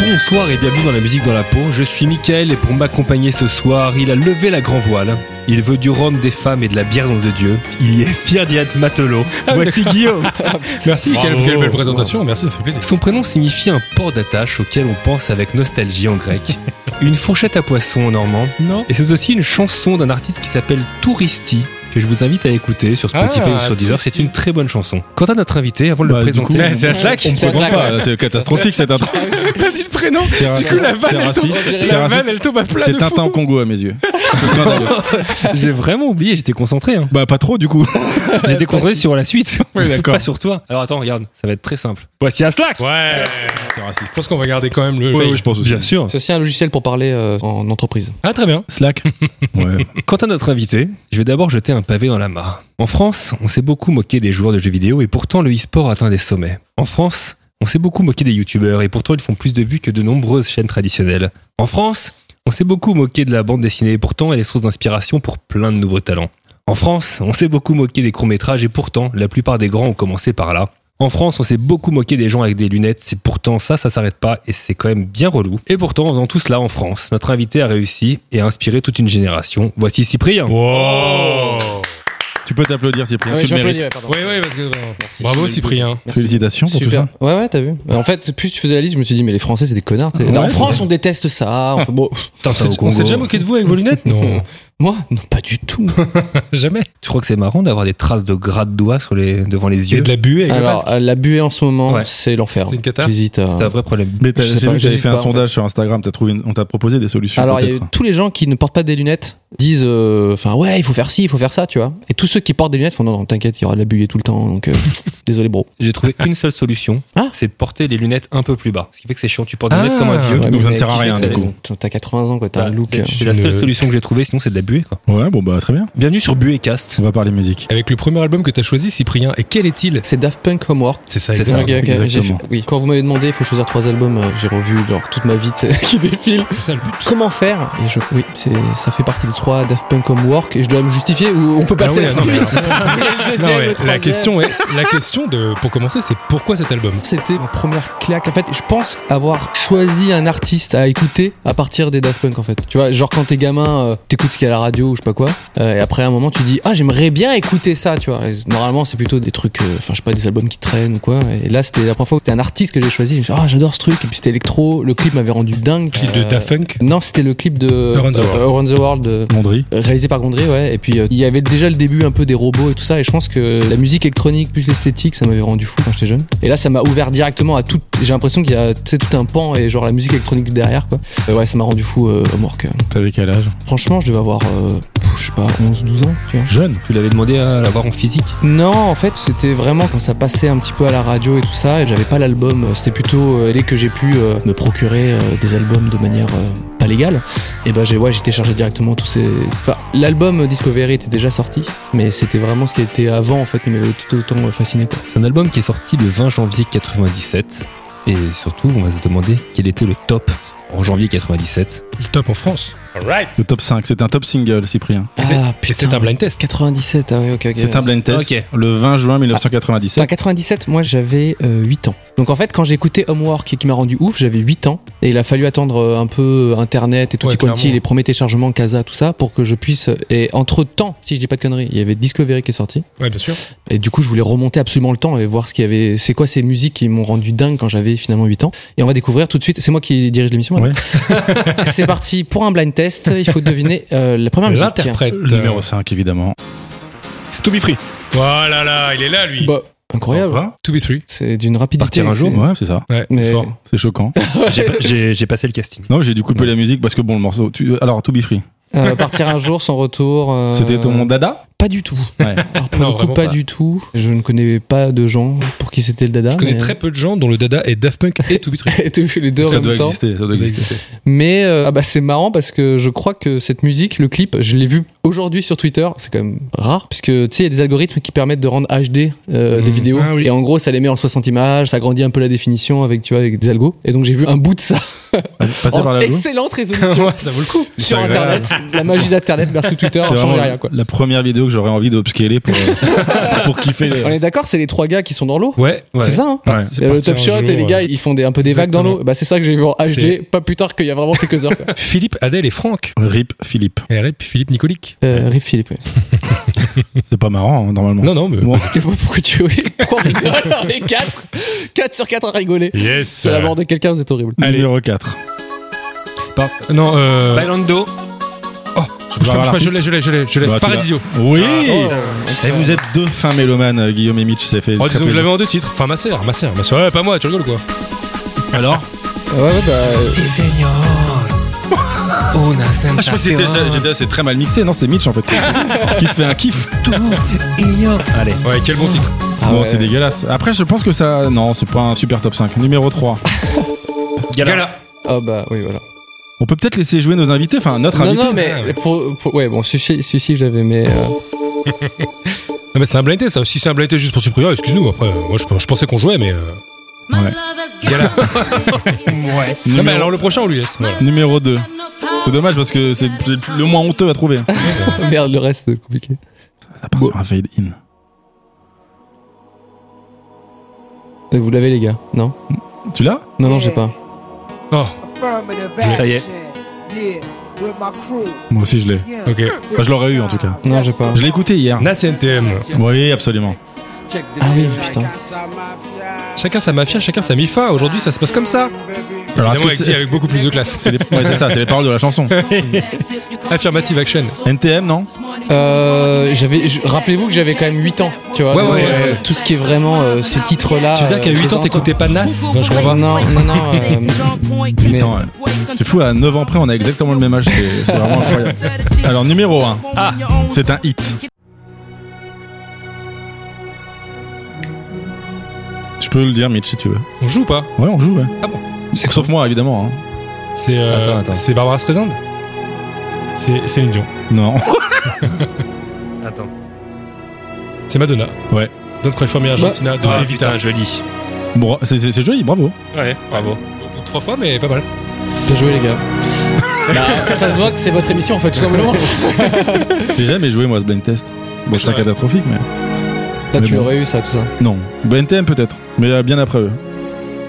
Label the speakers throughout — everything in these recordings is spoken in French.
Speaker 1: Bonsoir et bienvenue dans la musique dans la peau. Je suis Mickaël et pour m'accompagner ce soir, il a levé la grand voile. Il veut du rhum, des femmes et de la bière nom de Dieu. Il y est fier d'y être matelot.
Speaker 2: Ah,
Speaker 1: Voici Guillaume.
Speaker 2: Merci, quelle,
Speaker 3: Bravo.
Speaker 2: quelle belle présentation, merci, ça fait plaisir.
Speaker 1: Son prénom signifie un port d'attache auquel on pense avec nostalgie en grec. Une fourchette à poisson en normand.
Speaker 2: Non
Speaker 1: Et c'est aussi une chanson d'un artiste qui s'appelle Touristi que je vous invite à écouter sur Spotify
Speaker 2: Ah,
Speaker 1: ou sur Deezer.
Speaker 2: Touristi.
Speaker 1: C'est une très bonne chanson. Quant à notre invité, avant de
Speaker 3: Bah,
Speaker 1: le
Speaker 3: du
Speaker 1: présenter,
Speaker 3: coup,
Speaker 2: C'est à Slack
Speaker 3: On me
Speaker 4: C'est
Speaker 3: présente
Speaker 4: vrai,
Speaker 3: pas, c'est catastrophique cette intro.
Speaker 2: Pas dit le prénom Du coup, la vanne,
Speaker 3: C'est
Speaker 2: elle tombe,
Speaker 3: raciste. C'est
Speaker 2: la
Speaker 3: raciste.
Speaker 2: vanne, elle tombe à plat
Speaker 3: C'est
Speaker 2: de
Speaker 3: un
Speaker 2: fou.
Speaker 3: temps Congo à mes yeux. C'est scandaleux.
Speaker 1: j'ai vraiment oublié, j'étais concentré. hein.
Speaker 3: bah pas trop du coup.
Speaker 1: J'étais concentré sur la suite,
Speaker 3: Oui d'accord.
Speaker 1: pas sur toi. Alors attends, regarde, ça va être très simple. Voici un Slack
Speaker 2: Ouais
Speaker 3: C'est
Speaker 2: Je
Speaker 3: raciste.
Speaker 2: pense qu'on va garder quand même le...
Speaker 3: Ouais,
Speaker 2: fail.
Speaker 3: ouais, je pense aussi.
Speaker 1: Bien sûr.
Speaker 4: C'est aussi un logiciel pour parler euh, en entreprise.
Speaker 2: Ah, très bien.
Speaker 3: Slack. Ouais.
Speaker 1: Quant à notre invité, je vais d'abord jeter un pavé dans la mare. En France, on s'est beaucoup moqué des joueurs de jeux vidéo et pourtant le e-sport atteint des sommets. En France, on s'est beaucoup moqué des youtubeurs et pourtant ils font plus de vues que de nombreuses chaînes traditionnelles. En France, on s'est beaucoup moqué de la bande dessinée et pourtant elle est source d'inspiration pour plein de nouveaux talents. En France, on s'est beaucoup moqué des courts-métrages et pourtant la plupart des grands ont commencé par là. En France, on s'est beaucoup moqué des gens avec des lunettes, c'est pourtant ça, ça s'arrête pas et c'est quand même bien relou. Et pourtant, en faisant tout cela en France, notre invité a réussi et a inspiré toute une génération. Voici Cyprien.
Speaker 2: Wow
Speaker 3: Tu peux t'applaudir
Speaker 4: Ah
Speaker 3: Cyprien, tu le mérites.
Speaker 2: Ouais, ouais, parce que...
Speaker 4: Merci.
Speaker 2: Bravo, Cyprien.
Speaker 4: Merci.
Speaker 3: Félicitations pour
Speaker 4: Super.
Speaker 3: tout
Speaker 4: Ouais, ouais, t'as vu. En fait, plus tu faisais la liste, je me suis dit, mais les Français, c'est des connards. t'sais.
Speaker 3: Ouais,
Speaker 4: en
Speaker 3: c'est
Speaker 4: France, on déteste ça. On fait, bon,
Speaker 1: Putain,
Speaker 2: On
Speaker 1: ça, au
Speaker 2: s'est- On
Speaker 1: Congo.
Speaker 2: s'est déjà moqué de vous avec vos lunettes Non,
Speaker 4: moi, non, pas du tout.
Speaker 2: jamais.
Speaker 1: Tu crois que c'est marrant d'avoir des traces de gras de doigts sur les, devant les
Speaker 2: Il y a
Speaker 1: yeux
Speaker 2: de la buée avec le
Speaker 4: Alors,
Speaker 2: masque.
Speaker 4: euh, la buée en ce moment,
Speaker 1: Ouais.
Speaker 4: c'est l'enfer.
Speaker 2: C'est une cata.
Speaker 4: J'hésite à.
Speaker 1: C'est un vrai problème.
Speaker 3: Mais t'as-
Speaker 4: Je sais
Speaker 3: j'ai
Speaker 4: pas,
Speaker 3: vu que t'avais
Speaker 4: j'hésite
Speaker 3: fait un
Speaker 4: pas, en
Speaker 3: sondage sur Instagram, t'as trouvé une- on t'a proposé des solutions
Speaker 4: Alors, il y a
Speaker 3: peut-être.
Speaker 4: tous les gens qui ne portent pas des lunettes disent, euh, enfin, ouais, il faut faire ci, il faut faire ça, tu vois. Et tous ceux qui portent des lunettes font, non, non, t'inquiète, il y aura de la buée tout le temps, donc euh, désolé, bro.
Speaker 1: J'ai trouvé une seule solution,
Speaker 4: Ah.
Speaker 1: c'est de porter les lunettes un peu plus bas. Ce qui fait que c'est chiant, tu portes des
Speaker 2: Ah.
Speaker 1: lunettes comme un vieux.
Speaker 3: Ouais, donc ça
Speaker 4: mais
Speaker 3: ne sert à
Speaker 4: ce qui
Speaker 3: rien,
Speaker 4: fait que
Speaker 1: du
Speaker 4: ça
Speaker 3: coup.
Speaker 4: laisse- T'as 80 ans, quoi, t'as un
Speaker 1: Bah,
Speaker 4: look.
Speaker 1: c'est
Speaker 4: euh,
Speaker 1: c'est la
Speaker 2: une-
Speaker 1: seule solution que j'ai trouvée, sinon c'est de la buée. Quoi.
Speaker 3: Ouais, bon bah très bien.
Speaker 1: Bienvenue sur Buécast.
Speaker 3: On va parler musique.
Speaker 2: Avec le premier album que t'as choisi, Cyprien, et quel est-il
Speaker 4: C'est Daft Punk Homework.
Speaker 2: C'est ça,
Speaker 1: C'est
Speaker 2: exactement.
Speaker 4: Ok, ok,
Speaker 3: exactement.
Speaker 4: j'ai fait- oui. Quand vous m'avez demandé, il faut choisir trois albums, euh, j'ai revu genre, toute ma vie tu sais, qui défile.
Speaker 2: C'est ça le but.
Speaker 4: Comment faire Et je, oui, c'est, ça fait partie des trois Daft Punk Homework et je dois me justifier ou on peut passer
Speaker 2: Ah
Speaker 4: à
Speaker 2: oui, non,
Speaker 4: la
Speaker 2: mais
Speaker 4: suite. Le deuxième,
Speaker 2: Non,
Speaker 4: le
Speaker 2: mais la
Speaker 4: troisième.
Speaker 2: question est, la question de, pour commencer, c'est pourquoi cet album
Speaker 4: C'était ma première claque. En fait, je pense avoir choisi un artiste à écouter à partir des Daft Punk, en fait. Tu vois, genre quand t'es gamin, euh, t'écoutes ce qu'il y a à la radio ou je sais pas quoi. euh, et après, à un moment, tu dis, ah, j'aimerais bien écouter ça, tu vois. Et normalement, c'est plutôt des trucs, euh, enfin, je sais pas, des albums qui traînent ou quoi. Et là, c'était la première fois que c'était un artiste que j'ai choisi. Je me suis dit, ah, j'adore ce truc. Et puis c'était électro. Le clip m'avait rendu dingue.
Speaker 2: Clip de
Speaker 4: Euh,
Speaker 2: Daft Punk
Speaker 4: Non, c'était le clip de
Speaker 2: Around the World.
Speaker 4: euh, Around the World, euh,
Speaker 3: Mondry.
Speaker 4: réalisé par Gondry, ouais. Et puis euh, il y avait déjà le début un peu des robots et tout ça. Et je pense que la musique électronique plus l'esthétique, ça m'avait rendu fou quand j'étais jeune. Et là, ça m'a ouvert directement à tout. J'ai l'impression qu'il y a tu sais, tout un pan et genre la musique électronique derrière, quoi. Euh, ouais, ça m'a rendu fou, euh, Homework.
Speaker 3: T'avais quel âge
Speaker 4: Franchement, je devais avoir, euh, je sais pas, 11-12 ans, tu vois.
Speaker 3: Jeune.
Speaker 1: Tu l'avais demandé à l'avoir en physique.
Speaker 4: Non, en fait, c'était vraiment quand ça passait un petit peu à la radio et tout ça, et j'avais pas l'album. C'était plutôt euh, dès que j'ai pu euh, me procurer euh, des albums de manière euh, pas légale. Et ben j'ai ouais, j'ai téléchargé directement tous ces. Enfin, l'album Discovery était déjà sorti, mais c'était vraiment ce qui était avant en fait qui m'avait tout autant euh, fasciné. Quoi.
Speaker 1: C'est un album qui est sorti le 20 janvier 97. Et surtout, on va se demander quel était le top en janvier 97.
Speaker 2: le top en France.
Speaker 3: Le top 5, c'est un top single Cyprien.
Speaker 2: Et c'est-
Speaker 4: Ah
Speaker 2: Et
Speaker 4: putain,
Speaker 2: c'est un blind test.
Speaker 4: 97. Ah ouais, ok, ok.
Speaker 3: C'est un blind test.
Speaker 1: Ok.
Speaker 3: Le 20 juin
Speaker 4: Attends,
Speaker 3: 1997.
Speaker 4: 97, moi j'avais euh, 8 ans. Donc en fait, quand j'ai écouté Homework et qui m'a rendu ouf, j'avais 8 ans. Et il a fallu attendre euh, un peu Internet et tout
Speaker 2: Ouais,
Speaker 4: petit quanti,
Speaker 2: clairement.
Speaker 4: les premiers téléchargements, Casa, tout ça, pour que je puisse. euh, Et entre temps, si je dis pas de conneries, il y avait Discovery qui est sorti.
Speaker 2: Ouais, bien sûr.
Speaker 4: Et du coup, je voulais remonter absolument le temps et voir ce qu'il y avait. C'est quoi ces musiques qui m'ont rendu dingue quand j'avais finalement 8 ans. Et on va découvrir tout de suite. C'est moi qui dirige l'émission. là. C'est parti pour un blind test. Il faut deviner euh, la
Speaker 1: Ah,
Speaker 4: première musique.
Speaker 2: L'interprète.
Speaker 3: Numéro 5 évidemment.
Speaker 1: To be free.
Speaker 2: Voilà, là, il est là, lui.
Speaker 4: Bah, incroyable.
Speaker 3: Quoi
Speaker 2: To be free.
Speaker 4: C'est d'une rapidité.
Speaker 1: Partir un jour,
Speaker 4: c'est-
Speaker 3: Ouais, c'est ça.
Speaker 2: Ouais.
Speaker 4: Mais-
Speaker 3: Fort. C'est choquant.
Speaker 1: J'ai pas- J'ai j'ai passé le casting.
Speaker 3: Non, j'ai dû couper la musique parce que bon, le morceau. tu- Alors, To Be Free.
Speaker 4: Euh, partir un jour, sans retour. euh,
Speaker 3: C'était ton dada
Speaker 4: Pas du tout.
Speaker 3: Ouais.
Speaker 4: Alors pour
Speaker 2: Non,
Speaker 4: le coup,
Speaker 2: vraiment
Speaker 4: pas,
Speaker 2: pas.
Speaker 4: du tout. Je ne connais pas de gens pour qui c'était le dada.
Speaker 2: Je connais
Speaker 4: mais-
Speaker 2: très peu de gens dont le dada est Daft Punk et To be free.
Speaker 4: T'as vu les deux en
Speaker 3: Ça
Speaker 4: même
Speaker 3: doit
Speaker 4: temps.
Speaker 3: exister. Ça doit exister.
Speaker 4: Mais euh, ah bah c'est marrant parce que je crois que cette musique, le clip, je l'ai vu aujourd'hui sur Twitter. C'est quand même rare puisque tu sais il y a des algorithmes qui permettent de rendre HD euh, des
Speaker 2: Mmh.
Speaker 4: vidéos
Speaker 2: Ah oui.
Speaker 4: et en gros ça les met en 60 images, ça grandit un peu la définition avec tu vois avec des algos. Et donc j'ai vu un bout de ça.
Speaker 3: Passer
Speaker 4: En
Speaker 3: par la joue.
Speaker 4: excellente résolution
Speaker 2: Ouais, ça vaut le coup.
Speaker 4: sur
Speaker 2: Ouais,
Speaker 4: internet. La magie d'internet versus Twitter,
Speaker 3: C'est
Speaker 4: on change
Speaker 3: vraiment
Speaker 4: rien quoi.
Speaker 3: La première vidéo que j'aurais envie d'upscaler pour, euh, pour kiffer. les-
Speaker 4: On est d'accord, c'est les trois gars qui sont dans l'eau
Speaker 2: Ouais, ouais.
Speaker 4: C'est ça, hein
Speaker 3: Ouais.
Speaker 2: C'est
Speaker 4: Il y a le
Speaker 2: parti
Speaker 4: top
Speaker 2: un
Speaker 4: shot
Speaker 2: jour,
Speaker 4: et les gars,
Speaker 2: euh,
Speaker 4: ils font des, un peu des vagues dans
Speaker 2: Exactement.
Speaker 4: l'eau. Bah, c'est ça que j'ai vu en
Speaker 2: C'est-
Speaker 4: HD, pas plus tard qu'il y a vraiment quelques heures. quoi.
Speaker 2: Philippe Adèle et Franck.
Speaker 3: Rip Philippe.
Speaker 2: Et RIP Philippe Nicolic.
Speaker 4: Euh, Rip Philippe.
Speaker 3: C'est pas marrant, hein, normalement.
Speaker 2: Non, non, mais.
Speaker 3: Bon.
Speaker 4: Et moi, pourquoi tu rigoles Pourquoi on rigole hein, On est 4 4 sur 4 à rigoler.
Speaker 2: Yes.
Speaker 4: Sur la mort de quelqu'un, vous êtes horrible.
Speaker 3: Numéro 4.
Speaker 2: Par- Non, euh.
Speaker 3: Bah
Speaker 1: Bailando.
Speaker 2: je sais pas, je sais pas, je l'ai, je l'ai, je l'ai, je l'ai.
Speaker 3: Bah, tu
Speaker 2: Paradiso.
Speaker 3: Oui Et vous êtes deux fins mélomanes, euh, Guillaume et Mitch, c'est fait.
Speaker 2: Oh, disons
Speaker 3: très
Speaker 2: que je
Speaker 3: plaisir.
Speaker 2: l'avais en deux titres. Enfin, ma sœur, ma sœur, ma sœur. Ouais, pas moi, tu rigoles quoi. Alors
Speaker 4: Ouais, ouais, bah. euh,
Speaker 1: Si, señor. Una
Speaker 3: Ah, je crois que c'était- j'ai- j'ai- c'est très mal mixé, non, c'est Mitch en fait. qui se fait un kiff.
Speaker 1: Allez.
Speaker 2: Ouais, quel
Speaker 3: Mmh.
Speaker 2: bon titre.
Speaker 4: ah
Speaker 3: non,
Speaker 4: ouais.
Speaker 3: c'est dégueulasse. Après, je pense que ça. Non, c'est pas un super top 5. Numéro 3.
Speaker 1: Gala.
Speaker 4: Ah bah oui, voilà.
Speaker 3: On peut peut-être laisser jouer nos invités, enfin notre
Speaker 4: Non,
Speaker 3: invité.
Speaker 4: non, mais pour, pour- Ouais, bon, celui-ci, celui-ci, je l'avais, mais. euh,
Speaker 2: Ah, mais c'est un blind test, ça. Si c'est un blind test juste pour Cyprien, excuse-nous. Après, euh, moi je, je pensais qu'on jouait, mais. euh,
Speaker 3: Ouais.
Speaker 2: Gala.
Speaker 1: Ouais.
Speaker 2: Non, mais
Speaker 3: Numéro-
Speaker 2: alors le prochain, on lui laisse. Voilà.
Speaker 3: Numéro 2. C'est dommage parce que c'est le moins honteux à trouver.
Speaker 4: Merde, le reste, c'est compliqué.
Speaker 3: Ça part sur un fade in.
Speaker 4: Euh, Vous l'avez, les gars Non
Speaker 3: Tu l'as
Speaker 4: Non, non, j'ai pas.
Speaker 2: Oh,
Speaker 1: Ça y est.
Speaker 3: Moi aussi, je l'ai.
Speaker 2: ok.
Speaker 5: bah,
Speaker 3: Enfin, je l'aurais eu en tout cas.
Speaker 4: Non, j'ai pas.
Speaker 3: Je l'ai écouté hier.
Speaker 2: Nas et NTM.
Speaker 3: Oui, absolument.
Speaker 4: Ah oui, putain.
Speaker 2: Chacun sa mafia, chacun sa mifa. Aujourd'hui, ça se passe comme ça.
Speaker 3: Alors, est-ce
Speaker 2: Évidemment,
Speaker 3: que
Speaker 2: avec,
Speaker 3: c'est-
Speaker 2: dit avec beaucoup plus de classe.
Speaker 3: c'est les- ouais, c'est ça, c'est les paroles de la chanson.
Speaker 2: Affirmative action.
Speaker 3: NTM, non
Speaker 4: Euh, j'avais, je- rappelez-vous que j'avais quand même 8 ans, tu vois.
Speaker 2: Ouais,
Speaker 4: donc,
Speaker 2: ouais,
Speaker 4: euh,
Speaker 2: ouais.
Speaker 4: Tout ce qui est vraiment euh, ces titres-là.
Speaker 2: Tu veux dire qu'à
Speaker 4: euh,
Speaker 2: 8 ans,
Speaker 4: présents-
Speaker 2: t'écoutais pas Nas
Speaker 5: Enfin, je comprends pas.
Speaker 4: Non, non, non, euh, mais-
Speaker 3: Putain, ouais. C'est fou, à 9 ans près, on a exactement le même âge. C'est c'est vraiment incroyable. Alors, numéro 1.
Speaker 5: Ah,
Speaker 3: C'est un hit. Tu peux le dire, Mitch, si tu veux.
Speaker 2: On joue ou pas
Speaker 3: Ouais, on joue, ouais.
Speaker 2: Ah bon
Speaker 3: Sauf moi, évidemment. hein.
Speaker 2: C'est euh,
Speaker 1: Attends, attends.
Speaker 2: c'est Barbara Streisand C'est c'est Dion.
Speaker 3: Non.
Speaker 1: Attends.
Speaker 2: C'est Madonna.
Speaker 3: Ouais.
Speaker 2: Don't Cry
Speaker 4: Bah,
Speaker 2: For Me Argentina de
Speaker 1: Ah,
Speaker 2: Evita.
Speaker 1: putain, joli.
Speaker 3: Bon, c'est- c'est c'est joli, bravo.
Speaker 1: Ouais, bravo.
Speaker 2: Au bout de Trois fois, mais pas mal.
Speaker 4: Bien joué, les gars. Bah, ça se voit que c'est votre émission, en fait, tout simplement.
Speaker 3: J'ai jamais joué, moi, à ce blind test. Bon, c'est un
Speaker 2: Ouais.
Speaker 3: catastrophique, mais.
Speaker 4: Là,
Speaker 3: Mais
Speaker 4: tu
Speaker 3: bon.
Speaker 4: l'aurais eu, ça, tout ça.
Speaker 3: Non. BNTM, peut-être. Mais euh, bien après eux.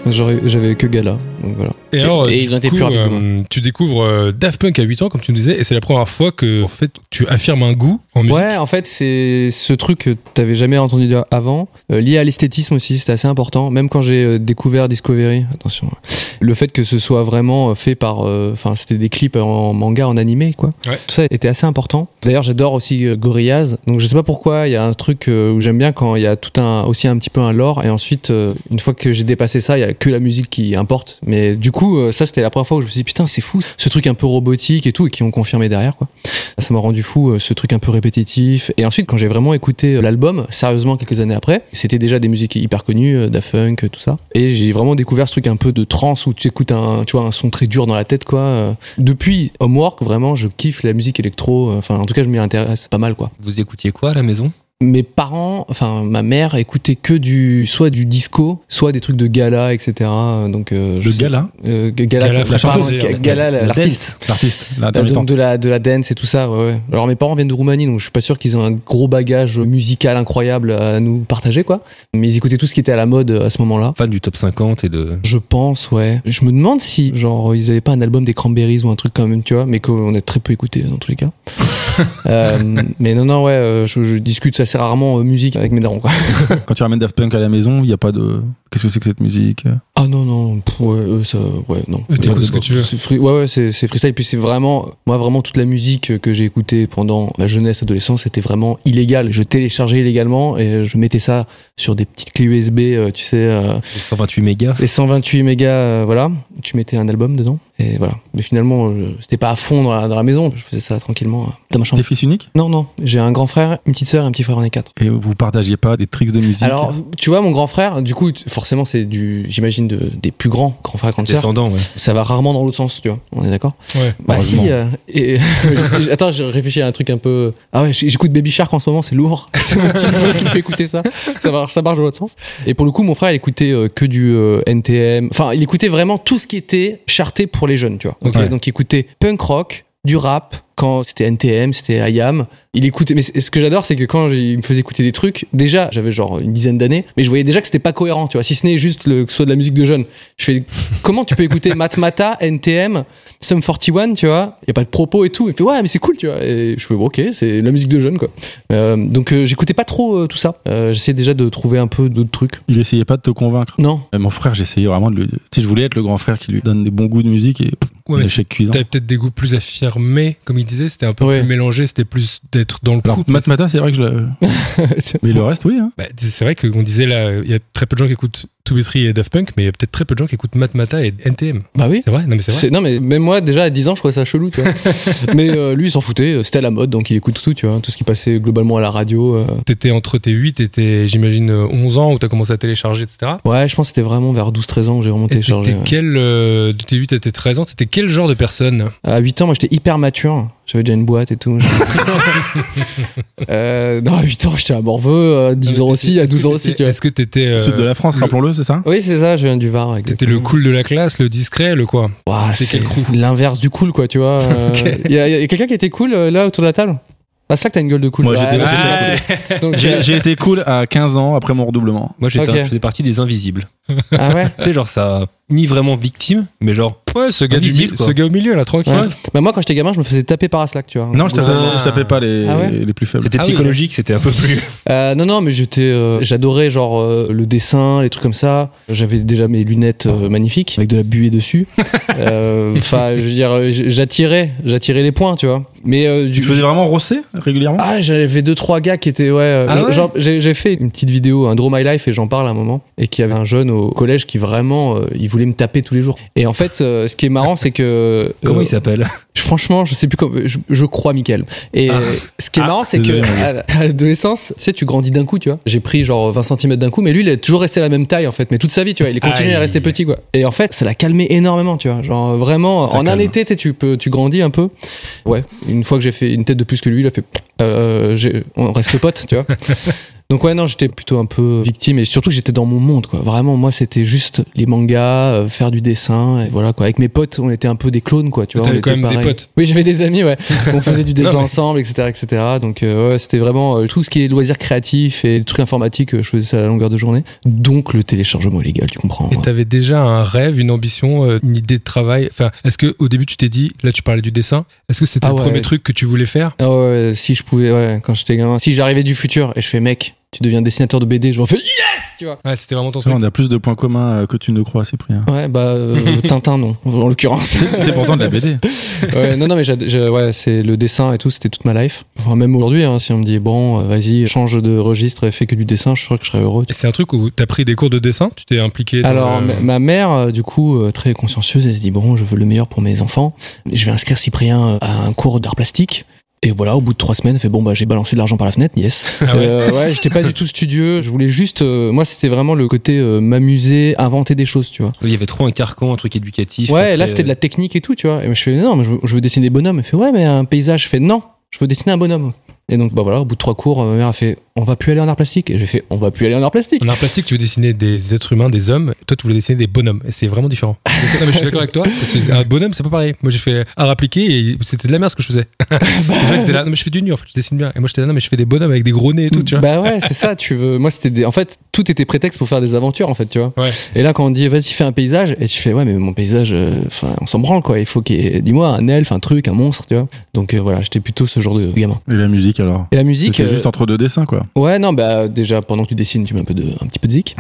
Speaker 4: J'aurais- j'avais que Gala, donc voilà.
Speaker 2: Et, alors,
Speaker 4: et
Speaker 2: du
Speaker 4: ils ont été
Speaker 2: coup,
Speaker 4: plus rapides que
Speaker 2: euh, Tu découvres euh, Daft Punk à 8 ans, comme tu nous disais, et c'est la première fois que en fait, tu affirmes un goût en musique.
Speaker 4: Ouais, en fait, c'est ce truc que t'avais jamais entendu dire avant, euh, lié à l'esthétisme aussi, c'était assez important. Même quand j'ai euh, découvert Discovery, attention, euh, le fait que ce soit vraiment euh, fait par, euh, enfin, c'était des clips en manga, en animé, quoi.
Speaker 2: Ouais.
Speaker 4: Tout ça était assez important. D'ailleurs, j'adore aussi euh, Gorillaz. Donc, je sais pas pourquoi, il y a un truc euh, où j'aime bien quand il y a tout un, aussi un petit peu un lore, et ensuite, euh, une fois que j'ai dépassé ça, il y a que la musique qui importe. Mais du coup, euh, ça, c'était la première fois où je me suis dit, putain, c'est fou, ce truc un peu robotique et tout, et qui ont confirmé derrière, quoi. Ça m'a rendu fou, euh, ce truc un peu répétitif. Et ensuite, quand j'ai vraiment écouté euh, l'album, sérieusement, quelques années après, c'était déjà des musiques hyper connues, euh, Da Funk, euh, tout ça. Et j'ai vraiment découvert ce truc un peu de trance où tu écoutes un, tu vois, un son très dur dans la tête, quoi. Euh, Depuis Homework, vraiment, je kiffe la musique électro. Euh, Enfin, en tout cas, je m'y intéresse pas mal, quoi.
Speaker 1: Vous écoutiez quoi à la maison
Speaker 4: Mes parents, enfin, ma mère écoutait que du, soit du disco, soit des trucs de gala, etc. Euh, Donc, euh, je
Speaker 3: Le
Speaker 4: sais-
Speaker 3: gala.
Speaker 4: euh, gala,
Speaker 2: Gala,
Speaker 4: pardon,
Speaker 2: la chanteuse,
Speaker 4: Ga-
Speaker 2: d'ailleurs.
Speaker 4: gala, la-
Speaker 1: La
Speaker 4: Euh, l'artiste.
Speaker 3: L'artiste,
Speaker 4: Euh,
Speaker 3: l'intermittent.
Speaker 4: donc de la, de la dance et tout ça, ouais, ouais. Alors mes parents viennent de Roumanie, donc je suis pas sûr qu'ils aient un gros bagage musical incroyable à nous partager, quoi. Mais ils écoutaient tout ce qui était à la mode euh, à ce moment-là.
Speaker 1: Fan du top 50 et de.
Speaker 4: Je pense, ouais. Je me demande si, genre, ils avaient pas un album des Cranberries ou un truc quand même, tu vois, mais qu'on a très peu écouté dans tous les cas. Euh, mais non, non, ouais, euh, je, je discute assez rarement euh, musique avec mes darons, quoi.
Speaker 3: Quand tu ramènes Daft Punk à la maison, il n'y a pas de. Qu'est-ce que c'est que cette musique
Speaker 4: Ah non, non, pff, ouais, euh, ça, ouais, non.
Speaker 2: Euh, t'écoutes ce que tu veux.
Speaker 4: C'est free- ouais, ouais, c'est, c'est freestyle. Puis c'est vraiment, moi, vraiment, toute la musique que j'ai écoutée pendant ma jeunesse, adolescence, c'était vraiment illégal. Je téléchargeais illégalement et je mettais ça sur des petites clés USB, euh, tu sais, euh,
Speaker 1: 128 mégas.
Speaker 4: les 128 mégas, euh, voilà. Tu mettais un album dedans et voilà. Mais finalement, euh, c'était pas à fond dans la, dans la maison. Je faisais ça tranquillement euh, dans ma chambre.
Speaker 3: T'es fils unique
Speaker 4: Non, non, j'ai un grand frère, une petite sœur et un petit frère, on est quatre.
Speaker 3: Et vous partagiez pas des tricks de musique
Speaker 4: Alors, tu vois, mon grand frère, du coup, t- forcément, c'est du, j'imagine, de, des plus grands, grand frère, grande sœur.
Speaker 1: Descendant, ouais.
Speaker 4: Ça va rarement dans l'autre sens, tu vois. On est d'accord
Speaker 2: Ouais.
Speaker 4: Bah si.
Speaker 3: Heureusement.
Speaker 4: euh, et, attends, je réfléchis à un truc un peu. Ah ouais, j'écoute Baby Shark en ce moment, c'est lourd. c'est mon petit frère qui me fait écouter ça. Ça marche, ça marche dans l'autre sens. Et pour le coup, mon frère, il écoutait euh, que du euh, NTM. Enfin, il écoutait vraiment tout ce qui était charté pour les jeunes, tu vois. Ok,
Speaker 3: Ouais.
Speaker 4: Donc, il écoutait punk rock. du rap. Quand c'était NTM, c'était IAM, il écoutait. Mais c- ce que j'adore, c'est que quand il me faisait écouter des trucs, déjà, j'avais genre une dizaine d'années, mais je voyais déjà que c'était pas cohérent, tu vois. Si ce n'est juste le, que ce soit de la musique de jeunes. Je fais, comment tu peux écouter Matmata, NTM, Sum 41, tu vois Il y a pas de propos et tout. Il fait, ouais, mais c'est cool, tu vois. Et je fais, bon, ok, c'est de la musique de jeunes, quoi. Euh, donc, euh, j'écoutais pas trop euh, tout ça. Euh, J'essayais déjà de trouver un peu d'autres trucs.
Speaker 3: Il essayait pas de te convaincre.
Speaker 4: Non,
Speaker 3: Euh, Mon frère, j'essayais vraiment de lui. Tu sais, je voulais être le grand frère qui lui donne des bons goûts de musique et pff,
Speaker 2: Ouais, mais
Speaker 3: l'échec cuisant.
Speaker 2: T'avais peut-être des goûts plus affirmés, comme il disait, c'était un peu
Speaker 4: Ouais.
Speaker 2: plus mélangé, c'était plus d'être dans le
Speaker 3: Alors,
Speaker 2: coup.
Speaker 3: Matmata, c'est vrai que je le. Mais le reste, oui. Hein.
Speaker 2: Bah, c'est vrai qu'on disait là, il y a très peu de gens qui écoutent 2B3 et Daft Punk, mais il y a peut-être très peu de gens qui écoutent Matmata et NTM.
Speaker 4: bah oui.
Speaker 2: C'est vrai Non, mais c'est vrai.
Speaker 4: C'est- Non, mais même moi, déjà à 10 ans, je trouvais ça chelou, tu vois. mais euh, lui, il s'en foutait, euh, c'était à la mode, donc il écoute tout, tu vois, tout ce qui passait globalement à la radio. euh.
Speaker 2: T'étais entre tes 8 et tes, j'imagine, euh, 11 ans où t'as commencé à télécharger, etc.
Speaker 4: Ouais, je pense que c'était vraiment vers 12-13 ans que j'ai vraiment
Speaker 2: Et t'étais
Speaker 4: téléchargé. ouais.
Speaker 2: quel, euh, de tes 8 à tes 13 ans, t'étais quel genre de personne
Speaker 4: À 8 ans, moi, j'étais hyper mature. J'avais déjà une boîte et tout. euh, non, à 8 ans, j'étais à Morveux, à 10 ans aussi, à 12 ans aussi, tu vois.
Speaker 2: Ah, Est-ce que t'étais. euh,
Speaker 3: Sud de la France,
Speaker 2: le-
Speaker 3: rappelons-le, c'est ça
Speaker 4: Oui, c'est ça, je viens du Var.
Speaker 2: T'étais
Speaker 4: exactement.
Speaker 2: le cool de la classe, le discret, le quoi
Speaker 4: Ouah,
Speaker 2: c'est
Speaker 4: c'est
Speaker 2: quel crew
Speaker 4: l'inverse du cool, quoi, tu vois. euh.
Speaker 2: Ok.
Speaker 4: Il y a, il y a quelqu'un qui était cool euh, là autour de la table Ah, c'est ça que t'as une gueule de cool.
Speaker 3: Moi,
Speaker 4: Ouais,
Speaker 3: j'étais-
Speaker 4: ouais,
Speaker 3: j'étais-
Speaker 4: ouais. Donc, euh,
Speaker 3: J'ai j'ai été cool à 15 ans après mon redoublement.
Speaker 1: Moi, j'étais
Speaker 4: Ok.
Speaker 1: je faisais partie des invisibles.
Speaker 4: Ah ouais
Speaker 1: Tu sais, genre, ça, ni vraiment victime, mais genre,
Speaker 2: Ouais, ce gars, du,
Speaker 1: Invisible,
Speaker 2: mi-
Speaker 1: quoi.
Speaker 2: ce gars au milieu là, tranquille.
Speaker 4: Ouais. Bah moi quand j'étais gamin je me faisais taper par Aslak tu vois.
Speaker 3: Non, je tapais,
Speaker 2: Ah.
Speaker 3: je tapais pas les,
Speaker 4: Ah ouais
Speaker 3: les plus faibles.
Speaker 1: c'était
Speaker 2: Ah oui,
Speaker 1: psychologique, c'était un peu plus.
Speaker 4: Euh, non non mais j'étais euh, j'adorais genre euh, le dessin les trucs comme ça. J'avais déjà mes lunettes euh, magnifiques avec de la buée dessus. Euh, Enfin je veux dire euh, j- j'attirais j'attirais les points tu vois. Mais euh,
Speaker 3: Tu
Speaker 4: du-
Speaker 3: te faisais vraiment rosser régulièrement
Speaker 4: ah j'avais deux trois gars qui étaient ouais. euh,
Speaker 2: Ah
Speaker 4: je-
Speaker 2: ouais
Speaker 4: genre, j'ai j'ai fait une petite vidéo un Draw My Life et j'en parle à un moment et qui avait un jeune au collège qui vraiment euh, il voulait me taper tous les jours. Et en fait euh, ce qui est marrant c'est que
Speaker 1: Comment
Speaker 4: euh,
Speaker 1: il s'appelle
Speaker 4: Franchement, je sais plus comment. Je, je crois, Michael. Et euh, ce qui est
Speaker 2: Ah,
Speaker 4: marrant, c'est que
Speaker 3: désolé,
Speaker 4: à la- à l'adolescence, tu sais, tu grandis d'un coup, tu vois. J'ai pris genre 20 cm d'un coup, mais lui, il a toujours resté la même taille, en fait. Mais toute sa vie, tu vois, il est continué à
Speaker 2: Aïe.
Speaker 4: rester petit, quoi. Et en fait, ça l'a calmé énormément, tu vois. Genre vraiment,
Speaker 1: Ça
Speaker 4: en un
Speaker 1: calme.
Speaker 4: été, tu sais, tu peux, tu grandis un peu. Ouais. Une fois que j'ai fait une tête de plus que lui, il a fait. euh, j'ai- on reste potes, tu vois. Donc ouais non j'étais plutôt un peu victime et surtout j'étais dans mon monde quoi vraiment moi c'était juste les mangas euh, faire du dessin et voilà quoi avec mes potes on était un peu des clones quoi tu
Speaker 2: Mais
Speaker 4: vois on
Speaker 2: t'avais quand
Speaker 4: était
Speaker 2: même des
Speaker 4: pareil.
Speaker 2: potes.
Speaker 4: oui j'avais des amis ouais on faisait du dessin
Speaker 2: Non, mais-
Speaker 4: ensemble etc etc donc euh, ouais, c'était vraiment euh, tout ce qui est loisirs créatifs et des trucs informatiques euh, je faisais ça à la longueur de journée donc le téléchargement illégal tu comprends
Speaker 2: Et t'avais déjà un rêve, une ambition, euh, une idée de travail. Enfin, est-ce que au début tu t'es dit, là tu parlais du dessin, est-ce que c'était
Speaker 4: Ah
Speaker 2: le
Speaker 4: ouais.
Speaker 2: premier truc que tu voulais faire
Speaker 4: Ah ouais, si je pouvais ouais quand j'étais gamin si j'arrivais du futur et je fais mec tu deviens dessinateur de BD j'en fais yes tu vois
Speaker 2: Ah, c'était vraiment ton
Speaker 3: Tu vois,
Speaker 2: truc.
Speaker 3: On a plus de points communs euh, que tu ne crois, Cyprien.
Speaker 4: ouais bah euh, Tintin non en l'occurrence
Speaker 3: C'est c'est pourtant de la BD.
Speaker 4: ouais, non, non, mais j'ad- je- ouais, c'est le dessin et tout, c'était toute ma life. Enfin, même aujourd'hui, hein, si on me dit bon, euh, vas-y, change de registre et fais que du dessin, je suis sûr que je serais heureux.
Speaker 2: Et c'est un truc où t'as pris des cours de dessin, tu t'es impliqué. dans
Speaker 4: Alors,
Speaker 2: le-
Speaker 4: ma- ma mère, euh, du coup, euh, très consciencieuse, elle se dit bon, je veux le meilleur pour mes enfants. Je vais inscrire Cyprien euh, à un cours d'art plastique. Et voilà, au bout de trois semaines, elle fait bon bah j'ai balancé de l'argent par la fenêtre, yes.
Speaker 2: Ah ouais.
Speaker 4: Euh, ouais, j'étais pas du tout studieux. Je voulais juste, euh, moi, c'était vraiment le côté euh, m'amuser, inventer des choses, tu vois.
Speaker 1: Il y avait trop un carcan, un truc euh, éducatif.
Speaker 4: Ouais,
Speaker 1: un
Speaker 4: là
Speaker 1: très-
Speaker 4: c'était de la technique et tout, tu vois. Et moi, je fais non, mais je veux, je veux dessiner des bonhommes. Elle fait ouais, mais un paysage. Je fais non, je veux dessiner un bonhomme. Et donc bah voilà, au bout de trois cours, ma mère a fait on va plus aller en art plastique. Et j'ai fait on va plus aller en art plastique.
Speaker 2: En art plastique, tu veux dessiner des êtres humains, des hommes. Toi, tu voulais dessiner des bonhommes. Et c'est vraiment différent. Donc, non, mais je suis d'accord avec toi. Parce que un bonhomme, c'est pas pareil. Moi, j'ai fait art appliqué et c'était de la merde ce que je faisais.
Speaker 4: Bah
Speaker 2: Moi, c'était là. Non, mais je fais du nu, en fait. Je dessine bien. Et moi, j'étais là. Non, mais je fais des bonhommes avec des gros nez et tout, tu vois.
Speaker 4: Bah ouais, c'est ça, tu veux. Moi c'était des... en fait tout était prétexte pour faire des aventures en fait, tu vois.
Speaker 2: Ouais.
Speaker 4: Et là quand on dit vas-y fais un paysage, et tu fais ouais mais mon paysage, euh, enfin on s'en branle quoi. Il faut qu'il y ait, dis-moi un elfe, un truc, un monstre, tu vois. Donc euh, voilà, j'étais plutôt ce genre de gamin.
Speaker 3: Et la musique alors
Speaker 4: Et la musique,
Speaker 3: C'était
Speaker 4: euh,
Speaker 3: juste entre deux dessins quoi.
Speaker 4: Ouais, non, bah déjà pendant que tu dessines, tu mets un peu de, un petit peu de zik.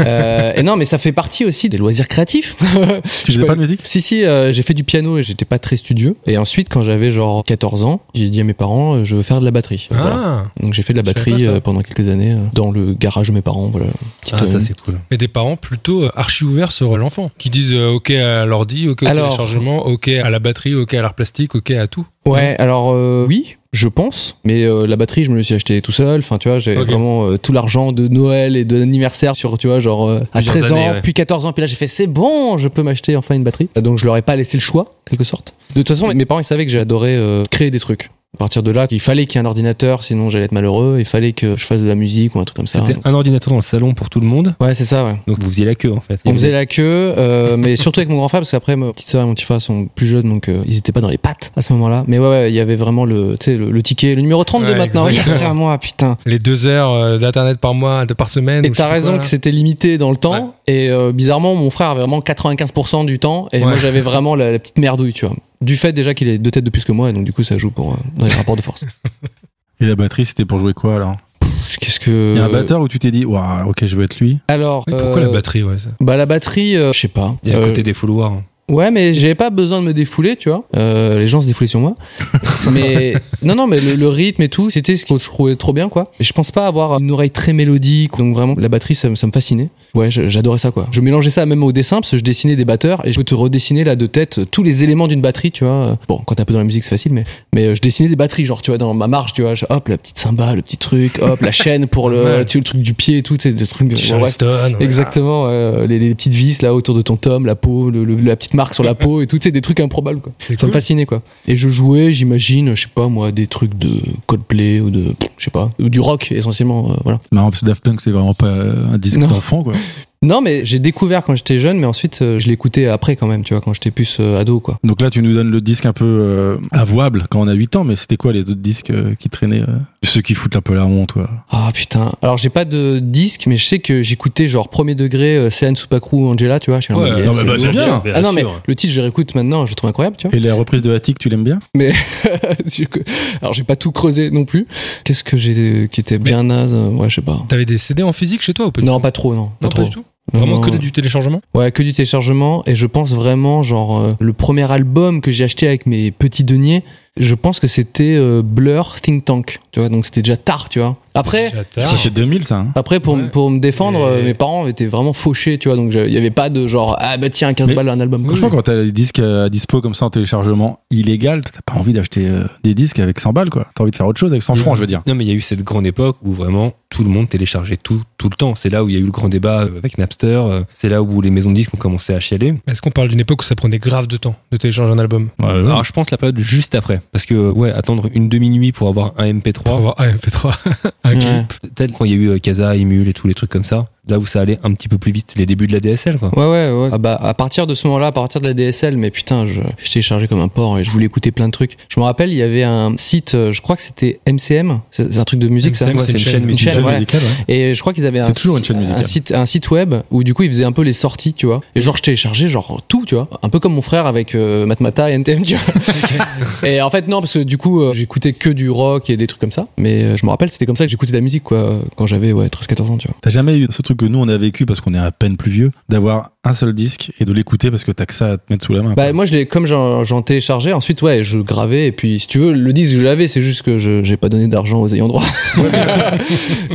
Speaker 4: Euh, et non, mais ça fait partie aussi des loisirs créatifs.
Speaker 3: Tu faisais
Speaker 4: peux-
Speaker 3: pas de musique
Speaker 4: si si, euh, j'ai fait du piano et j'étais pas très studieux. Et ensuite, quand j'avais genre 14 ans, j'ai dit à mes parents, euh, je veux faire de la batterie. Voilà.
Speaker 2: Ah.
Speaker 4: Donc j'ai fait de la
Speaker 2: Je savais pas
Speaker 4: batterie
Speaker 2: ça.
Speaker 4: euh, pendant quelques années euh, dans le garage de mes parents. Voilà. Petite,
Speaker 1: Ah,
Speaker 4: euh,
Speaker 1: ça c'est cool.
Speaker 2: Mais des parents plutôt euh, archi ouverts sur l'enfant. Qui disent euh, OK à l'ordi, OK au
Speaker 4: Alors-
Speaker 2: téléchargement, OK à la batterie, OK à l'art plastique, OK à tout.
Speaker 4: Ouais, alors euh, oui, je pense, mais euh, la batterie, je me la suis achetée tout seul. Enfin, tu vois, j'ai
Speaker 2: Ok.
Speaker 4: vraiment euh, tout l'argent de Noël et de l'anniversaire sur, tu vois, genre euh, à
Speaker 1: Plusieurs
Speaker 4: 13 ans,
Speaker 1: années, ouais.
Speaker 4: puis 14 ans, puis là j'ai fait c'est bon, je peux m'acheter enfin une batterie. Donc je leur ai pas laissé le choix, quelque sorte. De toute façon, mes parents ils savaient que j'adorais euh, créer des trucs. À partir de là, il fallait qu'il y ait un ordinateur, sinon j'allais être malheureux. Il fallait que je fasse de la musique ou un truc comme ça.
Speaker 1: C'était un ordinateur dans le salon pour tout le monde.
Speaker 4: Ouais, c'est ça, ouais.
Speaker 1: Donc vous faisiez la queue en fait.
Speaker 4: On faisait la queue, euh, mais surtout avec mon grand frère, parce qu'après, ma petite soeur et mon petit frère sont plus jeunes, donc euh, ils étaient pas dans les pattes à ce moment-là. Mais ouais, ouais, il y avait vraiment le, tu sais, le, le ticket, le numéro 32
Speaker 2: Ouais,
Speaker 4: maintenant. Yes,
Speaker 2: exactement.
Speaker 4: c'est à moi, putain.
Speaker 2: Les deux heures euh, d'internet par mois, de- par semaine.
Speaker 4: Et
Speaker 2: ou je sais
Speaker 4: t'as
Speaker 2: pas
Speaker 4: raison
Speaker 2: quoi, là.
Speaker 4: que c'était limité dans le temps. Et euh, bizarrement, mon frère avait vraiment 95% du temps. Et
Speaker 2: Ouais.
Speaker 4: moi, j'avais vraiment la, la petite merdouille, tu vois. Du fait déjà qu'il est deux têtes de plus que moi, et donc du coup, ça joue pour euh, dans les rapports de force.
Speaker 3: Et la batterie, c'était pour jouer quoi alors
Speaker 4: Pff, Qu'est-ce que.
Speaker 3: Il y a un batteur où tu t'es dit, waouh, ok, je veux être lui.
Speaker 4: Alors.
Speaker 2: Mais Pourquoi
Speaker 4: euh,
Speaker 2: la batterie, ouais, ça
Speaker 4: Bah la batterie, euh, je sais pas.
Speaker 1: Il y a
Speaker 4: Euh,
Speaker 1: un côté des fouloirs. hein.
Speaker 4: Ouais, mais j'avais pas besoin de me défouler, tu vois. Euh, les gens se défoulaient sur moi. mais non, non, mais le, le rythme et tout, c'était ce que je trouvais trop bien, quoi. Et je pense pas avoir une oreille très mélodique, donc vraiment la batterie, ça, me- ça me fascinait. Ouais, je- j'adorais ça, quoi. Je mélangeais ça même au dessin, parce que je dessinais des batteurs et je peux te redessiner là de tête tous les éléments d'une batterie, tu vois. Bon, quand t'es un peu dans la musique, c'est facile, mais mais euh, je dessinais des batteries, genre tu vois dans ma marche, tu vois, je- hop la petite cymbale, le petit truc, hop la chaîne pour le,
Speaker 2: Ouais.
Speaker 4: tu vois, le truc du pied et tout, tu sais, des trucs.
Speaker 2: Petit
Speaker 4: bon, bref.
Speaker 2: Charleston. ouais.
Speaker 4: Exactement, ouais, euh, les, les petites vis là autour de ton tome, la peau, le- le- la petite marque sur la peau et tout, c'est des trucs improbables quoi.
Speaker 2: C'est
Speaker 4: Ça
Speaker 2: cool.
Speaker 4: me fascinait quoi. Et je jouais, j'imagine, je sais pas moi, des trucs de Coldplay ou de, je sais pas, ou du rock essentiellement, euh, voilà.
Speaker 3: Marrant, parce que Daft Punk, c'est vraiment pas un disque
Speaker 4: Non.
Speaker 3: d'enfant, quoi.
Speaker 4: Non mais j'ai découvert quand j'étais jeune, mais ensuite euh, je l'écoutais après quand même, tu vois, quand j'étais plus euh, ado quoi.
Speaker 3: Donc là, tu nous donnes le disque un peu euh, avouable quand on a 8 ans, mais c'était quoi les autres disques euh, qui traînaient euh Ceux qui foutent un peu la honte, quoi.
Speaker 4: Ah putain. Alors j'ai pas de disque, mais je sais que j'écoutais genre premier degré, euh, Céane Soupacrou, Angela, tu vois. Je suis là,
Speaker 1: Ouais,
Speaker 4: yes,
Speaker 1: non, mais
Speaker 4: c'est
Speaker 1: bah,
Speaker 4: bon.
Speaker 1: c'est
Speaker 3: bien.
Speaker 1: bien
Speaker 4: ah non mais
Speaker 1: sûr.
Speaker 4: le titre je le réécoute maintenant, je le trouve incroyable, tu vois.
Speaker 3: Et les reprises de Attic, tu l'aimes bien
Speaker 4: Du coup, Alors j'ai pas tout creusé non plus. Qu'est-ce que j'ai qui était bien naze euh, Ouais, je sais pas.
Speaker 2: T'avais des CD en physique chez toi ou pas du
Speaker 4: Non,
Speaker 2: tout
Speaker 4: pas trop, non. Pas
Speaker 2: Non,
Speaker 4: trop.
Speaker 2: pas du tout. Vraiment
Speaker 4: Non,
Speaker 2: que
Speaker 4: ouais.
Speaker 2: du téléchargement
Speaker 4: Ouais, que du téléchargement. Et je pense vraiment, genre, euh, le premier album que j'ai acheté avec mes petits deniers, je pense que c'était euh, Blur Think Tank. Tu vois, donc c'était déjà tard, tu vois. Après.
Speaker 2: Déjà tard.
Speaker 3: Ça, c'est 2000, ça. hein
Speaker 4: Après, pour, m-
Speaker 2: Ouais.
Speaker 4: pour me défendre,
Speaker 2: Et-
Speaker 4: euh, mes parents étaient vraiment fauchés, tu vois, donc je- il y avait pas de genre, ah bah tiens, 15
Speaker 3: Mais-
Speaker 4: balles un album.
Speaker 3: Franchement, quand t'as des disques euh, à dispo comme ça en téléchargement illégal, t'as pas envie d'acheter euh, des disques avec 100 balles, quoi. T'as envie de faire autre chose avec 100 francs, je veux dire.
Speaker 1: Non, mais il y a eu cette grande époque où vraiment tout le monde téléchargeait tout, tout le temps. C'est là où il y a eu le grand débat avec Napster. euh, C'est là où les maisons de disques ont commencé à chialer.
Speaker 2: Est-ce qu'on parle d'une époque où ça prenait grave de temps de télécharger un album
Speaker 1: Alors, je pense la période juste après. Parce que, euh, ouais, attendre une demi-nuit pour avoir un
Speaker 2: Pour
Speaker 1: MP3.
Speaker 2: avoir un MP3, un clip.
Speaker 4: Ouais.
Speaker 1: Peut-être quand il y a eu euh, Casa, Emule et tous les trucs comme ça. Là où ça allait un petit peu plus vite, les débuts de la DSL, quoi.
Speaker 4: Ouais, ouais, ouais. Ah bah, à partir de ce moment-là, à partir de la DSL, mais putain, je, je téléchargeais comme un porc et je voulais écouter plein de trucs. Je me rappelle, il y avait un site, euh, je crois que c'était MCM, c'est c'est un truc de musique, ça.
Speaker 1: MCM,
Speaker 4: Ouais,
Speaker 1: c'est une chaîne
Speaker 3: Une
Speaker 1: musicale.
Speaker 4: chaîne, ouais.
Speaker 3: musicale, ouais.
Speaker 4: Et je crois qu'ils avaient
Speaker 3: C'est
Speaker 4: un,
Speaker 3: toujours une
Speaker 4: si-
Speaker 3: chaîne musicale.
Speaker 4: un site, un site web où du coup ils faisaient un peu les sorties, tu vois. Et genre je téléchargeais genre tout, tu vois. Un peu comme mon frère avec euh, Matmata et NTM, tu vois. et en fait non, parce que du coup euh, j'écoutais que du rock et des trucs comme ça. Mais euh, je me rappelle, c'était comme ça que j'écoutais de la musique, quoi, euh, quand j'avais ouais, 13-14 ans, tu vois.
Speaker 3: T'as jamais eu ce truc que nous on a vécu parce qu'on est à peine plus vieux, d'avoir un seul disque et de l'écouter parce que t'as que ça à te mettre sous la main.
Speaker 4: Bah moi je l'ai comme j'en j'en téléchargeais ensuite ouais je gravais et puis si tu veux le disque je l'avais c'est juste que je j'ai pas donné d'argent aux ayants droit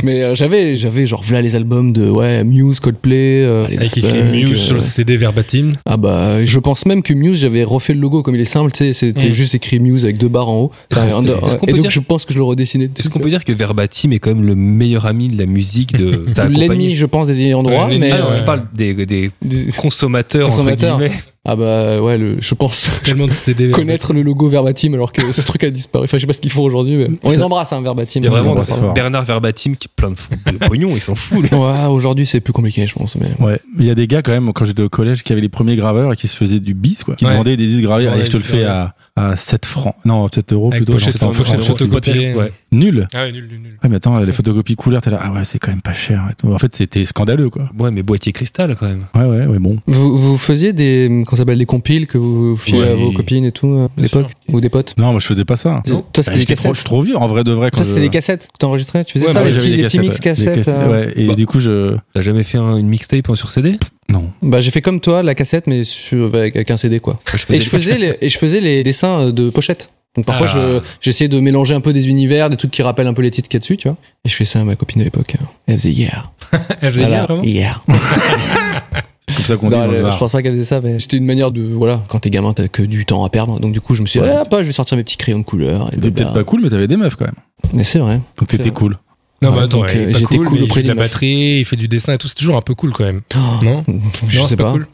Speaker 4: mais euh, j'avais j'avais genre voilà les albums de ouais Muse Coldplay euh,
Speaker 1: Ah,
Speaker 4: les
Speaker 2: Avec
Speaker 4: Daft
Speaker 2: écrit
Speaker 4: Punk,
Speaker 2: Muse sur
Speaker 4: euh,
Speaker 2: le CD verbatim.
Speaker 4: Ah bah, je pense même que Muse, j'avais refait le logo comme il est simple, tu sais, c'était
Speaker 2: Mm.
Speaker 4: juste écrit Muse avec deux barres en haut.
Speaker 1: Est-ce qu'on-
Speaker 4: en-
Speaker 1: est-ce qu'on
Speaker 4: et
Speaker 1: peut
Speaker 4: donc
Speaker 1: dire-
Speaker 4: je pense que je le redessinais. dessus.
Speaker 1: Est-ce qu'on peut dire que Verbatim est quand même le meilleur ami de la musique de sa
Speaker 4: L'ennemi,
Speaker 1: compagnie
Speaker 4: je pense, des ayants droit,
Speaker 2: Ouais, l'ennemi,
Speaker 4: mais
Speaker 1: Ah non,
Speaker 4: euh,
Speaker 1: je parle des, des
Speaker 4: des-
Speaker 1: consommateurs,
Speaker 4: Consommateurs.
Speaker 1: entre guillemets.
Speaker 4: ah bah ouais, le- je pense
Speaker 2: Tellement de CD
Speaker 4: connaître le logo Verbatim alors que ce truc a disparu. Enfin, je sais pas ce qu'ils font aujourd'hui, mais on les embrasse, hein, Verbatim.
Speaker 1: Il y a
Speaker 4: On les
Speaker 1: vraiment
Speaker 3: Ouais,
Speaker 4: embrasse.
Speaker 3: c'est fort.
Speaker 1: Bernard Verbatim qui est plein de, fou- de pognon, il s'en fout. lui.
Speaker 4: Ouais, aujourd'hui c'est plus compliqué, je pense. Mais...
Speaker 3: Ouais, mais il y a des gars quand même, quand j'étais au collège, qui avaient les premiers graveurs et qui se faisaient du bis, quoi. Qui
Speaker 2: Ouais.
Speaker 3: vendaient des disques gravés.
Speaker 2: Ouais,
Speaker 3: Allez, je te le
Speaker 2: c'est
Speaker 3: fais
Speaker 2: vrai.
Speaker 3: à, à 7 francs. Non, 7 euros
Speaker 2: Avec
Speaker 3: plutôt.
Speaker 2: pochette,
Speaker 3: j'en sais
Speaker 2: pochette
Speaker 3: pas.
Speaker 2: photocopiée.
Speaker 1: Ouais.
Speaker 3: Nul.
Speaker 2: Ah ouais, nul, nul, nul.
Speaker 3: Ah, mais attends, les photocopies couleur, t'es là. Ah ouais, c'est quand même pas cher. et tout. En fait, c'était scandaleux, quoi.
Speaker 1: Ouais, mais boîtier cristal quand même.
Speaker 3: Ouais, ouais, ouais, bon.
Speaker 4: Vous, vous faisiez des, comment ça s'appelle, des compiles que vous fiez
Speaker 3: Ouais.
Speaker 4: à vos copines et tout, à
Speaker 2: Bien sûr.
Speaker 4: l'époque Ou des potes
Speaker 3: Non, moi, je faisais pas ça.
Speaker 4: Toi,
Speaker 3: Bah,
Speaker 4: c'était des
Speaker 3: j'étais trop, je
Speaker 4: cassettes.
Speaker 3: suis trop vieux, en vrai de vrai. Quand
Speaker 4: Toi, c'était
Speaker 3: je-
Speaker 4: des cassettes que t'enregistrais Tu faisais
Speaker 3: Ouais,
Speaker 4: ça,
Speaker 3: moi,
Speaker 4: les
Speaker 3: j'avais
Speaker 4: petits,
Speaker 3: des
Speaker 4: les petits mix
Speaker 3: cassettes, ouais. Des
Speaker 4: cassettes
Speaker 3: cassettes,
Speaker 4: euh,
Speaker 3: ouais. Et
Speaker 1: Bah.
Speaker 3: du coup, je.
Speaker 1: T'as jamais fait un- une mixtape hein, sur CD
Speaker 3: Non.
Speaker 4: Bah j'ai fait comme toi la cassette mais sur- avec, avec un CD quoi.
Speaker 1: Je faisais
Speaker 4: Et je faisais les, et je faisais les dessins euh, de pochettes. Donc parfois
Speaker 2: Ah.
Speaker 4: je- j'essayais de mélanger un peu des univers, des trucs qui rappellent un peu les titres qu'il y a dessus, tu vois. Et je fais ça à ma copine de l'époque. hein. Elle faisait hier.
Speaker 2: Elle faisait bien, vraiment
Speaker 4: hier.
Speaker 3: Comme ça qu'on dit
Speaker 4: Non,
Speaker 3: dans
Speaker 4: elle-
Speaker 3: le
Speaker 4: je
Speaker 3: Var.
Speaker 4: pense pas qu'elle faisait ça, mais c'était une manière de voilà, quand t'es gamin t'as que du temps à perdre. Donc du coup je me suis dit
Speaker 3: Ouais.
Speaker 4: ah, pas, je vais sortir mes petits crayons de couleur. Et
Speaker 3: C'était
Speaker 4: blabla.
Speaker 3: peut-être pas cool, mais t'avais des meufs quand même.
Speaker 4: Mais c'est vrai.
Speaker 3: Donc
Speaker 4: C'est
Speaker 3: t'étais
Speaker 4: vrai.
Speaker 3: cool.
Speaker 2: Non,
Speaker 4: Ouais,
Speaker 2: bah attends,
Speaker 4: donc,
Speaker 2: il est
Speaker 4: euh,
Speaker 2: pas
Speaker 4: j'étais
Speaker 2: cool,
Speaker 4: cool
Speaker 2: mais il
Speaker 4: auprès
Speaker 2: fait de la
Speaker 4: d'une meuf.
Speaker 2: batterie, il fait du dessin et tout, c'est toujours un peu cool quand même.
Speaker 4: Oh.
Speaker 2: Non
Speaker 4: Je
Speaker 2: Non, c'est
Speaker 4: sais
Speaker 2: pas
Speaker 4: pas.
Speaker 2: cool.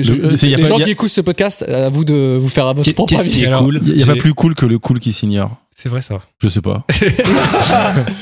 Speaker 4: Je-
Speaker 3: Le- c'est- y a
Speaker 4: les
Speaker 3: pas-
Speaker 4: gens
Speaker 3: y a-
Speaker 4: qui écoutent ce podcast, à vous de vous faire à votre
Speaker 1: Qu'est-
Speaker 4: propre
Speaker 1: Qu'est-ce qui
Speaker 4: avis.
Speaker 1: est
Speaker 2: Alors,
Speaker 1: cool
Speaker 3: Il n'y a
Speaker 2: J'ai-
Speaker 3: pas plus cool que le cool qui s'ignore.
Speaker 2: C'est vrai ça.
Speaker 3: Je sais pas.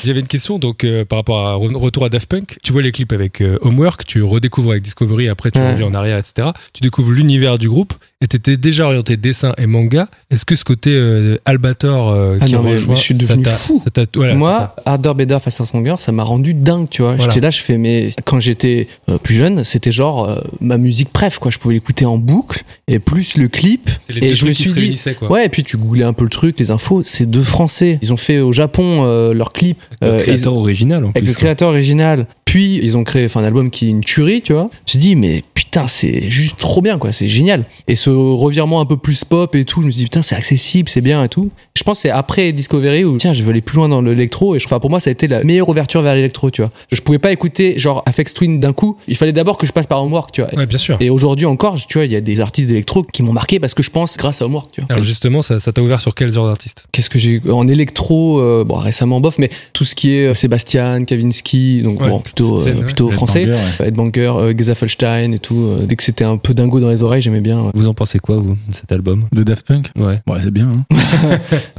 Speaker 2: J'avais une question donc euh, par rapport à re- retour à Daft Punk. Tu vois les clips avec euh, Homework, tu redécouvres avec Discovery, après tu
Speaker 4: Ouais.
Speaker 2: reviens en arrière, etc. Tu découvres l'univers du groupe et t'étais déjà orienté dessin et manga. Est-ce que ce côté euh, Albator euh,
Speaker 4: Ah
Speaker 2: qui
Speaker 4: non, mais-
Speaker 2: rejoint,
Speaker 4: mais je suis
Speaker 2: ça
Speaker 4: devenu
Speaker 2: t'a-
Speaker 4: fou.
Speaker 2: ça t'a- voilà, c'est ça.
Speaker 4: Moi, Harder Better Faster Stronger, ça m'a rendu dingue, tu vois.
Speaker 2: Voilà.
Speaker 4: J'étais là, je fais mais quand j'étais euh, plus jeune, c'était genre euh, ma musique préf quoi, je pouvais l'écouter en boucle et plus le clip
Speaker 2: c'est les
Speaker 4: et
Speaker 2: deux
Speaker 4: je me
Speaker 2: trucs qui
Speaker 4: suis
Speaker 2: se
Speaker 4: dit
Speaker 2: réunissaient quoi.
Speaker 4: Ouais, et puis tu googlais un peu le truc, les infos, c'est deux français. Ils ont fait au Japon euh, leur clip euh,
Speaker 1: Le
Speaker 4: et ils-
Speaker 1: créateur original en
Speaker 4: avec
Speaker 1: plus. hein.
Speaker 4: le créateur original. Puis ils ont créé enfin, un album qui est une tuerie, tu vois. Je me suis dit, mais putain, c'est juste trop bien, quoi. C'est génial. Et ce revirement un peu plus pop et tout, je me suis dit, putain, c'est accessible, c'est bien et tout. Je pense que c'est après Discovery où, tiens, je veux aller plus loin dans l'électro. Et je- enfin, pour moi, ça a été la meilleure ouverture vers l'électro, tu vois. Je pouvais pas écouter, genre, Afex Twin d'un coup. Il fallait d'abord que je passe par Homework, tu vois.
Speaker 2: Ouais, bien sûr.
Speaker 4: Et aujourd'hui encore, je- tu vois, il y a des artistes d'électro qui m'ont marqué parce que je pense grâce à Homework, tu vois.
Speaker 2: Alors justement, ça ça t'a ouvert sur quels genres d'artistes
Speaker 4: Qu'est-ce que j'ai eu en électro euh, Bon, récemment bof, mais tout ce qui est euh, Sébastien, Kavinsky, donc
Speaker 2: Ouais,
Speaker 4: bon, plutôt
Speaker 2: cette scène,
Speaker 4: euh,
Speaker 2: ouais.
Speaker 4: plutôt français.
Speaker 3: Banger, ouais.
Speaker 4: Headbanger, euh, Gezafelstein et tout. euh, dès que c'était un peu dingo dans les oreilles, j'aimais bien.
Speaker 1: Vous en pensez quoi, vous, de cet album
Speaker 3: De Daft Punk
Speaker 1: Ouais.
Speaker 3: Ouais, c'est bien. hein.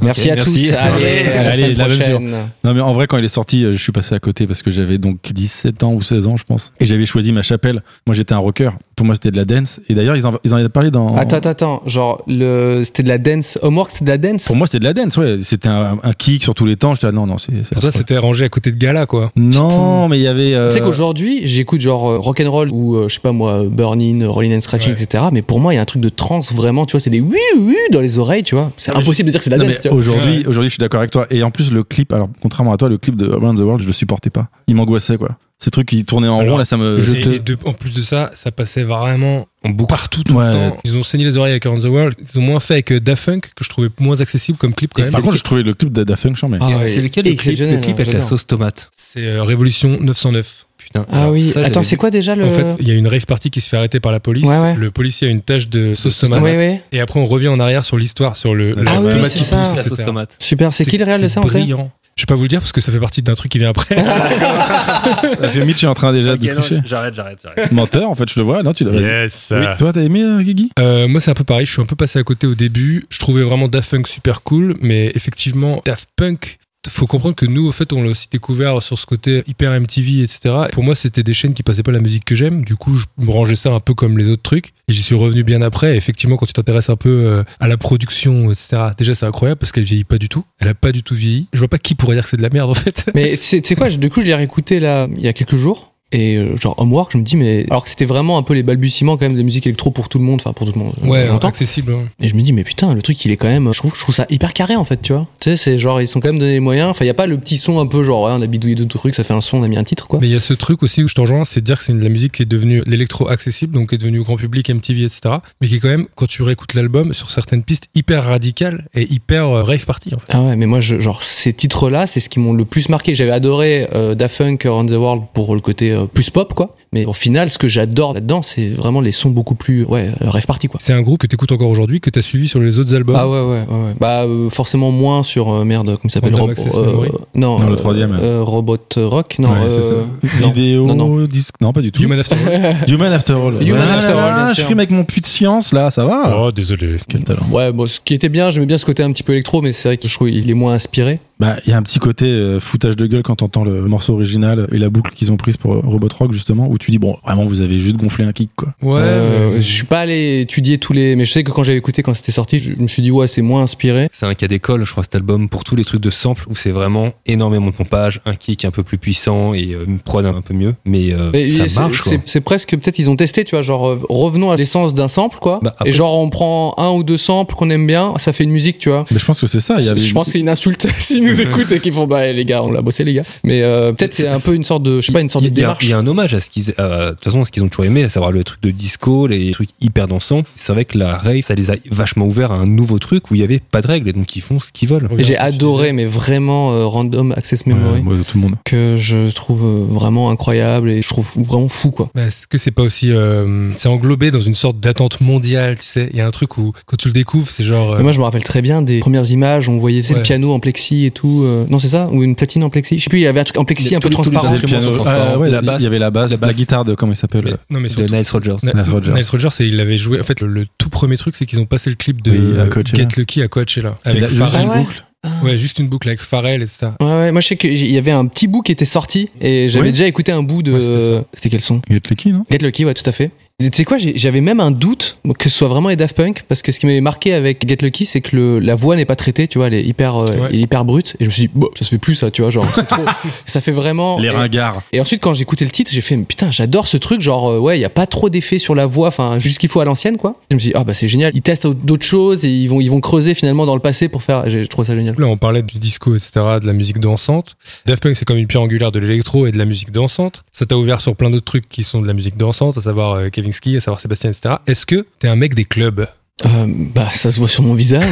Speaker 4: Merci à
Speaker 1: merci.
Speaker 4: tous. Allez, à la
Speaker 3: Allez,
Speaker 4: semaine
Speaker 3: la même
Speaker 4: prochaine.
Speaker 3: Non, mais en vrai, quand il est sorti, euh, je suis passé à côté parce que j'avais donc 17 ans ou 16 ans, je pense. Et j'avais choisi ma chapelle. Moi, j'étais un rocker. Pour moi, c'était de la dance. Et d'ailleurs, ils en, ils en avaient parlé dans.
Speaker 4: Attends, attends, attends. Genre, le... c'était de la dance. Homework, c'était de la dance.
Speaker 3: Pour moi, c'était de la dance, ouais. C'était un, un kick sur tous les temps. J'étais là, non, non, c'est. c'est
Speaker 2: Pour toi,
Speaker 3: affreux.
Speaker 2: c'était rangé à côté de Gala quoi.
Speaker 3: Non,
Speaker 4: Putain.
Speaker 3: mais il y avait. euh,
Speaker 4: Tu sais qu'aujourd'hui, j'écoute genre euh, rock'n'roll ou euh, je sais pas moi, Burning, Rolling and Scratching,
Speaker 2: Ouais.
Speaker 4: etc. Mais pour moi, il y a un truc de trance vraiment, tu vois, c'est des oui, oui dans les oreilles, tu vois. C'est
Speaker 3: Non, mais
Speaker 4: impossible de dire que c'est de la
Speaker 3: non,
Speaker 4: dance,
Speaker 3: mais
Speaker 4: tu vois.
Speaker 3: aujourd'hui,
Speaker 2: Ouais.
Speaker 3: aujourd'hui, je suis d'accord avec toi. Et en plus, le clip, alors contrairement à toi, le clip de Around the World, je le supportais pas. Il m'angoissait, quoi. Ces trucs qui tournaient en
Speaker 2: Alors,
Speaker 3: rond, là, ça me.
Speaker 2: Et- et de- en plus de ça, ça passait vraiment
Speaker 1: On boucle partout.
Speaker 2: tout le
Speaker 3: Ouais.
Speaker 2: temps. Ils ont saigné les oreilles avec Around the World. Ils ont moins fait avec euh, Daft Punk, que je trouvais moins accessible comme clip
Speaker 1: Et
Speaker 2: quand même.
Speaker 1: c'est
Speaker 3: Par contre,
Speaker 1: lequel-
Speaker 3: je trouvais le clip de Daft Punk charmé.
Speaker 4: Ah ouais,
Speaker 1: c'est lequel le clip, le
Speaker 4: exceptionnel,
Speaker 1: clip
Speaker 4: hein,
Speaker 1: avec la
Speaker 4: j'adore.
Speaker 1: sauce tomate
Speaker 2: C'est euh, Révolution 909.
Speaker 1: Putain.
Speaker 4: Ah
Speaker 1: alors,
Speaker 4: oui,
Speaker 1: ça,
Speaker 4: attends,
Speaker 1: j'avais
Speaker 4: c'est quoi déjà le.
Speaker 2: En fait, il y a une rave party qui se fait arrêter par la police.
Speaker 4: Ouais, ouais.
Speaker 2: Le policier a une tache de sauce tomate.
Speaker 4: Ouais, ouais.
Speaker 2: Et après, on revient en arrière sur l'histoire, sur le
Speaker 1: vu.
Speaker 2: la
Speaker 4: Ah oui,
Speaker 2: tomate
Speaker 4: c'est
Speaker 2: qui
Speaker 4: ça.
Speaker 2: pousse,
Speaker 1: La
Speaker 2: etc.
Speaker 1: sauce tomate.
Speaker 4: Super, c'est qui le réel de ça, on sait
Speaker 2: brillant. Je vais pas vous le dire parce que ça fait partie d'un truc qui vient après.
Speaker 3: Parce que Mitch est en train déjà de tricher.
Speaker 1: J'arrête, j'arrête, j'arrête.
Speaker 3: Menteur, en fait, je le vois. Non, tu l'avais.
Speaker 2: Ah, yes.
Speaker 3: Oui. Toi, t'as aimé, euh, Guigui
Speaker 2: Euh, moi, c'est un peu pareil. Je suis un peu passé à côté au début. Je trouvais vraiment Daft Punk super cool, mais effectivement, Daft Punk. Faut comprendre que nous, au fait, on l'a aussi découvert sur ce côté hyper MTV, etc. Pour moi, c'était des chaînes qui passaient pas la musique que j'aime. Du coup, je me rangeais ça un peu comme les autres trucs. Et j'y suis revenu bien après. Et effectivement, quand tu t'intéresses un peu euh, à la production, etc. Déjà, c'est incroyable parce qu'elle vieillit pas du tout. Elle a pas du tout vieilli. Je vois pas qui pourrait dire que c'est de la merde, en fait.
Speaker 4: Mais tu sais tu sais quoi, je- du coup, je l'ai réécouté là, il y a quelques jours. Et euh, genre, Homework, je me dis, mais. Alors que c'était vraiment un peu les balbutiements quand même de musique électro pour tout le monde, enfin pour tout le monde. euh,
Speaker 2: Ouais,
Speaker 4: j'entends.
Speaker 2: accessible. hein.
Speaker 4: Et je me dis, mais putain, le truc, il est quand même. Je trouve, je trouve ça hyper carré en fait, tu vois. Tu sais, c'est genre, ils sont quand même donné les moyens. Enfin, il n'y a pas le petit son un peu genre, ouais, on a bidouillé deux trucs, ça fait un son, on a mis un titre, quoi.
Speaker 2: Mais il y a ce truc aussi où je te rejoins, c'est de dire que c'est une- la musique qui est devenue l'électro accessible, donc qui est devenue grand public, MTV, etc. Mais qui est quand même, quand tu réécoutes l'album, sur certaines pistes, hyper radicale et hyper euh, rave party. En fait.
Speaker 4: Ah ouais, mais moi, je- genre, ces titres-là, c'est ce qui m'ont le plus marqué. J'avais adoré euh, Da Funk On the World pour le côté euh, plus pop, quoi. Mais au final, ce que j'adore là-dedans, c'est vraiment les sons beaucoup plus. Ouais, euh, rêve party, quoi.
Speaker 2: C'est un groupe que t'écoutes encore aujourd'hui, que t'as suivi sur les autres albums.
Speaker 4: Ah ouais, ouais, ouais. ouais. Bah, euh, forcément moins sur. euh, merde, comment il s'appelle
Speaker 2: Random
Speaker 4: Rob-
Speaker 2: Access
Speaker 4: euh,
Speaker 2: Memory
Speaker 4: Non,
Speaker 3: Non, le
Speaker 4: euh,
Speaker 3: troisième.
Speaker 4: euh, Robot Rock Non,
Speaker 3: Ouais, c'est
Speaker 4: euh,
Speaker 3: ça.
Speaker 4: non.
Speaker 3: Vidéo,
Speaker 4: non,
Speaker 3: disque. Non, pas du tout.
Speaker 2: Human After All.
Speaker 3: Human After All.
Speaker 4: Human
Speaker 3: Ah
Speaker 4: After
Speaker 3: là
Speaker 4: All,
Speaker 3: là,
Speaker 4: bien
Speaker 3: Je
Speaker 4: sûr.
Speaker 3: filme avec mon puits de science, là, ça va.
Speaker 2: Oh, désolé.
Speaker 3: Quel talent.
Speaker 4: Ouais, bon, ce qui était bien, j'aimais bien ce côté un petit peu électro, mais c'est vrai que je trouve il est moins inspiré.
Speaker 3: Bah, il y a un petit côté euh, foutage de gueule quand t'entends le morceau original et la boucle qu'ils ont prise pour euh, Robot Rock, justement, où tu dis, bon, vraiment, vous avez juste gonflé un kick, quoi.
Speaker 2: Ouais.
Speaker 4: Euh,
Speaker 2: mais-
Speaker 4: Je suis pas allé étudier tous les, mais je sais que quand j'avais écouté quand c'était sorti, je me suis dit ouais, c'est moins inspiré.
Speaker 1: C'est un cas d'école, je crois, cet album, pour tous les trucs de sample où c'est vraiment énormément de pompage, un kick un peu plus puissant et euh, une prod un peu mieux. Mais, euh,
Speaker 4: Mais
Speaker 1: ça
Speaker 4: c'est-
Speaker 1: marche, quoi.
Speaker 4: c'est- C'est presque peut-être ils ont testé, tu vois, genre euh, revenons à l'essence d'un sample quoi.
Speaker 1: Bah, après-
Speaker 4: Et genre on prend un ou deux samples qu'on aime bien, ça fait une musique, tu vois.
Speaker 3: Mais je pense que c'est ça.
Speaker 1: Ah,
Speaker 3: il y avait-
Speaker 4: Je pense que c'est une insulte s'ils nous eh, écoutent et qu'ils font bah les gars, on l'a bossé les gars. Mais euh, peut-être c'est un peu une sorte de, je sais pas, une sorte de
Speaker 1: Il y a-
Speaker 4: démarche.
Speaker 1: Il y a un hommage à ce qu'ils ils, euh, de toute façon, ce qu'ils ont toujours aimé, à savoir le truc de disco, les trucs hyper dansants, c'est vrai que la rave, ça les a vachement ouverts à un nouveau truc où il y avait pas de règles et donc ils font ce qu'ils veulent.
Speaker 4: J'ai adoré, mais vraiment euh, Random Access Memory,
Speaker 3: Ouais, moi, de tout le monde.
Speaker 4: que je trouve euh, vraiment incroyable et je trouve vraiment fou, quoi.
Speaker 2: Bah, Est-ce que c'est pas aussi. euh, c'est englobé dans une sorte d'attente mondiale, tu sais Il y a un truc où, quand tu le découvres, c'est genre. euh,
Speaker 4: Mais Moi, je me rappelle très bien des premières images. On voyait c'est
Speaker 2: Ouais.
Speaker 4: le piano en plexi et tout. euh, Non, c'est ça Ou une platine en plexi Je sais plus, il y avait un truc en plexi un peu
Speaker 1: tous les- tous les
Speaker 4: transparent.
Speaker 1: instruments
Speaker 3: Le piano-
Speaker 1: sont transparents.
Speaker 3: ah, ouais,
Speaker 1: La
Speaker 3: il y-
Speaker 1: basse-
Speaker 3: il y avait la basse,
Speaker 1: la
Speaker 3: la,
Speaker 1: basse.
Speaker 3: guitare de. Comment il s'appelle
Speaker 2: mais-
Speaker 3: euh,
Speaker 2: non, mais
Speaker 1: de
Speaker 2: surtout.
Speaker 1: Niles Rogers.
Speaker 2: Na-
Speaker 3: Niles Rogers.
Speaker 2: Niles Rogers, et il l'avait joué. En fait, le, le tout premier truc, c'est qu'ils ont passé le clip de euh,
Speaker 3: Oui, à Coachella.
Speaker 2: Get Lucky à Coachella.
Speaker 3: C'était
Speaker 2: Avec
Speaker 3: la- juste
Speaker 2: Pharrell.
Speaker 3: une
Speaker 4: Ah ouais.
Speaker 3: boucle.
Speaker 2: Ouais, juste une boucle avec Pharrell et ça.
Speaker 4: Ouais, ouais, moi je sais qu'il y avait un petit bout qui était sorti et j'avais
Speaker 3: Oui.
Speaker 4: déjà écouté un bout de.
Speaker 2: Ouais, c'était ça.
Speaker 4: c'était quel son
Speaker 3: Get Lucky, non
Speaker 4: Get Lucky, ouais, tout à fait. Et Tu sais quoi, j'ai- j'avais même un doute que ce soit vraiment les Daft Punk parce que ce qui m'avait marqué avec Get Lucky, c'est que le, la voix n'est pas traitée, tu vois, elle est hyper, euh,
Speaker 2: Ouais.
Speaker 4: elle est hyper brute et je me suis dit, bon, ça se fait plus ça, tu vois, genre, c'est trop. ça fait vraiment.
Speaker 3: Les
Speaker 4: et-
Speaker 3: ringards.
Speaker 4: Et ensuite, quand j'ai écouté le titre, j'ai fait, mais putain, j'adore ce truc. Genre, euh, ouais, il y a pas trop d'effets sur la voix, enfin, juste ce qu'il faut à l'ancienne, quoi. Je me suis dit, ah bah c'est génial. Ils testent d'autres choses et ils vont, ils vont creuser finalement dans le passé pour faire. J'ai trouvé ça génial.
Speaker 2: Là, on parlait du disco, etc., de la musique dansante. Daft Punk, c'est comme une pierre angulaire de l'électro et de la musique dansante. Ça t'a ouvert sur plein d'autres trucs qui sont de la musique dansante, à savoir euh, Kevinsky, à savoir Sébastien, etc. Est-ce que t'es un mec des clubs
Speaker 4: Euh, bah, ça se voit sur mon visage.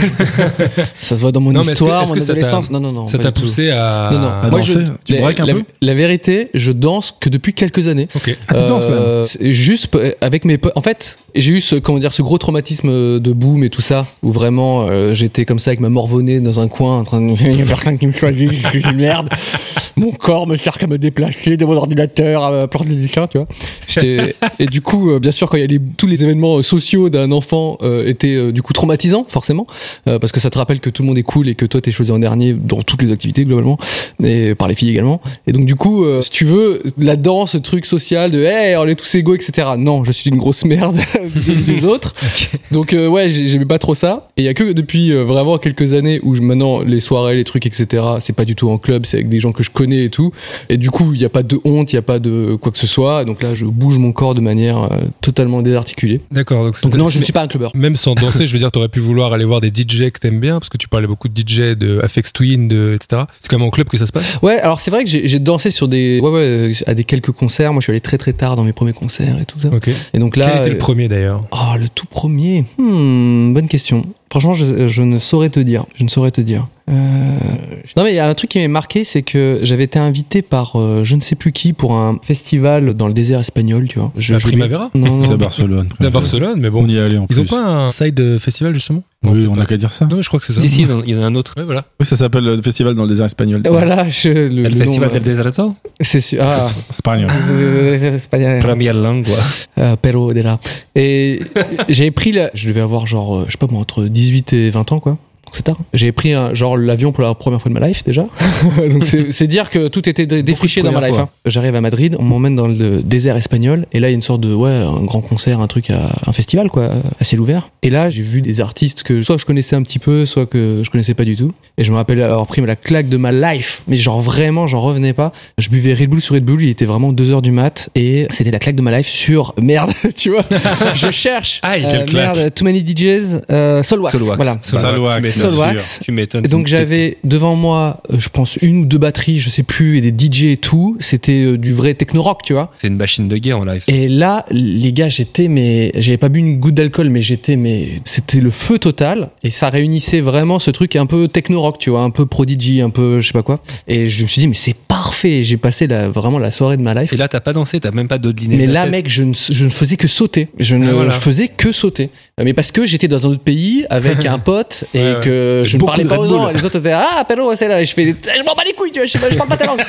Speaker 4: ça se voit dans mon
Speaker 2: Non, mais est-ce
Speaker 4: histoire,
Speaker 2: que- est-ce
Speaker 4: mon
Speaker 2: que ça t'a-
Speaker 4: adolescence. Non, non, non.
Speaker 2: Ça
Speaker 4: pas
Speaker 2: t'a
Speaker 4: du tout.
Speaker 2: poussé à.
Speaker 4: Non, non.
Speaker 3: À
Speaker 4: Moi, je-
Speaker 3: danser Tu
Speaker 4: la,
Speaker 3: braques un
Speaker 4: la-
Speaker 3: peu
Speaker 4: la vérité, je danse que depuis quelques années.
Speaker 2: Ok.
Speaker 3: Ah, tu danses, quand même.
Speaker 4: c'est juste p- avec mes potes. En fait, j'ai eu ce comment dire ce gros traumatisme euh, de boom et tout ça, où vraiment euh, j'étais comme ça avec ma morvonnée dans un coin en train de il y a personne qui me choisit, je suis une merde. Mon corps me sert qu'à me déplacer de mon ordinateur à me planter des chiens, tu vois. J'étais- Et du coup, euh, bien sûr, quand il y a les- tous les événements euh, sociaux d'un enfant euh, étaient euh, du coup traumatisants forcément, euh, parce que ça te rappelle que tout le monde est cool et que toi t'es choisi en dernier dans toutes les activités globalement et par les filles également. Et donc du coup, euh, si tu veux, là-dedans, ce truc social de hey, on est tous égaux, etc. Non, je suis une grosse merde vis-à-vis des autres. Donc euh, ouais, j'ai- j'aimais pas trop ça. Et il y a que depuis euh, vraiment quelques années où je, maintenant les soirées, les trucs, etc. C'est pas du tout en club, c'est avec des gens que je connais et tout. Et du coup, il y a pas de honte, il y a pas de quoi que ce soit. Donc là, je bouge mon corps de manière euh, totalement désarticulée.
Speaker 2: D'accord. Donc, c'est-
Speaker 4: Donc non, je ne
Speaker 2: mais-
Speaker 4: suis pas un clubbeur.
Speaker 2: Même sans danser, je veux dire, t'aurais pu vouloir aller voir des DJ que t'aimes bien, parce que tu parlais beaucoup de DJ, de Afex Twin, de, etc. C'est quand même en club que ça se passe.
Speaker 4: Ouais, alors c'est vrai que j'ai j'ai dansé sur des ouais ouais euh, à des quelques concerts. Moi, je suis allé très très tard dans mes premiers concerts et tout ça.
Speaker 2: Ok.
Speaker 4: Et donc là,
Speaker 2: Quel était le
Speaker 4: euh,
Speaker 2: premier d'ailleurs
Speaker 4: Ah, le tout premier. Hmm, bonne question. Franchement, je, je ne saurais te dire. Je ne saurais te dire. Euh, Non, mais il y a un truc qui m'est marqué, c'est que j'avais été invité par euh, je ne sais plus qui pour un festival dans le désert espagnol, tu vois. Je,
Speaker 2: La
Speaker 4: je-
Speaker 2: Primavera
Speaker 4: Non, non.
Speaker 3: C'est à Barcelone.
Speaker 2: À Barcelone, mais
Speaker 3: On
Speaker 2: bon.
Speaker 3: y est allé en
Speaker 2: Ils
Speaker 3: plus.
Speaker 2: ont pas un side festival justement
Speaker 3: Oui,
Speaker 2: Non,
Speaker 3: on n'a qu'à dire ça.
Speaker 2: Non, mais je crois que c'est ça.
Speaker 1: Si, si, il y en a- il y en a un autre.
Speaker 2: Ouais, voilà.
Speaker 3: Oui, ça s'appelle le festival dans le désert espagnol.
Speaker 4: Voilà, je, le,
Speaker 1: Le,
Speaker 4: le nom,
Speaker 1: Festival
Speaker 4: euh,
Speaker 1: del Desierto,
Speaker 4: C'est sûr. Ah,
Speaker 3: Espagnol.
Speaker 4: le désert espagnol.
Speaker 1: Première Lengua.
Speaker 4: Euh, Pero de là. Et j'avais pris la... Je devais avoir genre, euh, je sais pas moi, entre 18 et 20 ans, quoi. Donc C'est tard. J'ai pris un- genre l'avion pour la première fois de ma life déjà. Donc c'est c'est dire que tout était dé- défriché dans ma
Speaker 2: premières
Speaker 4: life. hein. J'arrive à Madrid, on m'emmène dans le désert espagnol et là il y a une sorte de ouais un grand concert, un truc, à, un festival quoi, à ciel ouvert. Et là j'ai vu des artistes que soit je connaissais un petit peu, soit que je connaissais pas du tout. Et je me rappelle avoir pris la claque de ma life, mais genre vraiment j'en revenais pas. Je buvais Red Bull sur Red Bull, il était vraiment 2h du mat et c'était la claque de ma life sur merde, tu vois. je cherche.
Speaker 2: Aïe,
Speaker 4: Euh,
Speaker 2: quelle claque.
Speaker 4: merde, Too Many DJs, euh, Solwax.
Speaker 1: Solwax.
Speaker 4: Voilà.
Speaker 3: Salwax,
Speaker 1: mais
Speaker 3: bien
Speaker 1: ça,
Speaker 3: sûr.
Speaker 4: Solwax.
Speaker 1: Tu m'étonnes.
Speaker 4: Et donc j'avais devant moi, euh, je pense, une ou deux batteries, je sais plus, et des DJ et tout. C'était euh, du vrai techno-rock, tu vois.
Speaker 1: C'est une machine de guerre en live.
Speaker 4: Et là, les gars, j'étais, mais j'avais pas bu une goutte d'alcool, mais j'étais, mais c'était le feu total. Et ça réunissait vraiment ce truc un peu techno-rock, tu vois, un peu prodigy, un peu je sais pas quoi. Et je me suis dit, mais c'est parfait. J'ai passé la, vraiment la soirée de ma life.
Speaker 1: Et là, t'as pas dansé, t'as même pas d'odeliné.
Speaker 4: Mais
Speaker 1: la
Speaker 4: là,
Speaker 1: tête.
Speaker 4: mec, je ne, je ne faisais que sauter. Je ne
Speaker 2: Ah, voilà.
Speaker 4: je faisais que sauter. Euh, Mais parce que j'étais dans un autre pays avec un pote et
Speaker 2: Ouais, ouais.
Speaker 4: que je ne
Speaker 2: Beaucoup
Speaker 4: parlais
Speaker 2: de
Speaker 4: pas
Speaker 2: Red
Speaker 4: aux
Speaker 2: Bull.
Speaker 4: gens. Et les autres étaient Ah, Pedro, c'est là. Et je fais Je m'en bats les couilles, tu vois, je, sais pas, je parle pas ta langue.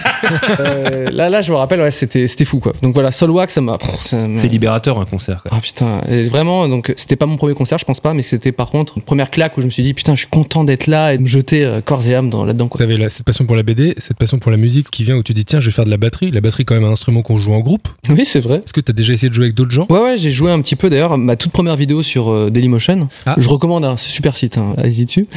Speaker 4: Euh, là, là, je me rappelle, ouais, c'était c'était fou, quoi. Donc voilà, Solwax, ça m'a. pff, ça m'a-
Speaker 1: C'est libérateur un concert. quoi.
Speaker 4: Ah putain, Et vraiment, donc c'était pas mon premier concert, je pense pas, mais c'était par contre une première claque où je me suis dit putain, je suis content d'être là et de me jeter euh, corps et âme dans- là-dedans, quoi.
Speaker 2: T'avais la- cette passion pour la BD, cette passion pour la musique qui vient où tu dis tiens je vais faire de la batterie. La batterie quand même un instrument qu'on joue en groupe.
Speaker 4: Oui, c'est vrai.
Speaker 2: Est-ce que t'as déjà essayé de jouer avec d'autres gens
Speaker 4: Ouais, ouais, j'ai joué un petit peu d'ailleurs. Ma toute première vidéo sur euh, Dailymotion,
Speaker 2: Ah.
Speaker 4: je recommande, hein, c'est super site, hein, allez-y dessus.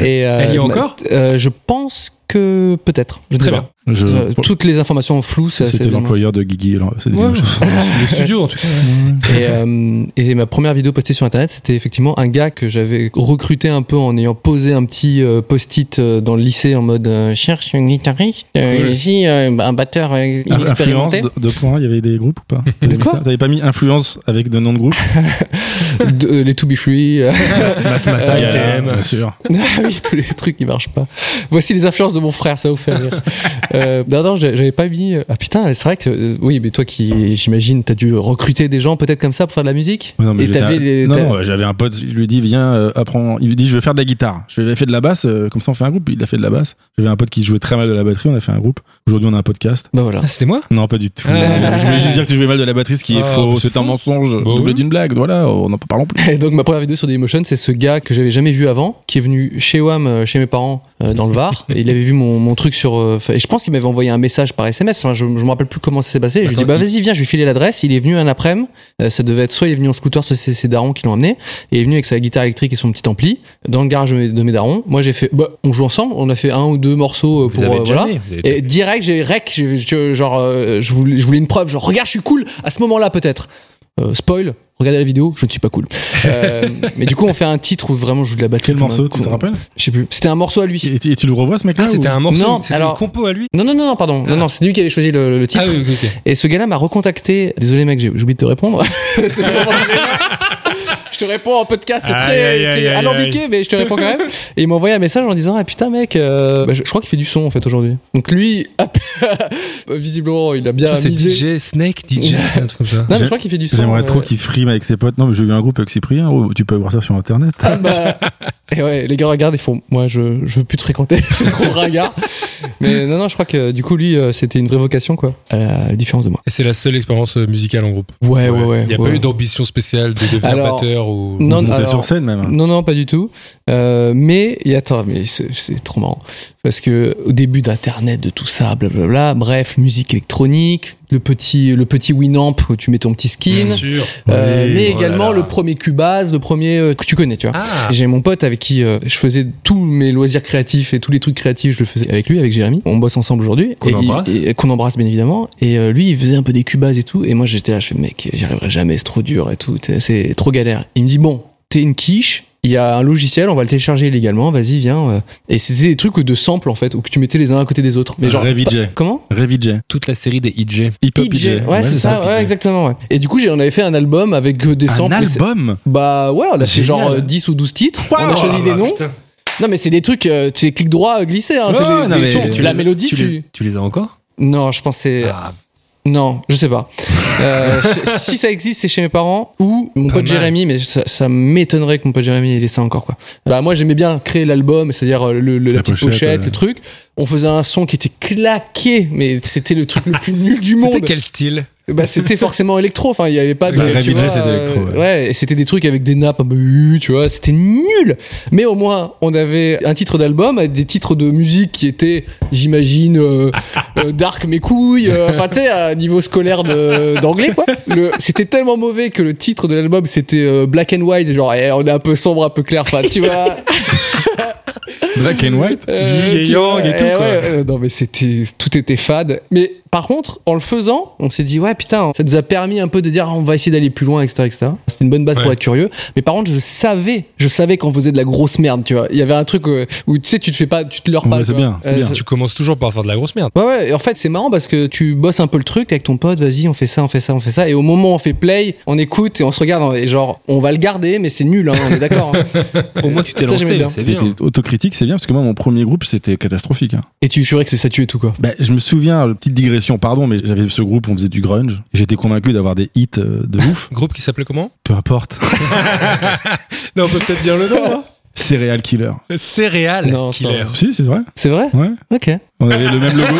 Speaker 4: Et, euh,
Speaker 2: Elle y est
Speaker 4: ma-
Speaker 2: encore
Speaker 4: euh, Je pense que peut-être. Je ne
Speaker 2: Très
Speaker 4: sais
Speaker 2: bien.
Speaker 4: pas.
Speaker 3: Je-
Speaker 4: Euh, Toutes les informations floues, ça, c'est
Speaker 3: C'était
Speaker 4: vraiment-
Speaker 3: l'employeur de Guigui. alors, c'est des-
Speaker 2: Ouais. le studio, en tout cas.
Speaker 4: Et, euh, et ma première vidéo postée sur internet, c'était effectivement un gars que j'avais recruté un peu en ayant posé un petit euh, post-it euh, dans le lycée en mode euh, cherche un guitariste, euh,
Speaker 3: Cool.
Speaker 4: ici euh, un batteur euh,
Speaker 3: Ah, Influence,
Speaker 4: inexpérimenté.
Speaker 3: de, deux points, il y avait des groupes ou pas T'avais mis
Speaker 4: quoi
Speaker 3: ça T'avais pas mis influence avec de noms de groupes
Speaker 4: De- euh, les To Be Free, euh,
Speaker 2: Mathmata,
Speaker 4: Euh,
Speaker 2: ITM.
Speaker 3: Bien sûr.
Speaker 4: Ah oui, tous les trucs qui marchent pas. Voici les influences de mon frère, ça vous fait rire. Euh, non, non, j'a- j'avais pas mis. Ah putain, c'est vrai que. euh, Oui, mais toi qui, j'imagine, t'as dû recruter des gens peut-être comme ça pour faire de la musique
Speaker 3: Ouais, non, mais
Speaker 4: Et
Speaker 3: j'étais
Speaker 4: t'avais
Speaker 3: un-
Speaker 4: des-
Speaker 3: non,
Speaker 4: t'as-
Speaker 3: non, euh, j'avais un pote, je lui ai dit, viens, euh, apprends. Il me dit, je vais faire de la guitare. Je vais faire de la basse, euh, comme ça on fait un groupe. Il a fait de la basse. J'avais un pote qui jouait très mal de la batterie, on a fait un groupe. Aujourd'hui, on a un podcast.
Speaker 4: Bah voilà.
Speaker 2: Ah, c'était moi
Speaker 3: Non, pas du tout.
Speaker 2: Ah.
Speaker 3: je voulais juste dire que tu jouais mal de la batterie, ce qui est
Speaker 2: Ah,
Speaker 3: faux.
Speaker 2: c'est
Speaker 3: C'est un
Speaker 2: faux.
Speaker 3: mensonge,
Speaker 2: Bah
Speaker 3: doublé
Speaker 2: oui.
Speaker 3: d'une blague. Voilà, on n'en parlons plus.
Speaker 4: Et donc ma première vidéo sur Dailymotion, c'est ce gars que j'avais jamais vu avant, qui est venu chez Wam, euh, chez mes parents, euh, dans le Var. Et il avait vu mon, mon truc sur. euh, fa- et je pense qu'il m'avait envoyé un message par SMS. Enfin, je, je me rappelle plus comment ça s'est passé. je lui ai dit
Speaker 2: Attends,
Speaker 4: bah vas-y viens, je lui ai filé l'adresse. Il est venu un après-midi. Euh, ça devait être soit il est venu en scooter, soit c'est ses darons qui l'ont emmené. Et il est venu avec sa guitare électrique et son petit ampli dans le garage de mes, de mes darons. Moi j'ai fait bah on joue ensemble. On a fait un ou deux morceaux euh,
Speaker 1: Vous
Speaker 4: pour
Speaker 1: avez
Speaker 4: euh,
Speaker 1: déjà
Speaker 4: voilà.
Speaker 1: né, vous avez
Speaker 4: Et direct, j'ai rec, j'ai- je- genre, euh, je, voulais, je voulais une preuve, genre, regarde, je suis cool à ce moment-là, peut-être. Euh, spoil, regardez la vidéo, je ne suis pas cool. Euh, mais du coup, on fait un titre où vraiment je joue de la batterie.
Speaker 3: Quel
Speaker 4: comme
Speaker 3: morceau,
Speaker 4: un
Speaker 3: tu te
Speaker 4: con.
Speaker 3: rappelles
Speaker 4: Je sais plus. C'était un morceau à lui.
Speaker 3: et, tu- et tu le revois, ce mec-là
Speaker 2: Ah, c'était
Speaker 3: ou-
Speaker 2: un morceau.
Speaker 4: Non,
Speaker 2: C'était
Speaker 4: alors-
Speaker 2: une compo à lui.
Speaker 4: Non, non, non, non, pardon. Non, non, c'est lui qui avait choisi le, le titre.
Speaker 2: Ah oui, ok, ok.
Speaker 4: Et ce gars-là m'a recontacté. Désolé, mec, j'ai j'ai oublié de te répondre. C'est le moment que j'ai là. Je te réponds en podcast, c'est
Speaker 2: Aïe,
Speaker 4: très
Speaker 2: aïe, aïe,
Speaker 4: c'est
Speaker 2: aïe,
Speaker 4: alambiqué, mais je te réponds quand même. Et il m'a envoyé un message en disant Ah putain, mec, euh, bah, je, je crois qu'il fait du son en fait aujourd'hui. Donc lui, euh, visiblement, il
Speaker 2: Je
Speaker 4: a bien.
Speaker 2: crois que
Speaker 4: misé.
Speaker 2: C'est DJ, Snake, DJ, un truc comme ça.
Speaker 4: Non, mais je
Speaker 3: J'ai-
Speaker 4: crois qu'il fait du son.
Speaker 3: J'aimerais
Speaker 4: euh,
Speaker 3: trop qu'il frime avec ses potes. Non, mais j'ai eu un groupe avec Cyprien. oh, tu peux voir ça sur internet.
Speaker 4: Ah bah, et ouais, les gars regardent et font Moi, je, je veux plus te fréquenter, c'est trop ringard. Mais non, non, je crois que du coup, lui, euh, c'était une vraie vocation, quoi. À la différence de moi.
Speaker 2: Et c'est la seule expérience euh, musicale en groupe.
Speaker 4: Eh Ouais, ouais, ouais.
Speaker 2: Il n'y a
Speaker 4: ouais.
Speaker 2: pas eu d'ambition spéciale de devenir
Speaker 4: Alors,
Speaker 2: batteur ou.
Speaker 4: non,
Speaker 3: Monter
Speaker 4: alors-
Speaker 3: sur scène, même.
Speaker 4: Non, non, pas du tout. Euh, mais, et attends, mais c'est c'est trop marrant. Parce que au début d'Internet, de tout ça, blablabla, bref, musique électronique, le petit, le petit Winamp où tu mets ton petit skin,
Speaker 2: Bien sûr.
Speaker 4: euh,
Speaker 2: Oui,
Speaker 4: mais
Speaker 2: oh là
Speaker 4: également
Speaker 2: là.
Speaker 4: le premier Cubase, le premier euh, que tu connais, tu vois.
Speaker 2: Ah,
Speaker 4: J'ai mon pote avec qui euh, je faisais tous mes loisirs créatifs et tous les trucs créatifs, je le faisais avec lui, avec Jérémy. On bosse ensemble aujourd'hui.
Speaker 1: Qu'on
Speaker 4: Et il-
Speaker 1: embrasse.
Speaker 4: et- Qu'on embrasse, bien évidemment. Et euh, lui, il faisait un peu des cubas et tout. Et moi, j'étais là, je fais, mec, j'y arriverai jamais, c'est trop dur et tout. C'est- C'est trop galère. Il me dit, bon, t'es une quiche. Il y a un logiciel, on va le télécharger illégalement. Vas-y, viens. euh. Et c'était des trucs de samples en fait, où que tu mettais les uns à côté des autres. Mais genre,
Speaker 3: Ray VJ.
Speaker 4: pas- comment
Speaker 3: Ray VJ.
Speaker 1: toute la série des E IJ.
Speaker 3: Hip Hop
Speaker 4: PJ.
Speaker 3: VJ.
Speaker 4: Ouais, c'est ça. ouais, exactement. ouais. Et du coup, j'ai- on avait fait un album avec euh, des
Speaker 3: Un
Speaker 4: samples. mais c'est-
Speaker 3: album
Speaker 4: Bah ouais, on a fait
Speaker 3: Génial.
Speaker 4: genre euh, 10 ou 12 titres. on
Speaker 2: Oh,
Speaker 4: a choisi
Speaker 1: Ah,
Speaker 2: bah,
Speaker 4: des noms. Non, mais c'est des trucs, euh, tu les clics droits euh, glissés. Hein,
Speaker 3: Ouais,
Speaker 4: c'est des-
Speaker 3: ouais, non,
Speaker 4: des
Speaker 3: mais
Speaker 4: sons.
Speaker 3: tu
Speaker 4: la
Speaker 1: les-
Speaker 4: mélodie, tu.
Speaker 1: tu les, tu les as encore
Speaker 4: Non, je pense que c'est.
Speaker 1: Ah,
Speaker 4: Non, je sais pas. Euh, je- si ça existe, c'est chez mes parents ou mon
Speaker 2: Pas
Speaker 4: pote
Speaker 2: mal.
Speaker 4: Jérémy, mais ça, ça m'étonnerait que mon pote Jérémy il ait ça encore quoi. Bah moi j'aimais bien créer l'album, c'est-à-dire euh, le, le- la,
Speaker 3: La
Speaker 4: petite pochette,
Speaker 3: pochette, ouais.
Speaker 4: le truc. On faisait un son qui était claqué, mais c'était le truc le plus nul du monde.
Speaker 2: c'était quel style
Speaker 4: Bah c'était forcément électro, enfin il y avait pas de.
Speaker 2: Bah,
Speaker 4: tu
Speaker 3: Ray VJ,
Speaker 4: vois,
Speaker 3: c'était
Speaker 4: euh,
Speaker 3: électro, ouais.
Speaker 4: Ouais, et c'était des trucs avec des nappes, un peu, euh, tu vois, c'était nul. Mais au moins on avait un titre d'album, avec des titres de musique qui étaient, j'imagine, euh, euh, dark mes couilles, euh, enfin tu sais à niveau scolaire de- d'anglais quoi. Le- C'était tellement mauvais que le titre de l'album c'était euh, Black and White, genre eh, on est un peu sombre, un peu clair, enfin tu vois.
Speaker 3: Black and White
Speaker 4: Euh,
Speaker 2: Yin et
Speaker 4: tu
Speaker 2: yang
Speaker 4: vois,
Speaker 2: et tout,
Speaker 4: eh
Speaker 2: quoi.
Speaker 4: ouais, euh, non mais c'était tout était fade. Mais par contre, en le faisant, on s'est dit ouais putain, ça nous a permis un peu de dire ah, on va essayer d'aller plus loin, etc., etc. C'était une bonne base pour
Speaker 2: Ouais.
Speaker 4: être curieux. Mais par contre, je savais, je savais qu'on faisait de la grosse merde, tu vois. Il y avait un truc euh, où tu sais tu te fais pas, tu te leurres
Speaker 3: Ouais,
Speaker 4: pas.
Speaker 3: c'est
Speaker 4: quoi.
Speaker 3: bien, c'est bien.
Speaker 4: ça-
Speaker 2: Tu commences toujours par faire de la grosse merde.
Speaker 4: Ouais ouais, et en fait c'est marrant parce que tu bosses un peu le truc t'es avec ton pote, vas-y on fait ça, on fait ça, on fait ça, et au moment où on fait play, on écoute et on se regarde et genre on va le garder mais c'est nul, hein, on est d'accord. hein.
Speaker 1: Au moins, tu t'es
Speaker 4: Ça,
Speaker 1: lancé.
Speaker 4: j'aimais bien.
Speaker 1: C'est bien. hein.
Speaker 3: T'étais autocritique, c'est bien, parce que moi, mon premier groupe, c'était catastrophique. hein.
Speaker 4: Et tu jurais que c'est ça tué tout quoi.
Speaker 3: Bah, je me souviens, alors, petite digression, pardon, mais j'avais ce groupe, on faisait du grunge. J'étais convaincu d'avoir des hits euh, de ouf.
Speaker 2: Groupe qui s'appelait comment
Speaker 3: Peu importe.
Speaker 2: Non, on peut peut-être dire le nom. hein. Ah
Speaker 3: Serial Killer.
Speaker 1: Ah,
Speaker 2: Céréales
Speaker 4: Non,
Speaker 2: Killer.
Speaker 3: Si, c'est vrai
Speaker 4: C'est vrai
Speaker 3: Ouais.
Speaker 4: Ok.
Speaker 3: On avait le même logo.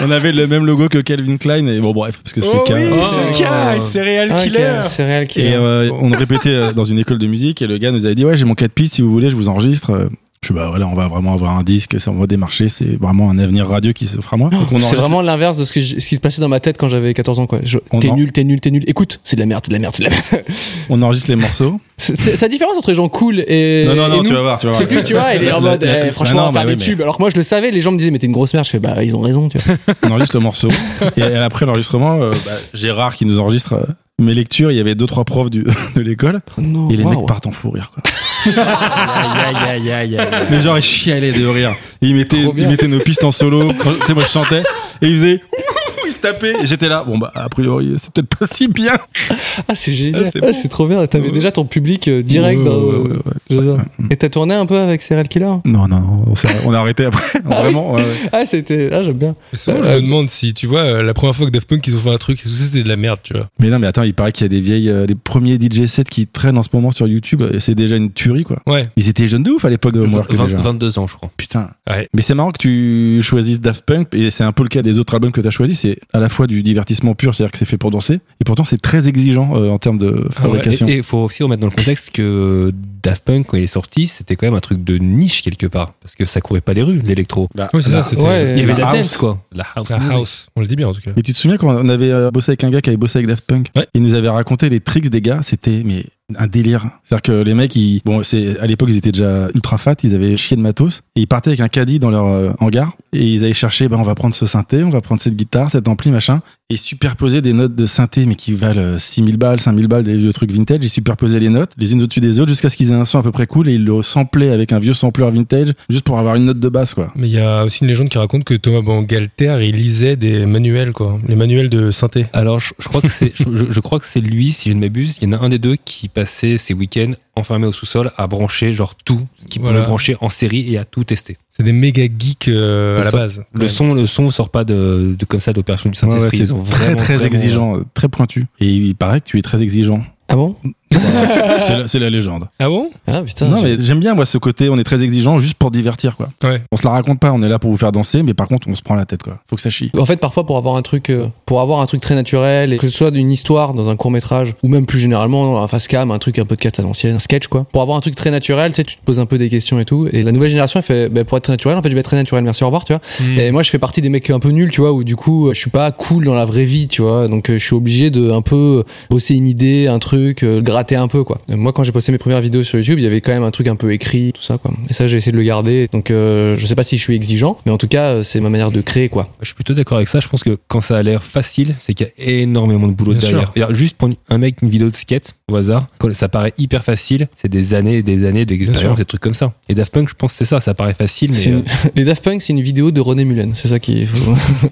Speaker 3: On avait le même logo que Calvin Klein et bon bref parce que c'est
Speaker 2: Oh
Speaker 3: qu'un-
Speaker 2: oui,
Speaker 4: Oh.
Speaker 2: c'est Kai, Céréales
Speaker 4: Ah, Ok,
Speaker 2: Killer.
Speaker 4: C'est réel killer.
Speaker 3: euh, Et euh, on répétait euh, dans une école de musique et le gars nous avait dit ouais j'ai mon 4 pistes si vous voulez je vous enregistre. Euh, Je suis bah voilà, on va vraiment avoir un disque, ça on va démarcher, c'est vraiment un avenir radieux qui s'offre à moi. Donc, on
Speaker 4: C'est
Speaker 3: enregistre-
Speaker 4: vraiment l'inverse de ce, que je- ce qui se passait dans ma tête quand j'avais 14 ans. quoi. Je-
Speaker 3: On
Speaker 4: T'es
Speaker 3: en-
Speaker 4: nul, t'es nul, t'es nul. Écoute, c'est de la merde, c'est de la merde, c'est de la merde.
Speaker 3: on enregistre les morceaux.
Speaker 4: C'est- C'est c'est la différence entre les gens cool et.
Speaker 3: non non
Speaker 4: et
Speaker 3: non, tu
Speaker 4: nous.
Speaker 3: vas voir, tu vas voir.
Speaker 4: C'est plus, tu vois, il est en
Speaker 3: La-
Speaker 4: mode,
Speaker 3: la-
Speaker 4: eh,
Speaker 3: la-
Speaker 4: franchement, on
Speaker 3: non,
Speaker 4: va faire
Speaker 3: bah
Speaker 4: des
Speaker 3: oui,
Speaker 4: tubes. Alors que moi, je le savais, les gens me disaient, mais t'es une grosse merde. Je fais, bah, ils ont raison, tu vois.
Speaker 3: on enregistre le morceau et après l'enregistrement euh, bah, Gérard qui nous enregistre euh, mes lectures il y avait deux trois profs du, de l'école
Speaker 4: Oh non,
Speaker 3: et les
Speaker 4: waouh.
Speaker 3: mecs partent en fou rire quoi
Speaker 4: Ah,
Speaker 3: mais genre ils chialaient de rire Et ils mettaient
Speaker 4: Trop bien.
Speaker 3: ils mettaient nos pistes en solo Quand- tu sais moi je chantais et ils faisaient ouh, ils se tapaient et j'étais là bon bah a priori c'est peut-être pas si bien
Speaker 4: Ah, c'est génial.
Speaker 3: Ah, c'est
Speaker 4: Ah, c'est trop bien. T'avais
Speaker 3: Ouais.
Speaker 4: déjà ton public euh, direct.
Speaker 3: Ouais,
Speaker 4: dans-
Speaker 3: ouais, ouais, ouais.
Speaker 4: J'adore. Et t'as tourné un peu avec Serial Killer
Speaker 3: non non non, on, s'est- on a arrêté après vraiment ouais, ouais.
Speaker 4: Ah, c'était. Ah, j'aime bien.
Speaker 2: Mais souvent, je me demande si, tu vois, euh, la première fois que Daft Punk, ils ont fait un truc, est-ce que c'était de la merde, tu vois
Speaker 3: mais non mais attends il paraît qu'il y a des vieilles euh, des premiers DJ sets qui traînent en ce moment sur YouTube et c'est déjà une tuerie quoi
Speaker 2: Ouais.
Speaker 3: ils étaient jeunes de ouf à l'époque de Homework
Speaker 1: Vingt-
Speaker 3: déjà
Speaker 1: 22 ans, je crois.
Speaker 3: putain
Speaker 2: Ouais.
Speaker 3: Mais c'est marrant que tu choisisses Daft Punk, et c'est un peu le cas des autres albums que tu as choisis, c'est à la fois du divertissement pur, c'est-à-dire que c'est fait pour danser, et pourtant c'est très exigeant euh, en termes de
Speaker 4: Ah,
Speaker 3: fabrication.
Speaker 1: Ah Et il faut aussi remettre dans le contexte que euh, Daft Punk, quand il est sorti, c'était quand même un truc de niche quelque part. Parce que ça courait pas les rues, l'électro.
Speaker 2: Ah, Ouais, c'est
Speaker 3: la-
Speaker 2: ça, c'était.
Speaker 4: ouais.
Speaker 1: Il y avait de
Speaker 3: la
Speaker 1: la
Speaker 3: house.
Speaker 1: dance, quoi. La house.
Speaker 2: La
Speaker 1: music.
Speaker 2: house. On le dit bien, en tout cas.
Speaker 3: Mais tu te souviens quand on avait euh, bossé avec un gars qui avait bossé avec Daft Punk
Speaker 2: Ouais.
Speaker 3: Il nous avait raconté les tricks des gars, c'était mais un délire. C'est-à-dire que les mecs, ils, bon, c'est à l'époque ils étaient déjà ultra fat, ils avaient chié de matos et ils partaient avec un caddie dans leur euh, hangar et ils allaient chercher, ben on va prendre ce synthé, on va prendre cette guitare, cet ampli machin et superposer des notes de synthé mais qui valent euh, 6000 balles, 5000 balles des vieux trucs vintage. Ils superposaient les notes les unes au-dessus des autres jusqu'à ce qu'ils aient un son à peu près cool et ils le samplaient avec un vieux sampler vintage juste pour avoir une note de basse quoi.
Speaker 2: Mais il y a aussi une légende qui raconte que Thomas Bangalter, il lisait des manuels, quoi. Les manuels de synthé.
Speaker 1: Alors, je, je crois que c'est, je, je- je crois que c'est lui, si je ne m'abuse. Il y en a un des deux qui passait ses week-ends enfermé au sous-sol à brancher genre tout, qui
Speaker 2: Voilà.
Speaker 1: pouvait brancher en série et à tout tester.
Speaker 2: C'est des méga geeks euh,
Speaker 1: C'est
Speaker 2: à la
Speaker 1: ça.
Speaker 2: base.
Speaker 1: Le son, le son sort pas de, de comme ça d'opération du Saint-Esprit.
Speaker 3: Ouais, ouais,
Speaker 1: Ils
Speaker 3: c'est
Speaker 1: ont
Speaker 3: très
Speaker 1: vraiment,
Speaker 3: très
Speaker 1: vraiment-
Speaker 3: exigeant, euh, très pointu. Et il paraît que tu es très exigeant.
Speaker 4: Ah bon
Speaker 3: c'est la, c'est la légende.
Speaker 2: Ah bon
Speaker 4: Ah, putain.
Speaker 3: non,
Speaker 4: j'ai-
Speaker 3: mais j'aime bien, moi, ce côté, on est très exigeant juste pour divertir, quoi.
Speaker 2: Ouais.
Speaker 3: On se la raconte pas, on est là pour vous faire danser, mais par contre, on se prend la tête, quoi. Faut que ça chie.
Speaker 4: En fait, parfois, pour avoir un truc, euh, pour avoir un truc très naturel, et que ce soit d'une histoire dans un court métrage, ou même plus généralement un face cam, un truc un peu de cast à l'ancienne, un sketch quoi. Pour avoir un truc très naturel, tu sais, tu te poses un peu des questions et tout. Et la nouvelle génération, elle fait, bah, pour être très naturel, en fait, je vais être très naturel, merci, au revoir, tu vois. Et moi, je fais partie des mecs un peu nuls, tu vois, où du coup, euh, je suis pas cool dans la vraie vie, tu vois. Donc, euh, je suis obligé de un peu euh, bosser une idée, un truc, euh, gratter un peu, quoi. Euh, Moi, quand j'ai posté mes premières vidéos sur YouTube, il y avait quand même un truc un peu écrit, tout ça, quoi. Et ça, j'ai essayé de le garder. Donc, euh, je sais pas si je suis exigeant, mais en tout cas, euh, c'est ma manière de créer, quoi.
Speaker 1: Je suis plutôt d'accord avec ça. Je pense que quand ça a l'air facile, c'est qu'il y a énormément de boulot
Speaker 2: Bien sûr.
Speaker 1: derrière. C'est-à-dire, Juste prendre un mec une vidéo de skate au hasard, quand ça paraît hyper facile, c'est des années et des années
Speaker 2: sûr.
Speaker 1: d'expérience, des trucs comme ça. Et Daft Punk, je pense que c'est ça. Ça paraît facile, mais
Speaker 4: C'est une-
Speaker 1: euh,
Speaker 4: Les Daft Punk, c'est une vidéo de René Mullen. C'est ça qui.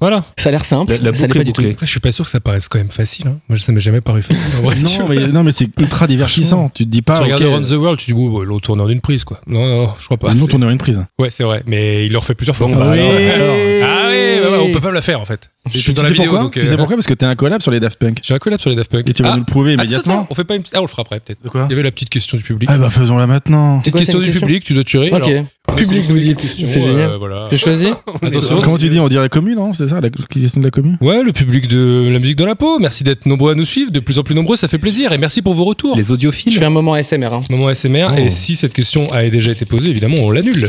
Speaker 1: voilà.
Speaker 4: ça a l'air simple.
Speaker 1: La- la
Speaker 4: ça l'est
Speaker 1: boucle
Speaker 4: pas
Speaker 1: est
Speaker 4: du tout.
Speaker 1: bouclée.
Speaker 2: Après, je suis pas sûr que ça paraisse quand même facile. hein. Moi, ça m'est jamais paru facile. En vrai, tu
Speaker 3: non,
Speaker 2: vois.
Speaker 3: mais, non, mais c'est ultra divertissant. Tu te dis pas.
Speaker 2: tu regardes
Speaker 3: ok, euh,
Speaker 2: Around the World, tu dis, oh, bah, ils l'ont tourné en une prise, quoi. Non, non, je crois pas.
Speaker 3: Nous,
Speaker 2: C'est-
Speaker 3: on est en une prise.
Speaker 2: Ouais, c'est vrai. Mais il le refait plusieurs fois.
Speaker 1: Bon, bah,
Speaker 2: Ah,
Speaker 1: oui.
Speaker 2: alors.
Speaker 3: alors.
Speaker 2: Ah oui, bah, bah, on peut pas me la faire, en fait. Je suis dans la
Speaker 3: sais
Speaker 2: vidéo,
Speaker 3: pourquoi
Speaker 2: donc.
Speaker 3: Tu
Speaker 2: euh,
Speaker 3: sais pourquoi Parce que t'es un collab sur les Daft Punk.
Speaker 2: J'ai un collab sur les Daft Punk.
Speaker 3: Et tu vas
Speaker 2: Ah,
Speaker 3: nous le prouver
Speaker 2: attends,
Speaker 3: immédiatement.
Speaker 2: attends, on fait pas une... Ah, on le fera après, peut-être.
Speaker 3: De quoi
Speaker 2: Il y avait la petite question du public.
Speaker 3: Ah bah faisons-la maintenant.
Speaker 4: C'est
Speaker 2: petite
Speaker 4: quoi,
Speaker 2: question
Speaker 4: c'est
Speaker 2: du
Speaker 4: une question
Speaker 2: public, tu dois tuer.
Speaker 4: Ok. Public, vous dites. C'est génial.
Speaker 2: euh, voilà.
Speaker 4: Je choisis.
Speaker 2: Attention.
Speaker 3: Comment
Speaker 2: c'est-
Speaker 3: tu dis On dirait commune, non C'est ça la question de la commune
Speaker 2: Ouais, le public de la musique dans la peau. Merci d'être nombreux à nous suivre, de plus en plus nombreux, ça fait plaisir. Et merci pour vos retours.
Speaker 1: Les
Speaker 4: Je
Speaker 1: audiophiles.
Speaker 4: fais un moment ASMR. Hein.
Speaker 2: Moment SMR.
Speaker 1: Oh.
Speaker 2: Et si cette question a déjà été posée, évidemment, on l'annule.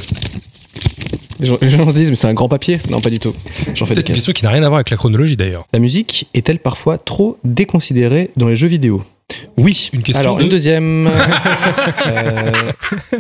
Speaker 4: Les gens, les gens se disent, mais c'est un grand papier. Non, pas du tout. J'en fais des
Speaker 2: Peut-être une
Speaker 4: caisses.
Speaker 2: question qui n'a rien à voir avec la chronologie d'ailleurs.
Speaker 4: La musique est-elle parfois trop déconsidérée dans les jeux vidéo Oui.
Speaker 2: Une question
Speaker 4: Alors,
Speaker 2: de-
Speaker 4: une deuxième. Euh,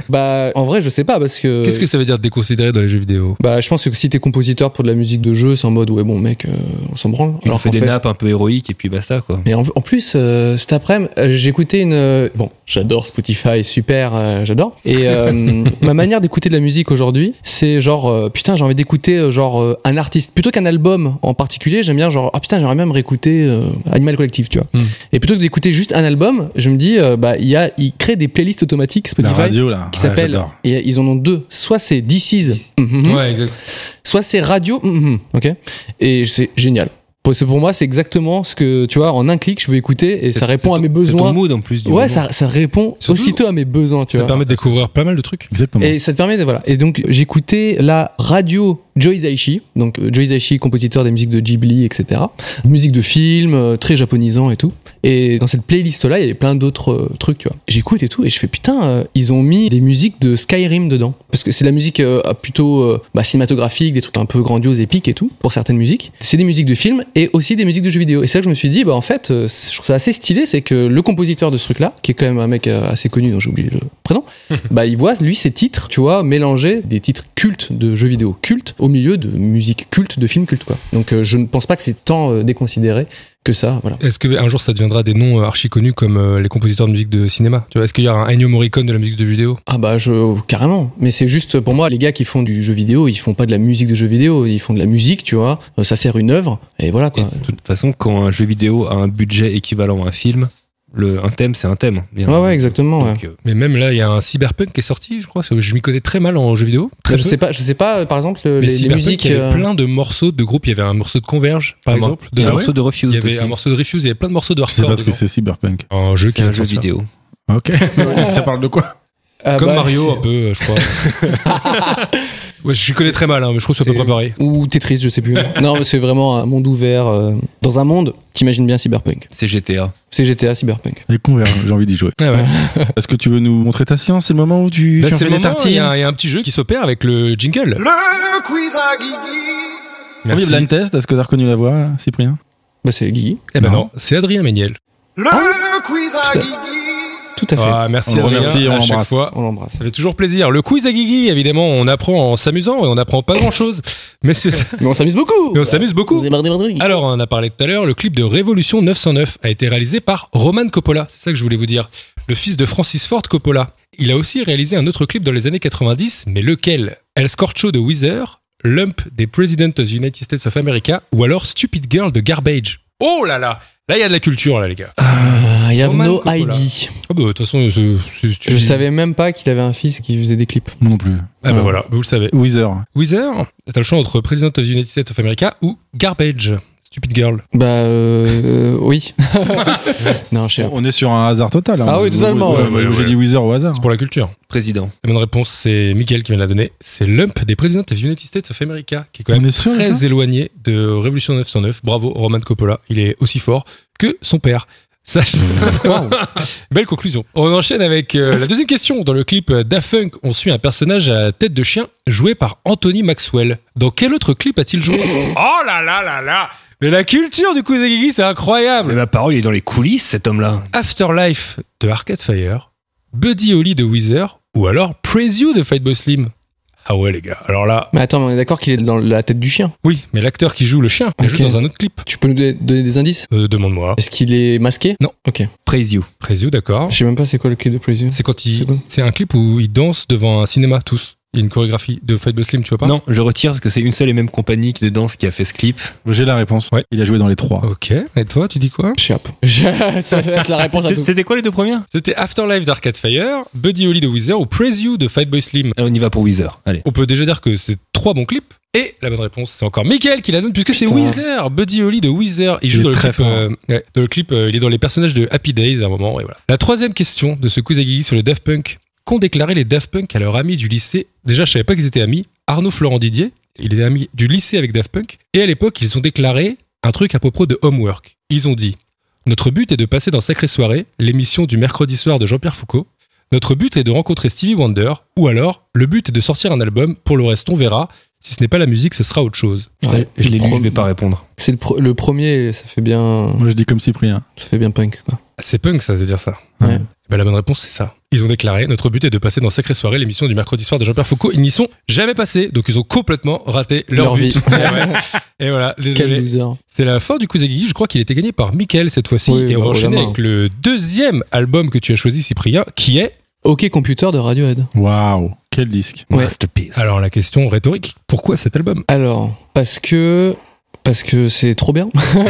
Speaker 4: bah, en vrai, je sais pas parce que.
Speaker 2: Qu'est-ce que ça veut dire déconsidéré dans les jeux vidéo
Speaker 4: Bah, je pense que si t'es compositeur pour de la musique de jeu, c'est en mode, ouais, bon, mec, euh, on s'en branle.
Speaker 1: Tu leur fais
Speaker 4: qu'en
Speaker 1: des
Speaker 4: fait-
Speaker 1: nappes un peu héroïques et puis basta, quoi.
Speaker 4: Mais en, en plus, euh, cet après-midi, euh, j'écoutais une. euh, Bon, j'adore Spotify, super, euh, j'adore. Et euh, ma manière d'écouter de la musique aujourd'hui, c'est genre euh, putain, j'ai envie d'écouter euh, genre euh, un artiste plutôt qu'un album en particulier. J'aime bien genre ah putain, j'aimerais même réécouter euh, Animal Collective, tu vois.
Speaker 2: Hmm.
Speaker 4: Et plutôt que d'écouter juste un album, je me dis euh, bah il y a, il crée des playlists automatiques
Speaker 3: La
Speaker 4: Spotify.
Speaker 3: radio là.
Speaker 4: qui s'appelle
Speaker 3: Ah,
Speaker 4: et ils en ont deux soit c'est This Is, mhm,
Speaker 2: Ouais, exact.
Speaker 4: soit c'est radio, mhm, ok Et c'est génial. Pour, c'est- pour moi, c'est exactement ce que, tu vois, en un clic, je veux écouter et
Speaker 1: C'est-
Speaker 4: ça répond à
Speaker 1: c'est
Speaker 4: mes
Speaker 1: ton- C'est ton
Speaker 4: besoins.
Speaker 1: mood en plus du
Speaker 4: Ouais,
Speaker 1: moment.
Speaker 4: ça, ça répond
Speaker 2: Surtout-
Speaker 4: aussitôt à mes besoins, tu
Speaker 2: Ça
Speaker 4: vois.
Speaker 2: permet de découvrir pas mal de trucs.
Speaker 3: Exactement.
Speaker 4: Et ça te permet de, voilà. Et donc, j'écoutais la radio Joe Hisaishi. Donc, euh, Joe Hisaishi, compositeur des musiques de Ghibli, etc. Musique de films, euh, très japonisant et tout. Et dans cette playlist là, il y avait plein d'autres euh, trucs, tu vois. J'écoute et tout, et je fais putain, euh, ils ont mis des musiques de Skyrim dedans. Parce que c'est de la musique euh, plutôt euh, bah, cinématographique, des trucs un peu grandioses, épiques et tout, pour certaines musiques. C'est des musiques de films et aussi des musiques de jeux vidéo. Et c'est là que je me suis dit, bah en fait, euh, je trouve ça assez stylé, c'est que le compositeur de ce truc là, qui est quand même un mec euh, assez connu, dont j'ai oublié le prénom, bah il voit lui ses titres, tu vois, mélanger des titres cultes de jeux vidéo cultes au milieu de musique culte, de films cultes quoi. Donc euh, je ne pense pas que c'est tant euh, déconsidéré que ça, voilà.
Speaker 2: Est-ce que un jour ça deviendra des noms euh, archi connus comme euh, les compositeurs de musique de cinéma Tu vois, est-ce qu'il y aura un Ennio Morricone de la musique de vidéo
Speaker 4: Ah bah je carrément, mais c'est juste pour moi les gars qui font du jeu vidéo, ils font pas de la musique de jeu vidéo, ils font de la musique, tu vois, Euh, ça sert une œuvre et voilà
Speaker 1: Et
Speaker 4: quoi.
Speaker 1: de toute façon, quand un jeu vidéo a un budget équivalent à un film, le, un thème, c'est un thème. Il y a
Speaker 4: Ouais
Speaker 1: un-
Speaker 4: ouais, exactement. ouais.
Speaker 1: Donc, euh,
Speaker 2: Mais même là, il y a un cyberpunk qui est sorti, je crois. parce que Je m'y connais très mal en jeux vidéo. Très
Speaker 4: je
Speaker 2: peu.
Speaker 4: sais pas, je sais pas euh, par exemple le-
Speaker 2: Mais
Speaker 4: les, les
Speaker 2: cyberpunk,
Speaker 4: musiques
Speaker 2: il y
Speaker 4: euh,
Speaker 2: avait plein de morceaux de groupes. Il y avait un morceau de Converge, par
Speaker 1: Ah,
Speaker 2: exemple.
Speaker 1: il y a
Speaker 2: de-
Speaker 1: un morceau de
Speaker 2: il
Speaker 1: Refused
Speaker 2: y avait
Speaker 1: aussi.
Speaker 2: un morceau de Refuse. Il y avait plein de morceaux de
Speaker 3: Je sais
Speaker 2: Hearthstone.
Speaker 3: pas ce que c'est Cyberpunk.
Speaker 2: dedans. Un jeu
Speaker 1: C'est
Speaker 2: qui
Speaker 1: un
Speaker 2: vient de
Speaker 1: jeu
Speaker 2: sortir.
Speaker 1: vidéo.
Speaker 3: Ok. ça parle de quoi
Speaker 4: ah
Speaker 2: Comme
Speaker 4: bah,
Speaker 2: Mario, un peu, euh, je crois. ouais, je connais très mal, hein, mais je trouve que c'est à peu
Speaker 4: C'est-
Speaker 2: près pareil.
Speaker 4: c'est- ou Tetris, je sais plus. non, mais c'est vraiment un monde ouvert euh, dans un monde t'imagines bien cyberpunk.
Speaker 1: C'est GTA.
Speaker 4: C'est GTA cyberpunk.
Speaker 3: Les Converge, j'ai envie d'y jouer.
Speaker 2: Ah ouais.
Speaker 3: Est-ce que tu veux nous montrer ta science C'est le moment où tu
Speaker 2: Là,
Speaker 3: tu
Speaker 2: Ben,
Speaker 3: en
Speaker 2: c'est
Speaker 3: fais
Speaker 2: le moment,
Speaker 3: des
Speaker 2: il y,
Speaker 3: tartines
Speaker 2: a un- il y a un petit jeu qui s'opère avec le jingle.
Speaker 5: Le quiz à Guigui.
Speaker 3: Oui,
Speaker 2: Merci.
Speaker 3: blind test, est-ce que t'as reconnu la voix, Cyprien
Speaker 4: Bah c'est Guigui,
Speaker 2: Eh ben
Speaker 3: Non.
Speaker 2: non, c'est Adrien Méniel.
Speaker 5: Le quiz à
Speaker 4: Putain.
Speaker 5: Guigui.
Speaker 4: tout à fait.
Speaker 2: Ah, merci
Speaker 3: On le
Speaker 2: Adrien,
Speaker 3: remercie, on
Speaker 2: à chaque
Speaker 3: l'embrasse.
Speaker 2: fois.
Speaker 4: On l'embrasse.
Speaker 2: Ça fait toujours plaisir. Le quiz à Guigui, évidemment, on apprend en s'amusant et on apprend pas grand chose. Mais, c'est ça.
Speaker 4: Mais on s'amuse beaucoup.
Speaker 2: Mais on s'amuse beaucoup.
Speaker 4: C'est Bardé Bardé.
Speaker 2: Alors, on en a parlé tout à l'heure, le clip de Révolution 909 a été réalisé par Roman Coppola, c'est ça que je voulais vous dire, le fils de Francis Ford Coppola. Il a aussi réalisé un autre clip dans les années 90, mais lequel El Scorcho de Weezer, Lump des President of the United States of America ou alors Stupid Girl de Garbage. Oh là là Là, il y a de la culture, là, les gars. Ah
Speaker 4: Ah, I have
Speaker 2: Roman
Speaker 4: no
Speaker 2: Coppola.
Speaker 4: ID.
Speaker 2: bah, de toute façon, c'est- c'est- c'est-
Speaker 4: Je savais même pas qu'il avait un fils qui faisait des clips.
Speaker 3: Moi non plus.
Speaker 2: Ah bah voilà, vous le savez.
Speaker 3: Weezer.
Speaker 2: Weezer, t'as le choix entre President of the United States of America ou Garbage, Stupid Girl.
Speaker 4: Bah euh, euh, oui. non, je sais pas.
Speaker 3: On est sur un hasard total. hein.
Speaker 4: Ah oui, totalement, ouais.
Speaker 3: Moi, J'ai dit Weezer au hasard.
Speaker 2: C'est pour la culture.
Speaker 1: Président.
Speaker 2: La bonne réponse, c'est Michael qui vient de la donner. C'est Lump des President of the United States of America, qui est quand
Speaker 3: On
Speaker 2: même
Speaker 3: est sûr de
Speaker 2: très
Speaker 3: ça
Speaker 2: éloigné de Révolution 909. Bravo, Roman Coppola. Il est aussi fort que son père. Ça, je- Belle conclusion. On enchaîne avec euh, la deuxième question. Dans le clip Daft Punk, on suit un personnage à tête de chien joué par Anthony Maxwell. Dans quel autre clip a-t-il joué Oh là là là là Mais la culture du Kuzegigi, c'est incroyable
Speaker 1: Mais ma parole, il est dans les coulisses, cet homme-là.
Speaker 2: Afterlife de Arcade Fire, Buddy Holly de Weezer ou alors Praise You de Fightboy Slim. Ah ouais les gars, alors là,
Speaker 4: Mais attends, mais on est d'accord qu'il est dans la tête du chien.
Speaker 2: oui, mais l'acteur qui joue le chien, il
Speaker 4: Ok.
Speaker 2: joue dans un autre clip.
Speaker 4: Tu peux nous donner- donner des indices
Speaker 2: Euh, Demande-moi.
Speaker 4: Est-ce qu'il est masqué
Speaker 2: Non.
Speaker 4: Ok.
Speaker 1: Praise you.
Speaker 2: Praise You, d'accord.
Speaker 4: Je sais même pas c'est quoi le clip de Prison.
Speaker 2: C'est quand
Speaker 4: C'est
Speaker 2: il,
Speaker 4: quoi
Speaker 2: c'est un clip où ils dansent devant un cinéma tous. Il y a une chorégraphie de Fightboy Slim, tu vois pas
Speaker 1: Non, je retire parce que c'est une seule et même compagnie qui- de danse qui a fait ce clip.
Speaker 3: J'ai la réponse.
Speaker 2: Ouais.
Speaker 3: Il a joué dans les trois.
Speaker 2: Ok. Et toi, tu dis quoi
Speaker 4: Je sais pas. Ça va être la Ah, réponse à
Speaker 1: C'est-
Speaker 4: tout.
Speaker 1: C'était quoi les deux premières
Speaker 2: C'était Afterlife d'Arcade Fire, Buddy Holly de Weezer ou Praise You de Fightboy Slim.
Speaker 1: Allez, On y va pour Weezer. Allez.
Speaker 2: On peut déjà dire que c'est trois bons clips. Et la bonne réponse, c'est encore Michael qui la donne, puisque c'est
Speaker 4: Putain.
Speaker 2: Weezer, Buddy Holly de Weezer. Il joue
Speaker 3: est
Speaker 2: dans le,
Speaker 3: très
Speaker 2: clip, euh, ouais, dans le clip, euh, il est dans les personnages de Happy Days à un moment. Et voilà. La troisième question de ce Kuzagigi sur le Daft Punk. Qu'ont déclaré les Daft Punk à leur ami du lycée Déjà, je savais pas qu'ils étaient amis. Arnaud Florent Didier, il était ami du lycée avec Daft Punk. Et à l'époque, ils ont déclaré un truc à propos de Homework. Ils ont dit Notre but est de passer dans Sacrée Soirée, l'émission du mercredi soir de Jean-Pierre Foucault. Notre but est de rencontrer Stevie Wonder, ou alors le but est de sortir un album, pour le reste on verra, si ce n'est pas la musique ce sera autre chose.
Speaker 4: Ouais,
Speaker 1: je l'ai lu,
Speaker 4: pro-
Speaker 1: je vais pas répondre.
Speaker 4: C'est le, pro- le premier, ça fait bien,
Speaker 3: Moi je dis comme Cyprien.
Speaker 4: ça fait bien punk quoi.
Speaker 2: C'est punk ça de dire ça.
Speaker 4: Ouais.
Speaker 2: Eh ben, la bonne réponse c'est ça. Ils ont déclaré, notre but est de passer dans Sacrée Soirée, l'émission du mercredi soir de Jean-Pierre Foucault. Ils n'y sont jamais passés, donc ils ont complètement raté leur,
Speaker 4: Leur
Speaker 2: but.
Speaker 4: vie.
Speaker 2: Eh ouais. Et voilà,
Speaker 4: Quel
Speaker 2: désolé.
Speaker 4: loser.
Speaker 2: C'est la fin du Kuzagigi, je crois qu'il était gagné par Michael cette fois-ci.
Speaker 4: Oui,
Speaker 2: et on
Speaker 4: bah,
Speaker 2: va enchaîner
Speaker 4: évidemment.
Speaker 2: avec le deuxième album que tu as choisi Cyprien, qui est...
Speaker 4: Ok computer de Radiohead.
Speaker 3: Waouh, quel disque.
Speaker 4: Ouais.
Speaker 1: Masterpiece.
Speaker 2: Alors la question rhétorique, pourquoi cet album
Speaker 4: Alors parce que parce que c'est trop bien.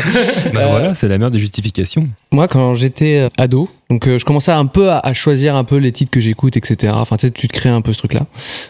Speaker 1: Bah
Speaker 4: Euh,
Speaker 1: voilà, c'est la merde des justifications.
Speaker 4: Moi, quand j'étais euh, ado, donc euh, je commençais un peu à, à choisir un peu les titres que j'écoute, etc. Enfin, tu sais, tu te crées un peu ce truc-là,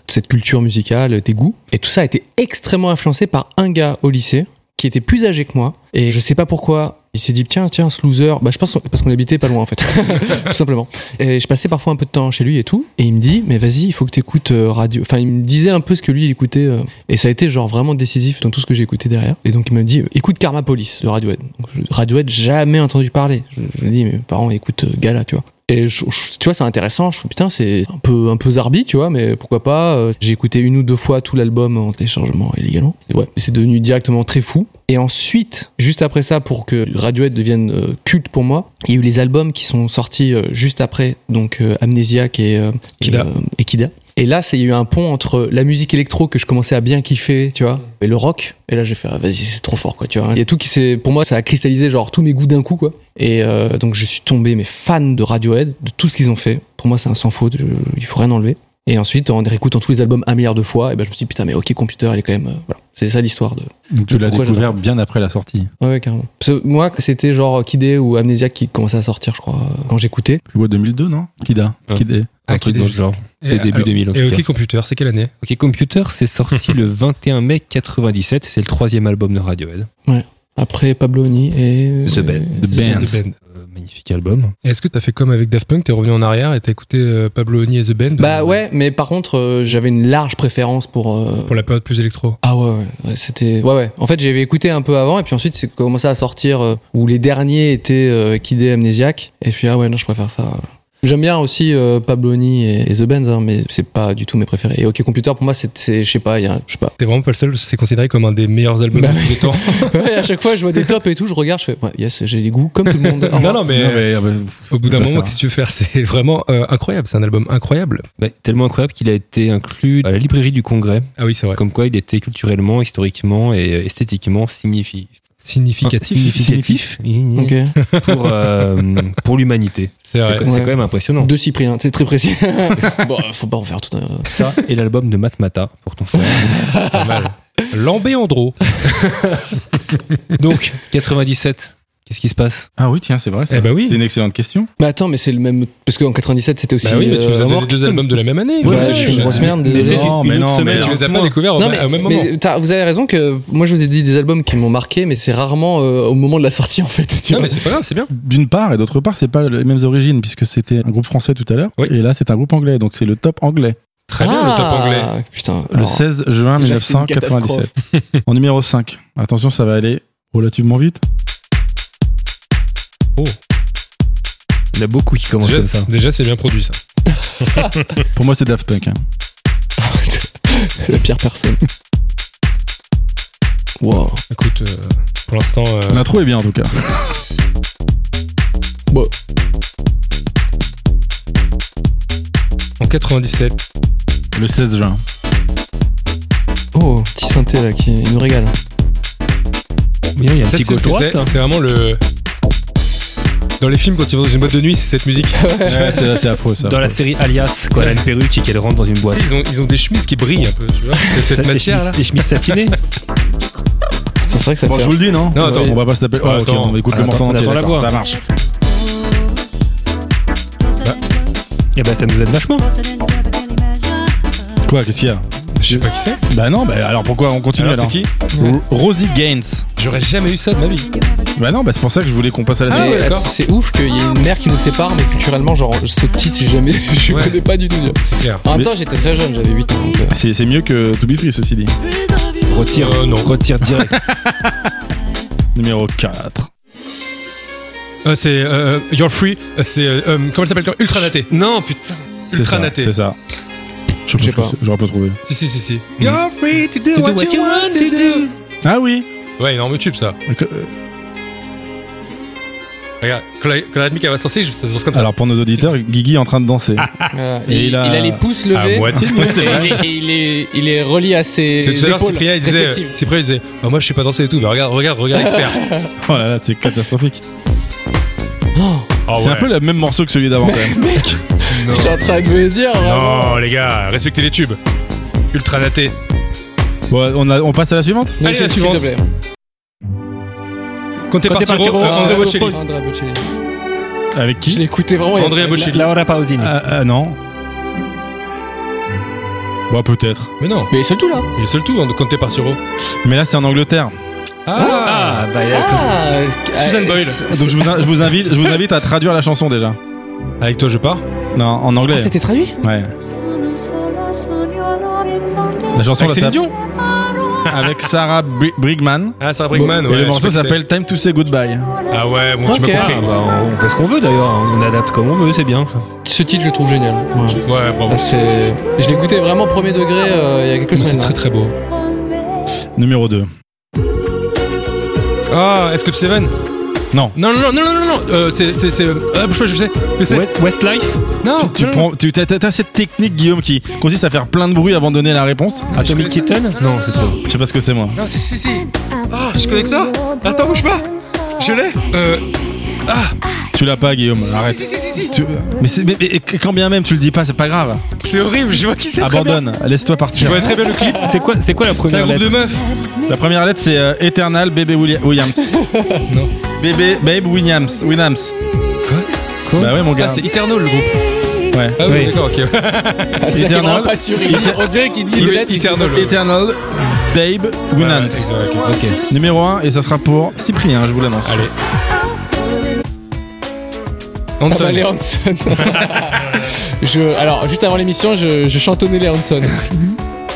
Speaker 4: cette culture musicale, euh, tes goûts. Et tout ça a été extrêmement influencé par un gars au lycée qui était plus âgé que moi. Et je sais pas pourquoi, Il s'est dit, tiens, tiens, ce loser. Bah, je pense qu'on- parce qu'on habitait pas loin, en fait. Tout simplement. Et je passais parfois un peu de temps chez lui et tout. Et il me dit, mais vas-y, il faut que t'écoutes euh, radio. Enfin, il me disait un peu ce que lui, il écoutait. euh. Et ça a été, genre, vraiment décisif dans tout ce que j'ai écouté derrière. Et donc, il m'a dit, écoute Karma Police de Radiohead. Donc, je- Radiohead, jamais entendu parler. Je, je lui ai dit, mes parents écoutent euh, Gala, tu vois. Et je- je- tu vois, c'est intéressant. Je trouve, putain, c'est un peu, un peu zarbi, tu vois, mais pourquoi pas. euh, J'ai écouté une ou deux fois tout l'album en téléchargement illégalement. Et ouais, c'est devenu directement très fou. Et ensuite, juste après ça, pour que Radiohead devienne euh, culte pour moi, il y a eu les albums qui sont sortis euh, juste après, donc euh, Amnesiac et, euh, et,
Speaker 2: Kida.
Speaker 4: euh, et Kida. Et là, c'est il y a eu un pont entre la musique électro que je commençais à bien kiffer, tu vois, et le rock. Et là, j'ai fait, ah, vas-y, c'est trop fort, quoi, tu vois. Il y a tout qui s'est, pour moi, ça a cristallisé, genre, tous mes goûts d'un coup, quoi. Et euh, donc, je suis tombé, mais fan de Radiohead, de tout ce qu'ils ont fait. Pour moi, c'est un sans faute, je- il faut rien enlever. Et ensuite, en réécoutant tous les albums un milliard de fois, et ben, je me suis dit, putain, mais OK Computer, elle est quand même, euh, voilà. C'est ça l'histoire de.
Speaker 3: Donc tu l'as
Speaker 4: Pourquoi
Speaker 3: découvert bien après la sortie.
Speaker 4: Ouais, ouais, carrément. Parce que moi, c'était genre Kidé ou Amnesia qui commençait à sortir, je crois, euh, quand j'écoutais.
Speaker 3: C'est quoi 2002 non Kida.
Speaker 1: Ah.
Speaker 3: Kidé.
Speaker 1: Un truc dans le genre. C'est
Speaker 2: Et,
Speaker 1: début
Speaker 2: alors,
Speaker 1: 2000, en tout
Speaker 2: Et OK
Speaker 1: cas.
Speaker 2: Computer, c'est quelle année
Speaker 1: Ok, Computer, c'est sorti le 21 mai 97. C'est le troisième album de Radiohead.
Speaker 4: Après Pablo Honey et.
Speaker 1: The Band.
Speaker 3: The Bands.
Speaker 2: The Band.
Speaker 1: Euh, magnifique album.
Speaker 2: Et Est-ce que t'as fait comme avec Daft Punk, t'es revenu en arrière et t'as écouté euh, Pablo Honey et The Band
Speaker 4: Bah
Speaker 2: euh,
Speaker 4: ouais, mais par contre, euh, j'avais une large préférence pour. euh,
Speaker 2: Pour la période plus électro.
Speaker 4: Ah ouais, ouais, ouais, c'était ouais ouais. En fait, j'avais écouté un peu avant et puis ensuite c'est commencé à sortir euh, où les derniers étaient euh, Kidé Amnésiaque et je suis ah ouais non je préfère ça. J'aime bien aussi euh, Pabloni et, et The Benz hein, mais c'est pas du tout mes préférés. Et OK Computer pour moi c'est c'est- je sais pas il y a un- je sais pas.
Speaker 2: T'es vraiment pas le seul, c'est considéré comme un des meilleurs albums
Speaker 4: Bah
Speaker 2: de tous les temps.
Speaker 4: Ouais, à chaque fois je vois des tops et tout je regarde je fais ouais yes j'ai des goûts comme tout le monde. Au
Speaker 2: non,
Speaker 4: revoir.
Speaker 2: non, mais,
Speaker 3: Non, mais, ah bah,
Speaker 2: au bout d'un
Speaker 3: Faut pas
Speaker 2: moment,
Speaker 3: faire.
Speaker 2: qu'est-ce que tu veux faire C'est vraiment euh, incroyable, c'est un album incroyable.
Speaker 1: Bah, tellement incroyable qu'il a été inclus à la librairie du Congrès.
Speaker 2: Ah oui, c'est vrai.
Speaker 1: Comme quoi, il était culturellement, historiquement et euh, esthétiquement signifi-
Speaker 2: Ah, Significatif.
Speaker 1: Ah, significatif
Speaker 4: Ok.
Speaker 1: pour, euh, pour l'humanité. C'est
Speaker 2: C'est vrai.
Speaker 1: quand- c'est
Speaker 4: Ouais.
Speaker 1: quand même impressionnant.
Speaker 4: De Cyprien, c'est très précis. bon, faut pas en faire tout un.
Speaker 1: Ça et l'album de Matmata pour ton frère.
Speaker 2: Pas mal. Bah Lambé Andro.
Speaker 1: Donc, 97, qu'est-ce qui se passe
Speaker 3: Ah oui tiens c'est vrai. ça.
Speaker 2: Eh bah oui.
Speaker 3: C'est une excellente question.
Speaker 4: Mais attends, mais c'est le même. Parce qu'en 97, c'était aussi.
Speaker 2: Bah oui, mais tu
Speaker 4: euh,
Speaker 2: nous as donné
Speaker 4: Remorque.
Speaker 2: deux albums de la même année.
Speaker 4: Ouais,
Speaker 2: Bah,
Speaker 4: je suis
Speaker 2: tu-
Speaker 4: une grosse merde,
Speaker 2: Mais
Speaker 4: désolé.
Speaker 2: c'est-
Speaker 3: Non, mais
Speaker 1: une
Speaker 3: non,
Speaker 1: autre
Speaker 3: mais
Speaker 1: semaine,
Speaker 2: Tu
Speaker 3: non.
Speaker 2: les as pas découverts au,
Speaker 4: Non,
Speaker 2: ma-
Speaker 4: mais,
Speaker 2: Oh, bah, au même moment.
Speaker 4: mais t'as- vous avez raison que moi je vous ai dit des albums qui m'ont marqué, mais c'est rarement euh, au moment de la sortie en fait. Tu
Speaker 2: Non,
Speaker 4: vois.
Speaker 2: mais c'est pas grave, c'est bien.
Speaker 3: D'une part et d'autre part c'est pas les mêmes origines puisque c'était un groupe français tout à l'heure
Speaker 2: Oui.
Speaker 3: et là c'est un groupe anglais donc c'est le top anglais.
Speaker 2: Très bien, le top anglais.
Speaker 4: Ah, Putain.
Speaker 3: Le 16 juin
Speaker 4: déjà, c'est une catastrophe.
Speaker 3: 1997. en numéro 5. Attention, ça va aller relativement vite.
Speaker 1: Il y en a beaucoup qui commencent
Speaker 2: Déjà,
Speaker 1: comme ça.
Speaker 2: déjà, c'est bien produit ça.
Speaker 3: Pour moi, c'est Daft Punk. hein.
Speaker 4: la pire personne. Wow.
Speaker 2: Écoute, euh, pour l'instant, euh,
Speaker 3: L'intro est bien en tout cas.
Speaker 2: en 97,
Speaker 3: Le 16 juin.
Speaker 4: Oh, petit synthé là qui nous régale.
Speaker 1: Il y a un
Speaker 2: ça,
Speaker 1: petit
Speaker 2: tu sais ce
Speaker 1: gauche
Speaker 2: que c'est
Speaker 1: droite.
Speaker 2: C'est vraiment le. Dans les films, quand ils vont dans une boîte de nuit, c'est cette musique.
Speaker 3: Ouais, c'est c'est affreux ça.
Speaker 1: Dans la série Alias, quand elle a une perruque et qu'elle rentre dans une
Speaker 2: Tu
Speaker 1: boîte.
Speaker 2: sais, ils, ont, ils ont des chemises qui brillent un peu, tu vois. Cette, cette
Speaker 1: Ça, les
Speaker 2: matière là.
Speaker 1: chemises- Les chemises satinées.
Speaker 4: Putain, C'est vrai que ça
Speaker 3: Bon,
Speaker 4: fait.
Speaker 3: je vous le dis, non
Speaker 2: Non, attends,
Speaker 3: on va pas se taper. Oh, ok,
Speaker 2: Attends.
Speaker 3: on écoute
Speaker 1: Ah,
Speaker 3: le morceau
Speaker 1: attends,
Speaker 3: entier.
Speaker 1: attends la
Speaker 3: d'accord,
Speaker 1: voix.
Speaker 3: Ça marche. Bah.
Speaker 2: Eh
Speaker 1: Et ben ça nous aide vachement.
Speaker 3: Quoi, qu'est-ce qu'il y a
Speaker 2: Je sais pas qui c'est.
Speaker 3: Bah non, bah alors pourquoi on continue
Speaker 2: Alors,
Speaker 3: alors,
Speaker 2: c'est qui
Speaker 3: Ro- Rosie Gaines.
Speaker 2: J'aurais jamais eu ça de ma vie.
Speaker 3: Bah non, bah c'est pour ça que je voulais qu'on passe à la
Speaker 4: Mais
Speaker 2: Ah
Speaker 3: suite.
Speaker 2: ouais, d'accord.
Speaker 4: att- c'est ouf qu'il y ait une mer qui nous sépare, mais culturellement, genre, ce titre, j'ai jamais. je
Speaker 2: Ouais.
Speaker 4: connais pas du tout. tu vois.
Speaker 2: C'est clair.
Speaker 4: En même
Speaker 3: Mais-
Speaker 4: temps, j'étais très jeune, j'avais 8 ans. donc, euh,
Speaker 3: C'est c'est mieux que To Be Free, ceci dit.
Speaker 1: Retire,
Speaker 2: Euh, non.
Speaker 1: retire direct.
Speaker 3: Numéro 4.
Speaker 2: Euh, c'est euh, You're Free. euh, C'est. euh, euh, comment elle s'appelle quand- Ultra Naté.
Speaker 1: non, putain.
Speaker 2: Mm.
Speaker 3: C'est
Speaker 2: Ultra
Speaker 3: ça.
Speaker 2: Naté.
Speaker 3: C'est ça. Je
Speaker 4: Je sais pas.
Speaker 3: J'aurais pas trouvé.
Speaker 2: Si, si, si, si.
Speaker 1: Mm.
Speaker 2: You're free to do, what, you want to do.
Speaker 3: Ah oui
Speaker 2: Ouais, énorme tube ça.
Speaker 3: Euh,
Speaker 2: Regarde, quand la, quand la rythmique, elle va se lancer, je- ça se lance comme ça.
Speaker 3: Alors pour nos auditeurs, Guigui est en train de danser.
Speaker 2: Ah.
Speaker 4: voilà.
Speaker 3: Et il a-
Speaker 4: les pouces
Speaker 2: à
Speaker 4: levés.
Speaker 2: moitié.
Speaker 4: et, et- et il est, il est relié à ses.
Speaker 2: C'est tout à l'heure,
Speaker 4: épaules
Speaker 2: Cyprien, il disait,
Speaker 4: respectives.
Speaker 2: Cyprien, il disait, Ah, moi je sais pas danser et tout, mais regarde, regarde, regarde, expert.
Speaker 3: Oh là là, c'est catastrophique.
Speaker 4: Oh.
Speaker 2: Oh,
Speaker 3: c'est
Speaker 2: ouais.
Speaker 3: un peu le même morceau que celui d'avant quand même.
Speaker 4: Mec,
Speaker 2: Non.
Speaker 4: je suis en train de me dire. vraiment.
Speaker 2: Non, les gars, respectez les tubes. Ultra naté.
Speaker 3: Bon, on, a- on passe à la suivante
Speaker 4: Non,
Speaker 2: Allez,
Speaker 4: s'il-
Speaker 2: la
Speaker 4: s'il
Speaker 2: suivante.
Speaker 4: te plaît. Oh,
Speaker 2: Quand t'es
Speaker 1: Quand t'es
Speaker 2: parti,
Speaker 1: parti,
Speaker 2: Ro-
Speaker 1: Ro-
Speaker 2: euh, André
Speaker 1: Ro-
Speaker 2: Bocelli.
Speaker 4: Andrea Bocelli.
Speaker 3: Avec
Speaker 4: Je
Speaker 3: qui
Speaker 4: l'écoutais vraiment. il y a-
Speaker 2: Andrea Bocelli.
Speaker 1: Laura
Speaker 2: Euh,
Speaker 1: Pausini.
Speaker 3: Ah ah, non. Bon, peut-être.
Speaker 2: Mais non,
Speaker 4: Mais surtout là.
Speaker 2: il est seul tout, hein, quand t'es parti, Ro.
Speaker 3: Mais là, c'est en Angleterre.
Speaker 2: Ah,
Speaker 1: bah, il a-
Speaker 4: Ah, euh,
Speaker 2: Susan Boyle.
Speaker 4: c'est-
Speaker 3: Donc je vous, in- je vous invite, je vous invite à traduire la chanson déjà.
Speaker 2: Avec toi, je pars.
Speaker 3: Non, en
Speaker 4: Ah,
Speaker 3: anglais.
Speaker 4: c'était traduit
Speaker 3: ouais. La chanson
Speaker 2: Avec Céline
Speaker 3: là,
Speaker 2: Dion.
Speaker 3: ça- avec Sarah Bri- Brigman.
Speaker 2: Ah, Sarah
Speaker 3: Et
Speaker 2: Brigman. ouais,
Speaker 3: le
Speaker 2: je
Speaker 3: morceau
Speaker 2: sais pas qui
Speaker 3: s'appelle Time to Say Goodbye.
Speaker 2: c'est. Ah ouais, bon, tu
Speaker 4: Ok.
Speaker 2: m'as
Speaker 1: Ah,
Speaker 2: compris.
Speaker 1: bah, on fait ce qu'on veut d'ailleurs, on adapte comme on veut, c'est bien. ça.
Speaker 4: Ce titre, je le trouve génial. Ouais.
Speaker 2: Ouais, bravo.
Speaker 4: Ah, c'est- je l'ai goûté vraiment premier degré euh, il y a quelques
Speaker 2: Mais C'est
Speaker 4: semaines.
Speaker 2: très
Speaker 4: hein.
Speaker 2: très beau.
Speaker 3: Numéro 2.
Speaker 2: Ah, est-ce que Seven
Speaker 3: Non.
Speaker 2: Non, non, non, non, non, non. Euh, c'est, c'est, c'est. euh, Ah, bouge pas, je sais. Mais c'est.
Speaker 1: West- Westlife
Speaker 2: Non.
Speaker 3: Tu
Speaker 2: non,
Speaker 3: prends, tu t'as, t'as- t'as cette technique Guillaume qui consiste à faire plein de bruit avant de donner la réponse.
Speaker 2: non.
Speaker 1: Atomic
Speaker 2: Je connais-
Speaker 1: Kitten
Speaker 2: Non, non,
Speaker 1: Non, c'est
Speaker 2: non,
Speaker 1: trop.
Speaker 2: non.
Speaker 3: Je sais pas ce que c'est moi.
Speaker 2: Non, c'est si si. Ah, je connais que ça. Attends, bouge pas. Je l'ai. Euh.
Speaker 3: Tu l'as pas Guillaume. Arrête.
Speaker 2: Si si si si. si.
Speaker 3: Tu- mais, c'est- mais- mais quand bien même tu le dis pas, c'est pas grave.
Speaker 2: C'est horrible. Je vois qui c'est. très bien.
Speaker 3: Abandonne. Laisse-toi
Speaker 2: Je
Speaker 3: partir.
Speaker 2: vois très bien le clip.
Speaker 1: C'est quoi, c'est quoi la
Speaker 2: C'est un
Speaker 1: première
Speaker 2: groupe
Speaker 1: lettre
Speaker 2: de meufs.
Speaker 3: La première lettre c'est euh, Eternal Bébé Willi- Williams.
Speaker 2: Non.
Speaker 3: Bébé Babe Williams. Williams.
Speaker 1: Quoi
Speaker 3: Bah ouais mon gars.
Speaker 2: Ah, c'est Eternal le groupe.
Speaker 3: Ouais.
Speaker 2: Ah oui,
Speaker 1: Oui.
Speaker 2: d'accord, ok.
Speaker 4: Ah, c'est
Speaker 3: Eternal.
Speaker 4: vraiment pas sûr. il-
Speaker 3: Eter-
Speaker 4: On dirait qu'il dit
Speaker 2: Il
Speaker 4: les
Speaker 2: est
Speaker 4: lettres, il-
Speaker 2: Eternal. ouais.
Speaker 3: Eternal Babe
Speaker 2: Ouais, ouais,
Speaker 3: Williams.
Speaker 2: exact, ok.
Speaker 1: Ok.
Speaker 3: Numéro 1 et ça sera pour Cyprien, je vous l'annonce.
Speaker 2: Allez.
Speaker 4: Ah bah,
Speaker 2: Hanson.
Speaker 4: les Hanson. je, alors, juste avant l'émission, je, je chantonnais les Hanson.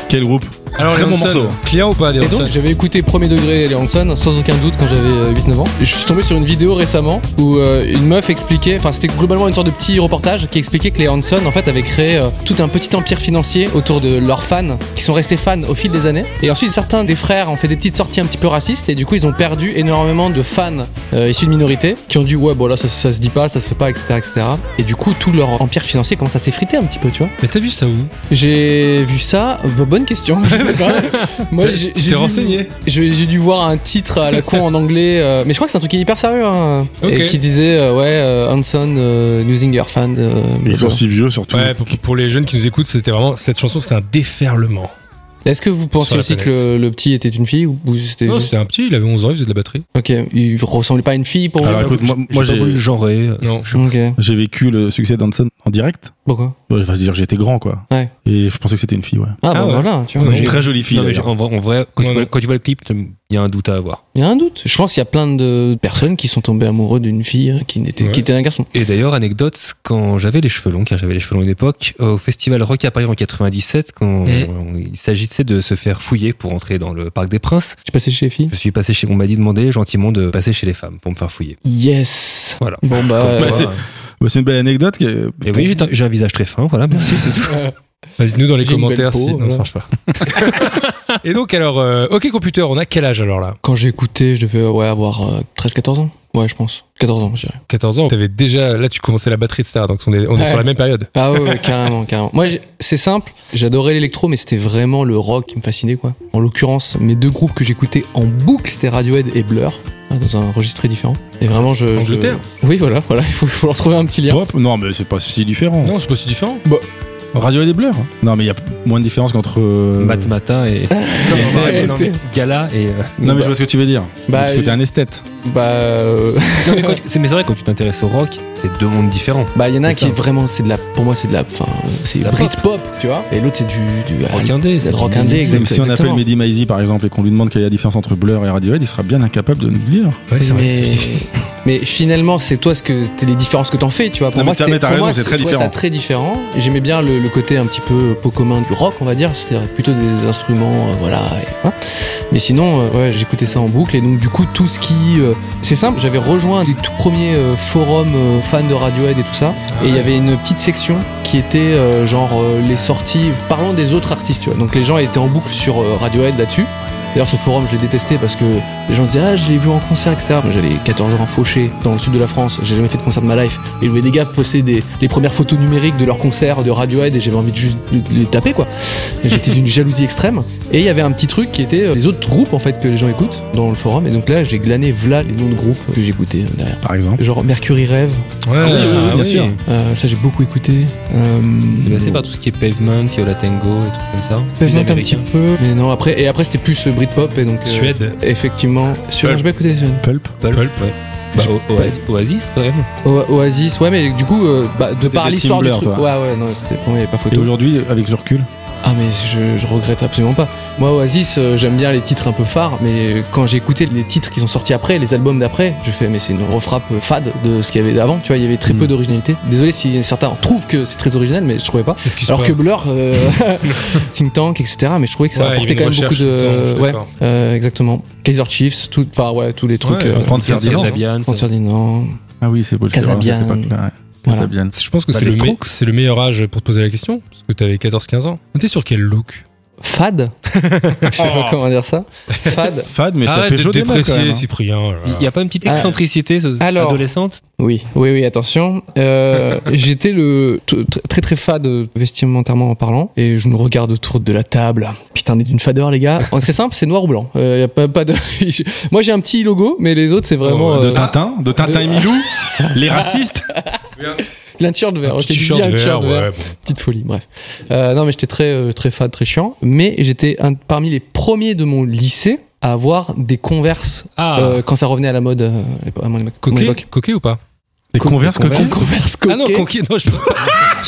Speaker 3: Quel groupe
Speaker 2: Alors,
Speaker 3: Très
Speaker 2: les
Speaker 3: bon
Speaker 2: Hanson,
Speaker 3: morceau.
Speaker 2: Client ou pas, des
Speaker 4: Et donc,
Speaker 2: Hanson
Speaker 4: j'avais écouté premier degré les Hanson, sans aucun doute, quand j'avais euh, 8-9 ans. Et je suis tombé sur une vidéo récemment où euh, une meuf expliquait, enfin, c'était globalement une sorte de petit reportage qui expliquait que les Hanson, en fait, avaient créé euh, tout un petit empire financier autour de leurs fans, qui sont restés fans au fil des années. Et ensuite, certains des frères ont fait des petites sorties un petit peu racistes, et du coup, ils ont perdu énormément de fans euh, issus de minorités qui ont dit, ouais, bon là, ça, ça se dit pas, ça se fait pas, etc., etc. Et du coup, tout leur empire financier commence à s'effriter un petit peu, tu vois.
Speaker 2: Mais t'as vu ça où
Speaker 4: J'ai vu ça, bah, bonne question. Je sais pas. Moi, j'ai-
Speaker 2: Tu
Speaker 4: j'ai
Speaker 2: t'es
Speaker 4: dû-
Speaker 2: renseigné
Speaker 4: je- J'ai dû voir un titre à la con en anglais, euh, mais je crois que c'est un truc qui est hyper sérieux, hein,
Speaker 2: Ok.
Speaker 4: et qui disait euh, ouais euh, Hanson euh, losing your fan. euh,
Speaker 3: Ils sont
Speaker 4: blablabla.
Speaker 3: si vieux surtout.
Speaker 2: Ouais, pour, pour les jeunes qui nous écoutent, c'était vraiment cette chanson, c'était un déferlement.
Speaker 4: Est-ce que vous pensez
Speaker 2: Sur la
Speaker 4: aussi que
Speaker 2: planète.
Speaker 4: le, le petit était une fille ou, ou c'était
Speaker 2: Non,
Speaker 4: juste...
Speaker 2: c'était un petit, il avait 11 ans, il faisait de la batterie.
Speaker 4: Ok, il ressemblait pas à une fille pour
Speaker 3: Alors,
Speaker 4: vous.
Speaker 3: écoute, moi- moi,
Speaker 1: j'ai
Speaker 3: j'ai-
Speaker 1: pas voulu le genrer.
Speaker 2: Non.
Speaker 4: Ok,
Speaker 3: J'ai vécu le succès d'Hanson en direct.
Speaker 4: pourquoi
Speaker 3: Ouais, Enfin, je veux dire, j'étais grand quoi.
Speaker 4: Ouais.
Speaker 3: Et je pensais que c'était une fille, ouais.
Speaker 4: Ah, bah
Speaker 2: Ah ouais.
Speaker 4: voilà, tu vois.
Speaker 2: Ouais, j'ai-
Speaker 3: Très jolie fille.
Speaker 1: Non, mais j'ai-
Speaker 3: d'ailleurs.
Speaker 1: en vrai, en vrai, quand,
Speaker 2: Non,
Speaker 1: tu vois,
Speaker 2: non.
Speaker 1: quand tu vois le clip, il y a un doute à avoir.
Speaker 4: Il y a un doute. Je pense qu'il y a plein de personnes qui sont tombées amoureux d'une fille qui n'était
Speaker 2: Ouais.
Speaker 4: qui était un garçon.
Speaker 1: Et d'ailleurs, anecdote, quand j'avais les cheveux longs, car j'avais les cheveux longs à une époque, au festival Rock à Paris en 97, quand
Speaker 2: Mhm.
Speaker 3: Mm.
Speaker 1: on- il s'agissait de se faire fouiller pour entrer dans le Parc des Princes,
Speaker 4: Tu passais chez les filles
Speaker 1: je suis passé chez, on m'a dit demandé gentiment de passer chez les femmes pour me faire fouiller.
Speaker 4: Yes.
Speaker 1: Voilà.
Speaker 4: Bon bah.
Speaker 1: Comme
Speaker 4: euh,
Speaker 1: quoi,
Speaker 3: Bah, c'est une belle anecdote. que-
Speaker 1: Et Eh oui, j'ai un- j'ai un visage très fin, voilà, merci, c'est tout.
Speaker 2: Bah, Dites-nous dans les
Speaker 4: J'ai une
Speaker 2: commentaires
Speaker 4: belle peau,
Speaker 2: si. Non,
Speaker 4: voilà.
Speaker 2: ça marche pas. Et donc, alors, euh, OK Computer, on a quel âge alors là
Speaker 4: Quand j'ai écouté, je devais euh, ouais, avoir 13-14 ans. Ouais, je pense. 14 ans, je dirais.
Speaker 2: 14 ans, t'avais déjà. Là, tu commençais la batterie, etc. Donc, on est, on est
Speaker 4: Ouais.
Speaker 2: sur la même période.
Speaker 4: Ah ouais, ouais, carrément, carrément. Moi, j'ai- c'est simple. J'adorais l'électro, mais c'était vraiment le rock qui me fascinait, quoi. En l'occurrence, mes deux groupes que j'écoutais en boucle, c'était Radiohead et Blur, hein, dans un registre très différent. Et vraiment, je. je-
Speaker 2: Angleterre.
Speaker 4: Oui, voilà, voilà. Il faut, faut leur trouver un petit lien.
Speaker 3: Pop Non, mais c'est pas si différent.
Speaker 2: Non, c'est pas si différent.
Speaker 3: Radio et des Blur Non, mais il y a moins de différence qu'entre. euh,
Speaker 1: Matt Matin et
Speaker 4: ouais,
Speaker 1: non,
Speaker 4: t'es-
Speaker 1: mais Gala et. euh,
Speaker 3: Non, mais
Speaker 4: Bah-
Speaker 3: je vois ce que tu veux dire.
Speaker 4: Bah,
Speaker 3: Parce que t'es
Speaker 4: je-
Speaker 3: un esthète.
Speaker 4: Bah, euh,
Speaker 1: Non, mais quand- c'est mais c'est vrai, quand tu t'intéresses au rock, c'est deux mondes différents.
Speaker 4: bah, il y en a un
Speaker 1: C'est
Speaker 4: qui
Speaker 1: ça.
Speaker 4: est vraiment, c'est de la, pour moi, c'est de la, enfin, euh, c'est
Speaker 1: La
Speaker 4: Britpop, tu vois. Et l'autre, c'est du, du
Speaker 3: Ah,
Speaker 1: Rock indé, c'est
Speaker 4: rock indé,
Speaker 1: Ouais,
Speaker 3: Même
Speaker 4: exact-
Speaker 3: si on appelle
Speaker 4: exactement.
Speaker 3: Mehdi Maizy par exemple et qu'on lui demande quelle est la différence entre Blur et Radiohead, il sera bien incapable de nous le dire.
Speaker 2: c'est vrai.
Speaker 4: mais... mais finalement, c'est toi ce que t'es les différences que t'en fais, tu vois. Pour
Speaker 3: Non,
Speaker 4: moi,
Speaker 3: mais t'as-
Speaker 4: c'était-
Speaker 3: mais t'as
Speaker 4: pour
Speaker 3: raison,
Speaker 4: moi,
Speaker 3: c'est très
Speaker 4: je trouvais ça
Speaker 3: différent.
Speaker 4: très différent. Et J'aimais bien le, le côté un petit peu pot commun du rock, on va dire. C'était plutôt des instruments, euh, voilà. et- hein. Mais sinon, euh, ouais, j'écoutais ça en boucle. Et donc, du coup, tout ce qui, euh, c'est simple. J'avais rejoint les tout premiers euh, forums euh, fans de Radiohead et tout ça. Et il y avait une petite section qui était euh, genre euh, les sorties. Parlons des autres artistes, tu vois. Donc les gens étaient en boucle sur euh, Radiohead là-dessus. D'ailleurs, ce forum, je l'ai détesté parce que les gens disaient Ah, je l'ai vu en concert, etc. Moi, J'avais 14 ans fauché dans le sud de la France, j'ai jamais fait de concert de ma life. Et je voyais des gars poster des, les premières photos numériques de leurs concerts de Radiohead et j'avais envie de juste de les taper, quoi. Et J'étais d'une jalousie extrême. Et il y avait un petit truc qui était euh, les autres groupes, en fait, que les gens écoutent dans le forum. Et donc là, j'ai glané v'là les noms de groupes que j'écoutais euh, derrière.
Speaker 3: Par exemple.
Speaker 4: Genre Mercury Rêve,
Speaker 2: Ouais,
Speaker 3: Ah oui, oui, oui,
Speaker 2: ah
Speaker 3: bien sûr.
Speaker 4: euh, ça j'ai beaucoup écouté. Euh,
Speaker 1: C'est passé par tout ce qui est Pavement, Yola Tango et tout comme ça.
Speaker 4: Pavement
Speaker 1: Les
Speaker 4: un petit
Speaker 1: Américains.
Speaker 4: peu. Mais non, après, et après c'était plus euh, Britpop et donc. euh,
Speaker 2: Suède.
Speaker 4: Effectivement. Sur
Speaker 2: Ouais.
Speaker 4: j'ai pas écouté les Suèdes.
Speaker 3: Pulp.
Speaker 1: Pulp,
Speaker 2: Pulp.
Speaker 1: ouais. Bah, O- Oasis, Oasis, quand même.
Speaker 4: O- Oasis, ouais, mais du coup, euh, bah, de par
Speaker 3: Team
Speaker 4: l'histoire du
Speaker 3: Blur,
Speaker 4: truc.
Speaker 3: toi.
Speaker 4: Ouais, ouais, non, c'était bon, il n'y avait pas
Speaker 3: Et
Speaker 4: photo.
Speaker 3: aujourd'hui, avec le recul,
Speaker 4: Ah mais je, je regrette absolument pas. Moi Oasis, euh, j'aime bien les titres un peu phares, mais quand j'ai écouté les titres qui sont sortis après, les albums d'après, je fais mais c'est une refrappe euh, fade de ce qu'il y avait d'avant. Tu vois, il y avait très peu
Speaker 3: Mm.
Speaker 4: d'originalité. Désolé si certains trouvent que c'est très original, mais je trouvais pas.
Speaker 2: Excuse
Speaker 4: Alors
Speaker 2: pas.
Speaker 4: que Blur, euh, Think Tank, etc. Mais je trouvais que ça
Speaker 2: Ouais, il y avait
Speaker 4: apportait quand
Speaker 2: une
Speaker 4: même beaucoup
Speaker 2: recherche
Speaker 4: de.
Speaker 2: tout le temps, je suis
Speaker 4: ouais,
Speaker 2: d'accord.
Speaker 4: euh, exactement. Kaiser Chiefs, tout, enfin ouais, tous les trucs.
Speaker 2: Ouais,
Speaker 4: euh,
Speaker 2: Franz
Speaker 3: Franz
Speaker 2: Ferdinand, hein.
Speaker 3: Ferdinand.
Speaker 1: Casabian,
Speaker 4: Franz Ferdinand.
Speaker 3: Ah oui, c'est beau.
Speaker 4: Casabian. Voilà.
Speaker 3: Casabian.
Speaker 2: Je pense que
Speaker 1: Bah,
Speaker 2: c'est
Speaker 1: les
Speaker 2: le, me-
Speaker 1: Strokes.
Speaker 2: c'est le meilleur âge pour te poser la question, parce que t'avais 14-15 ans. T'es sur quel look
Speaker 4: Fad Je sais
Speaker 2: Oh.
Speaker 4: pas comment dire ça. Fad.
Speaker 3: Fade, mais ça
Speaker 2: Arrête
Speaker 3: fait
Speaker 2: de te
Speaker 3: chaud des mecs, quand même,
Speaker 2: déprécier,
Speaker 3: hein.
Speaker 2: Cyprien. oh là.
Speaker 1: Il n'y a pas une petite excentricité ce-
Speaker 4: Alors.
Speaker 1: adolescente
Speaker 4: Oui, oui, oui, attention. Euh, J'étais le t- tr- très très fade euh, vestimentairement en parlant et je me regarde autour de la table. Putain, on est d'une fadeur les gars. Oh, C'est simple, c'est noir ou blanc. Euh, y a pas, pas de. Moi j'ai un petit logo, mais les autres c'est
Speaker 2: Oh,
Speaker 4: vraiment. euh,
Speaker 3: hein. De Tintin, de Tintin et Milou, les racistes.
Speaker 4: Il a un t-shirt vert.
Speaker 2: Un
Speaker 4: ok,
Speaker 2: petit
Speaker 4: il y
Speaker 2: t-shirt
Speaker 4: a un
Speaker 2: vert,
Speaker 4: t-shirt vert.
Speaker 2: ouais, bon.
Speaker 4: Petite folie, bref. Euh, non, mais j'étais très, euh, très fade, très chiant. Mais j'étais un parmi les premiers de mon lycée à avoir des converses euh,
Speaker 1: Ah,
Speaker 4: quand ça revenait à la mode euh, à l'époque- à mon émo- mon
Speaker 2: Coquet,
Speaker 4: époque.
Speaker 2: coquet ou pas
Speaker 3: Des
Speaker 4: Co-
Speaker 3: converses coquilles.
Speaker 4: Converse
Speaker 2: Ah non,
Speaker 4: coquet.
Speaker 2: coquet, non, je.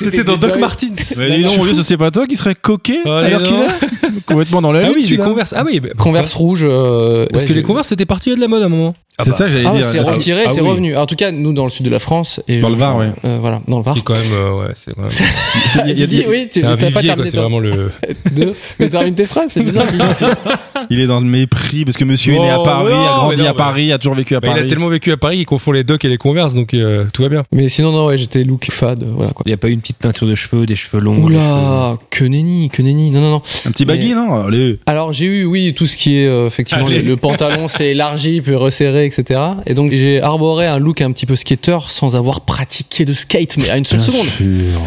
Speaker 2: J'étais dans Doc Martens.
Speaker 3: Mais non, au lieu, ce c'est pas toi qui serais coqué
Speaker 2: Oh,
Speaker 3: alors
Speaker 2: les
Speaker 3: qu'il
Speaker 2: non.
Speaker 3: est complètement dans la
Speaker 2: Ah
Speaker 3: lutte,
Speaker 2: oui, les
Speaker 3: celui-là.
Speaker 2: Converse. Ah oui, mais-
Speaker 4: Converse rouge. euh,
Speaker 2: Parce
Speaker 4: ouais,
Speaker 2: que les
Speaker 4: j'ai-
Speaker 2: Converse, c'était parti de la mode à un moment.
Speaker 3: C'est ça que j'allais
Speaker 4: Ah,
Speaker 3: dire.
Speaker 4: c'est
Speaker 3: Est-ce que-
Speaker 4: retiré,
Speaker 3: Ah
Speaker 4: c'est
Speaker 3: oui.
Speaker 4: revenu. En tout cas, nous, dans le sud de la France. Et
Speaker 3: Dans
Speaker 4: je-
Speaker 3: le Var, ouais.
Speaker 4: euh, voilà, dans le Var.
Speaker 2: C'est quand même. euh, Ouais, c'est quand même-
Speaker 3: C'est- il y a- il y a-
Speaker 4: oui, tu
Speaker 2: c'est un
Speaker 4: t'as pas
Speaker 2: vivier, quoi,
Speaker 4: terminé
Speaker 2: c'est
Speaker 4: ta-
Speaker 2: vraiment le.
Speaker 4: de- mais termine tes phrases, c'est bizarre.
Speaker 3: Il est dans le mépris parce que monsieur est né à
Speaker 2: Oh,
Speaker 3: Paris,
Speaker 2: non,
Speaker 3: a
Speaker 2: mais
Speaker 3: grandi
Speaker 2: non,
Speaker 3: à
Speaker 2: mais-
Speaker 3: Paris, a toujours vécu à
Speaker 2: Bah, il a
Speaker 3: Paris.
Speaker 2: tellement vécu à Paris qu'il confond les Doc et les Converse, donc euh, tout va bien.
Speaker 4: mais sinon, non, ouais, j'étais look fade, euh, voilà quoi.
Speaker 1: il n'y a pas eu une petite teinture de cheveux, des cheveux longs des cheveux-
Speaker 4: Oula, que nenni, que nenni. Non, non, non.
Speaker 3: Un petit baggy,
Speaker 4: Mais-
Speaker 3: non Allez.
Speaker 4: Alors j'ai eu oui tout ce qui est euh, effectivement
Speaker 2: Allez.
Speaker 4: le, le pantalon s'est élargi puis resserré etc et donc j'ai arboré un look un petit peu skater sans avoir pratiqué de skate mais à une seule seconde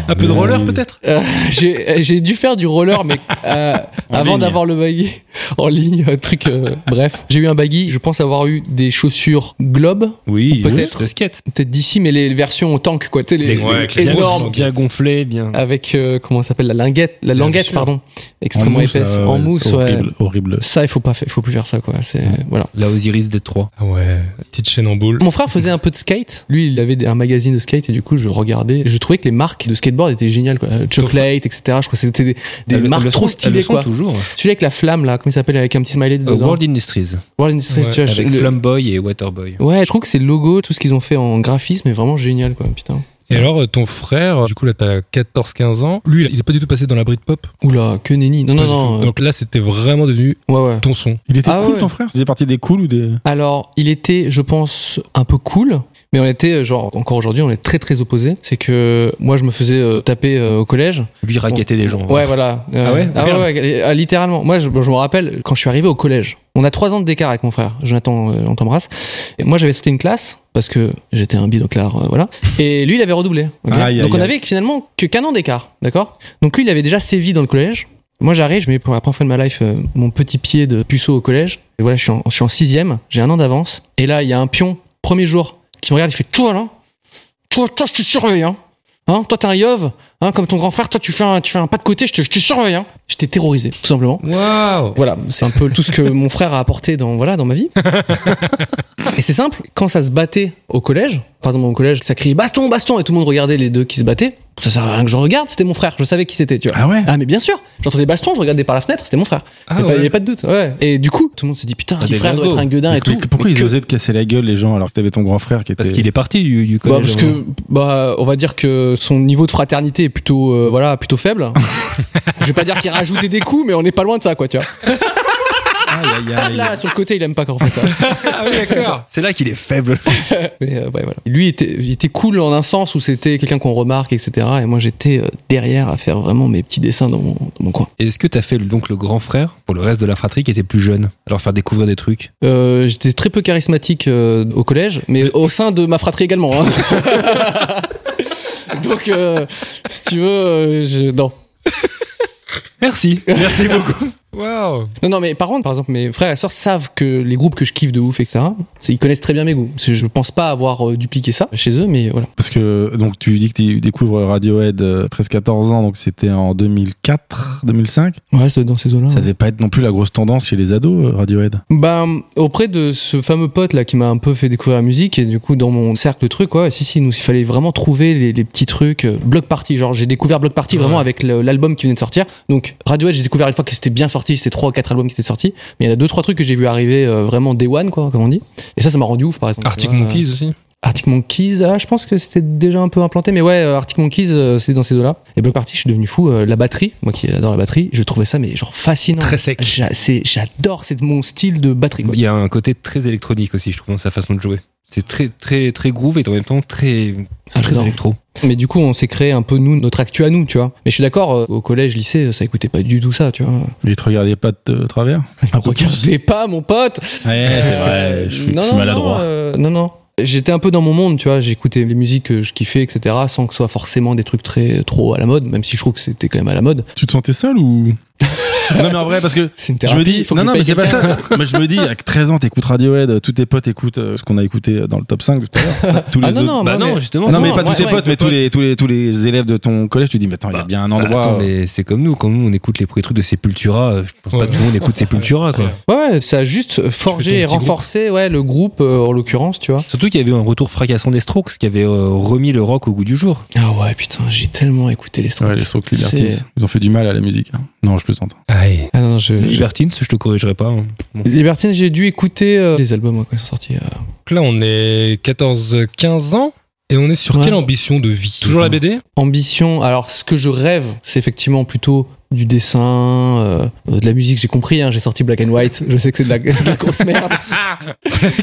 Speaker 2: Un peu de roller, peut-être
Speaker 4: Euh, j'ai euh, j'ai dû faire du roller mais euh,
Speaker 3: En
Speaker 4: avant
Speaker 3: ligne.
Speaker 4: d'avoir le baggy en ligne un truc euh, bref j'ai eu un baggy je pense avoir eu des chaussures globe
Speaker 1: Oui,
Speaker 4: Peut-être.
Speaker 1: de skate.
Speaker 4: peut-être d'ici mais les versions tank quoi tu sais les,
Speaker 1: Des-
Speaker 4: les
Speaker 2: ouais, avec les
Speaker 4: énormes
Speaker 1: bien, bien gonflé, bien.
Speaker 4: avec euh, comment ça s'appelle la linguette la
Speaker 2: Bien
Speaker 4: languette
Speaker 2: sûr.
Speaker 4: pardon extrêmement épaisse
Speaker 3: euh,
Speaker 4: en mousse ouais
Speaker 3: horrible, Horrible.
Speaker 4: ça il faut pas fa- faut plus faire ça quoi c'est voilà
Speaker 1: La Osiris des trois.
Speaker 2: Ah ouais, petite chaîne en boule.
Speaker 4: Mon frère faisait un peu de skate. Lui, il avait des- un magazine de skate et du coup, je regardais. Je trouvais que les marques de skateboard étaient géniales, quoi. Euh, Chocolate, etc. Je crois que c'était des, des
Speaker 1: Elles- elles
Speaker 4: marques
Speaker 1: le
Speaker 4: trop
Speaker 1: sont- elles le
Speaker 4: stylées,
Speaker 1: sont
Speaker 4: quoi.
Speaker 1: toujours.
Speaker 4: Celui avec la flamme, là, comment il s'appelle, avec un petit smiley
Speaker 1: Euh,
Speaker 4: dedans.
Speaker 1: World Industries,
Speaker 4: World Industries,
Speaker 2: Ouais,
Speaker 4: tu vois, je-
Speaker 1: avec
Speaker 4: le-
Speaker 1: Flamboy et Waterboy.
Speaker 4: Ouais, je trouve que c'est le logo, tout ce qu'ils ont fait en graphisme est vraiment génial, quoi. Putain.
Speaker 2: Et alors, euh, ton frère, du coup, là, t'as 14-15 ans. Lui, il est pas du tout passé dans la Britpop.
Speaker 4: Oula, que nenni. Non,
Speaker 2: Pas
Speaker 4: non,
Speaker 2: du tout.
Speaker 4: non.
Speaker 2: Donc là, c'était vraiment devenu
Speaker 4: euh, Ouais, ouais.
Speaker 2: ton son.
Speaker 3: Il était
Speaker 4: Ah
Speaker 3: cool
Speaker 4: ouais.
Speaker 3: ton frère Il faisait partie des cools ou des.
Speaker 4: Alors, il était, je pense, un peu cool, mais on était, euh, genre, encore aujourd'hui, on est très très opposés. C'est que moi, je me faisais euh, taper euh, au collège.
Speaker 1: Lui raquetait des gens.
Speaker 4: Ouais, voilà. Euh,
Speaker 1: Ah ouais Merde.
Speaker 4: ouais, euh, littéralement. Moi, je, je me rappelle quand je suis arrivé au collège. On a trois ans de décart avec mon frère. Jonathan, euh, on t'embrasse. Et moi, j'avais sauté une classe parce que j'étais un bidoclard, euh, voilà. Et lui, il avait redoublé. ok
Speaker 3: Aïe, aïe,
Speaker 4: Donc, on
Speaker 3: aïe.
Speaker 4: avait finalement que qu'un an d'écart, d'accord Donc, lui, il avait déjà sévi dans le collège. Moi, j'arrive, je mets pour la première fois de ma life euh, mon petit pied de puceau au collège. Et voilà, je suis en, je suis en sixième, j'ai un an d'avance. Et là, il y a un pion, premier jour, qui me regarde, il fait Toi, là, toi, toi, je te surveille, hein. Hein, toi, t'es un yov, hein, comme ton grand frère, toi, tu fais un, tu fais un pas de côté, je te, je te surveille, hein. J'étais terrorisé, tout simplement.
Speaker 2: Waouh
Speaker 4: Voilà, c'est un peu tout ce que mon frère a apporté dans, voilà, dans ma vie. Et c'est simple, quand ça se battait au collège, pardon, au collège, ça criait baston, baston, et tout le monde regardait les deux qui se battaient. Ça sert à rien que je regarde, c'était mon frère, je savais qui c'était, tu vois.
Speaker 3: Ah ouais
Speaker 4: Ah mais bien sûr, j'entendais baston, je regardais par la fenêtre, c'était mon frère.
Speaker 2: Ah
Speaker 4: il n'y
Speaker 2: ouais.
Speaker 4: avait pas de doute. Ouais. Et du coup, tout le monde s'est dit putain,
Speaker 1: Ah,
Speaker 4: petit
Speaker 1: des
Speaker 4: frère doit
Speaker 1: dingos.
Speaker 4: être un gueudin et
Speaker 3: Mais
Speaker 4: tout.
Speaker 3: que- Pourquoi
Speaker 4: Mais
Speaker 3: ils
Speaker 4: que-
Speaker 3: osaient te casser la gueule les gens alors que t'avais ton grand frère qui était.
Speaker 1: Parce qu'il est parti du, du
Speaker 4: Bah,
Speaker 1: collège. hein.
Speaker 4: parce
Speaker 1: avant.
Speaker 4: que bah on va dire que son niveau de fraternité est plutôt euh, voilà plutôt faible. je vais pas dire qu'il rajoutait des coups, mais on n'est pas loin de ça quoi, tu vois. Ah,
Speaker 3: Aïe, aïe, aïe.
Speaker 4: Là sur le côté, il aime pas quand on fait ça.
Speaker 2: Ah oui, d'accord.
Speaker 1: C'est là qu'il est faible.
Speaker 4: Mais euh, ouais, voilà. Lui était, il était cool en un sens où c'était quelqu'un qu'on remarque etc. Et moi j'étais euh, derrière à faire vraiment mes petits dessins dans mon, dans mon coin.
Speaker 1: Et Est-ce que t'as fait donc le grand frère pour le reste de la fratrie qui était plus jeune Alors faire découvrir des trucs.
Speaker 4: Euh, j'étais très peu charismatique euh, au collège, mais au sein de ma fratrie également. hein. Donc, euh, si tu veux, euh, je... non.
Speaker 1: Merci. Merci beaucoup.
Speaker 2: Waouh
Speaker 4: Non, non, mais par contre, par exemple, mes frères et sœurs savent que les groupes que je kiffe de ouf, etc., c'est- ils connaissent très bien mes goûts. Parce que Je pense pas avoir euh, dupliqué ça chez eux, mais voilà.
Speaker 3: Parce que donc tu dis que tu découvres Radiohead 13-14 ans, donc c'était en 2004, 2005.
Speaker 4: Ouais, ça doit être dans ces eaux-là.
Speaker 3: Ça devait pas être non plus la grosse tendance chez les ados, euh, Radiohead.
Speaker 4: Ben, auprès de ce fameux pote là qui m'a un peu fait découvrir la musique et du coup dans mon cercle de trucs, ouais, si si, nous il fallait vraiment trouver les, les petits trucs. euh, Block Party, genre j'ai découvert Block Party vraiment
Speaker 2: Ouais.
Speaker 4: avec le- l'album qui venait de sortir. Donc Radiohead, j'ai découvert une fois que c'était bien sorti, c'était trois ou quatre albums qui étaient sortis, mais il y en a deux trois trucs que j'ai vu arriver euh, vraiment day one quoi, comme on dit. Et ça, ça m'a rendu ouf par exemple.
Speaker 2: Arctic
Speaker 4: Tu vois,
Speaker 2: Monkeys aussi.
Speaker 4: Arctic Monkeys, ah, je pense que c'était déjà un peu implanté, mais ouais, euh, Arctic Monkeys, euh, c'était dans ces deux-là. Et Block Party, je suis devenu fou. euh, la batterie, moi qui adore la batterie, je trouvais ça mais genre fascinant.
Speaker 2: Très sec.
Speaker 4: J'a- c'est- J'adore, c'est mon style de batterie. Quoi.
Speaker 1: Il y a un côté très électronique aussi, je trouve, dans sa façon de jouer. C'est très, très, très groove et en même temps très,
Speaker 4: Ah,
Speaker 1: très
Speaker 4: j'adore.
Speaker 1: électro.
Speaker 4: Mais du coup, on s'est créé un peu nous notre actu à nous, tu vois. Mais je suis d'accord, euh, au collège, lycée, ça écoutait pas du tout ça, tu vois.
Speaker 3: Mais ils te regardaient pas de travers
Speaker 4: Regardez pas, mon pote.
Speaker 3: Ouais, Eh, c'est vrai,
Speaker 4: Euh,
Speaker 3: je suis,
Speaker 4: non,
Speaker 3: je suis
Speaker 4: non,
Speaker 3: maladroit.
Speaker 4: Non, euh, non, non. J'étais un peu dans mon monde, tu vois. J'écoutais les musiques que je kiffais, etc. Sans que ce soit forcément des trucs très trop à la mode, même si je trouve que c'était quand même à la mode.
Speaker 3: Tu te sentais seul ou Non mais en vrai parce que
Speaker 4: C'est une
Speaker 3: je
Speaker 4: thérapie.
Speaker 3: me dis
Speaker 4: faut que
Speaker 3: non
Speaker 4: je
Speaker 3: non
Speaker 4: paye
Speaker 3: mais c'est pas
Speaker 4: quelqu'un.
Speaker 3: ça. Moi je me dis à 13 ans t'écoutes Radiohead, tous tes potes écoutent euh, ce qu'on a écouté dans le top 5 de tout à l'heure. Tous
Speaker 4: Ah
Speaker 3: les
Speaker 4: non,
Speaker 3: autres-
Speaker 4: non,
Speaker 1: bah
Speaker 4: moi,
Speaker 1: non,
Speaker 4: mais-
Speaker 1: justement.
Speaker 3: Non,
Speaker 4: non,
Speaker 3: mais
Speaker 4: non,
Speaker 3: pas tous
Speaker 4: ouais,
Speaker 3: tes
Speaker 4: ouais,
Speaker 3: potes, mais tous les, tous, les, tous les élèves de ton collège, tu dis, mais attends, il y a bien un
Speaker 1: Bah,
Speaker 3: endroit.
Speaker 1: attends,
Speaker 3: euh,
Speaker 1: mais c'est comme nous, quand nous on écoute les premiers trucs de Sepultura, euh, je pense
Speaker 2: Ouais.
Speaker 1: pas que tout le monde écoute Sepultura, quoi.
Speaker 4: Ouais, ouais, ça a juste
Speaker 2: ton
Speaker 4: forgé et
Speaker 2: petit groupe.
Speaker 4: renforcé ouais, le groupe, euh, en l'occurrence, tu vois.
Speaker 1: Surtout qu'il y avait eu un retour fracassant des Strokes qui avait euh, remis le rock au goût du jour.
Speaker 4: Ah ouais, putain, j'ai tellement écouté les Strokes.
Speaker 3: Ouais, les Strokes
Speaker 4: C'est-
Speaker 3: Libertines. Ils ont fait du mal à la musique. hein. Non, je plaisante.
Speaker 2: Aïe.
Speaker 4: Ah non, non, je. je-
Speaker 1: Libertines, je te corrigerai pas. hein. Bon.
Speaker 4: Libertines, j'ai dû écouter euh, les albums moi, quand ils sont sortis. euh,
Speaker 2: Donc là, on est 14-15 ans. Et on est sur
Speaker 4: Ouais.
Speaker 2: quelle ambition de vie Toujours la BD
Speaker 4: Ambition, alors ce que je rêve, c'est effectivement plutôt du dessin, euh, euh, de la musique, j'ai compris, hein, j'ai sorti Black and White, je sais que c'est de, la- c'est de la grosse merde.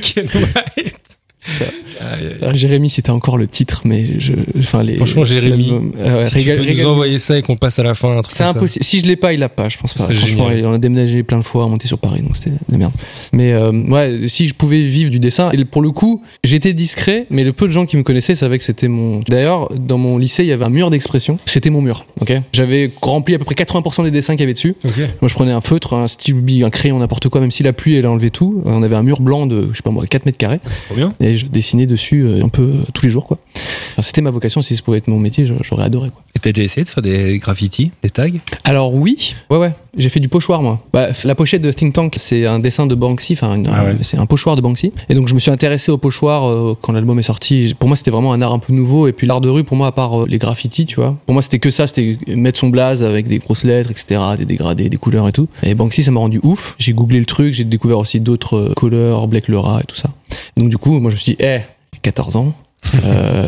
Speaker 2: Ken White. Aïe, aïe.
Speaker 4: Alors, Jérémy, c'était encore le titre, mais je... Enfin, les,
Speaker 2: Franchement, Jérémy,
Speaker 4: l'album- Ah ouais,
Speaker 2: Si
Speaker 4: régale-
Speaker 2: tu peux
Speaker 4: régale-
Speaker 2: nous envoyer ça et qu'on passe à la fin un truc
Speaker 4: C'est
Speaker 2: comme ça.
Speaker 4: impossible. Si je l'ai pas, il l'a pas, je pense pas.
Speaker 2: C'est
Speaker 4: Franchement,
Speaker 2: génial.
Speaker 4: on a déménagé plein de fois, monté sur Paris, donc c'était de la merde. Mais euh, ouais, si je pouvais vivre du dessin, et pour le coup, j'étais discret, mais le peu de gens qui me connaissaient savaient que c'était mon. D'ailleurs, dans mon lycée, il y avait un mur d'expression. C'était mon mur, ok J'avais rempli à peu près 80% des dessins qu'il y avait dessus.
Speaker 2: Ok.
Speaker 4: Moi, je prenais un feutre, un stylo, un crayon, n'importe quoi, même si la pluie, elle enlevait tout. On avait un mur blanc de, je sais pas moi, 4 mètres carrés.
Speaker 1: Trop bien.
Speaker 4: Et je dessinais dessus euh, un peu euh, tous les jours, quoi. Enfin, c'était ma vocation. Si ça pouvait être mon métier, je- j'aurais adoré, quoi.
Speaker 1: Et t'as déjà essayé de faire des graffitis, des tags
Speaker 4: Alors, oui. Ouais, ouais. J'ai fait du pochoir, moi. Bah, f- la pochette de Think Tank, c'est un dessin de Banksy. Enfin, une-
Speaker 3: Ah ouais.
Speaker 4: c'est un pochoir de Banksy. Et donc, je me suis intéressé au pochoir euh, quand l'album est sorti. Pour moi, c'était vraiment un art un peu nouveau. Et puis, l'art de rue, pour moi, à part euh, les graffitis, tu vois. Pour moi, c'était que ça. C'était mettre son blaze avec des grosses lettres, etc., des dégradés, des couleurs et tout. Et Banksy, ça m'a rendu ouf. J'ai googlé le truc, j'ai découvert aussi d'autres euh, couleurs, Blake le rat et tout ça. Donc, du coup, moi, je me suis dit, hé, j'ai 14 ans. euh,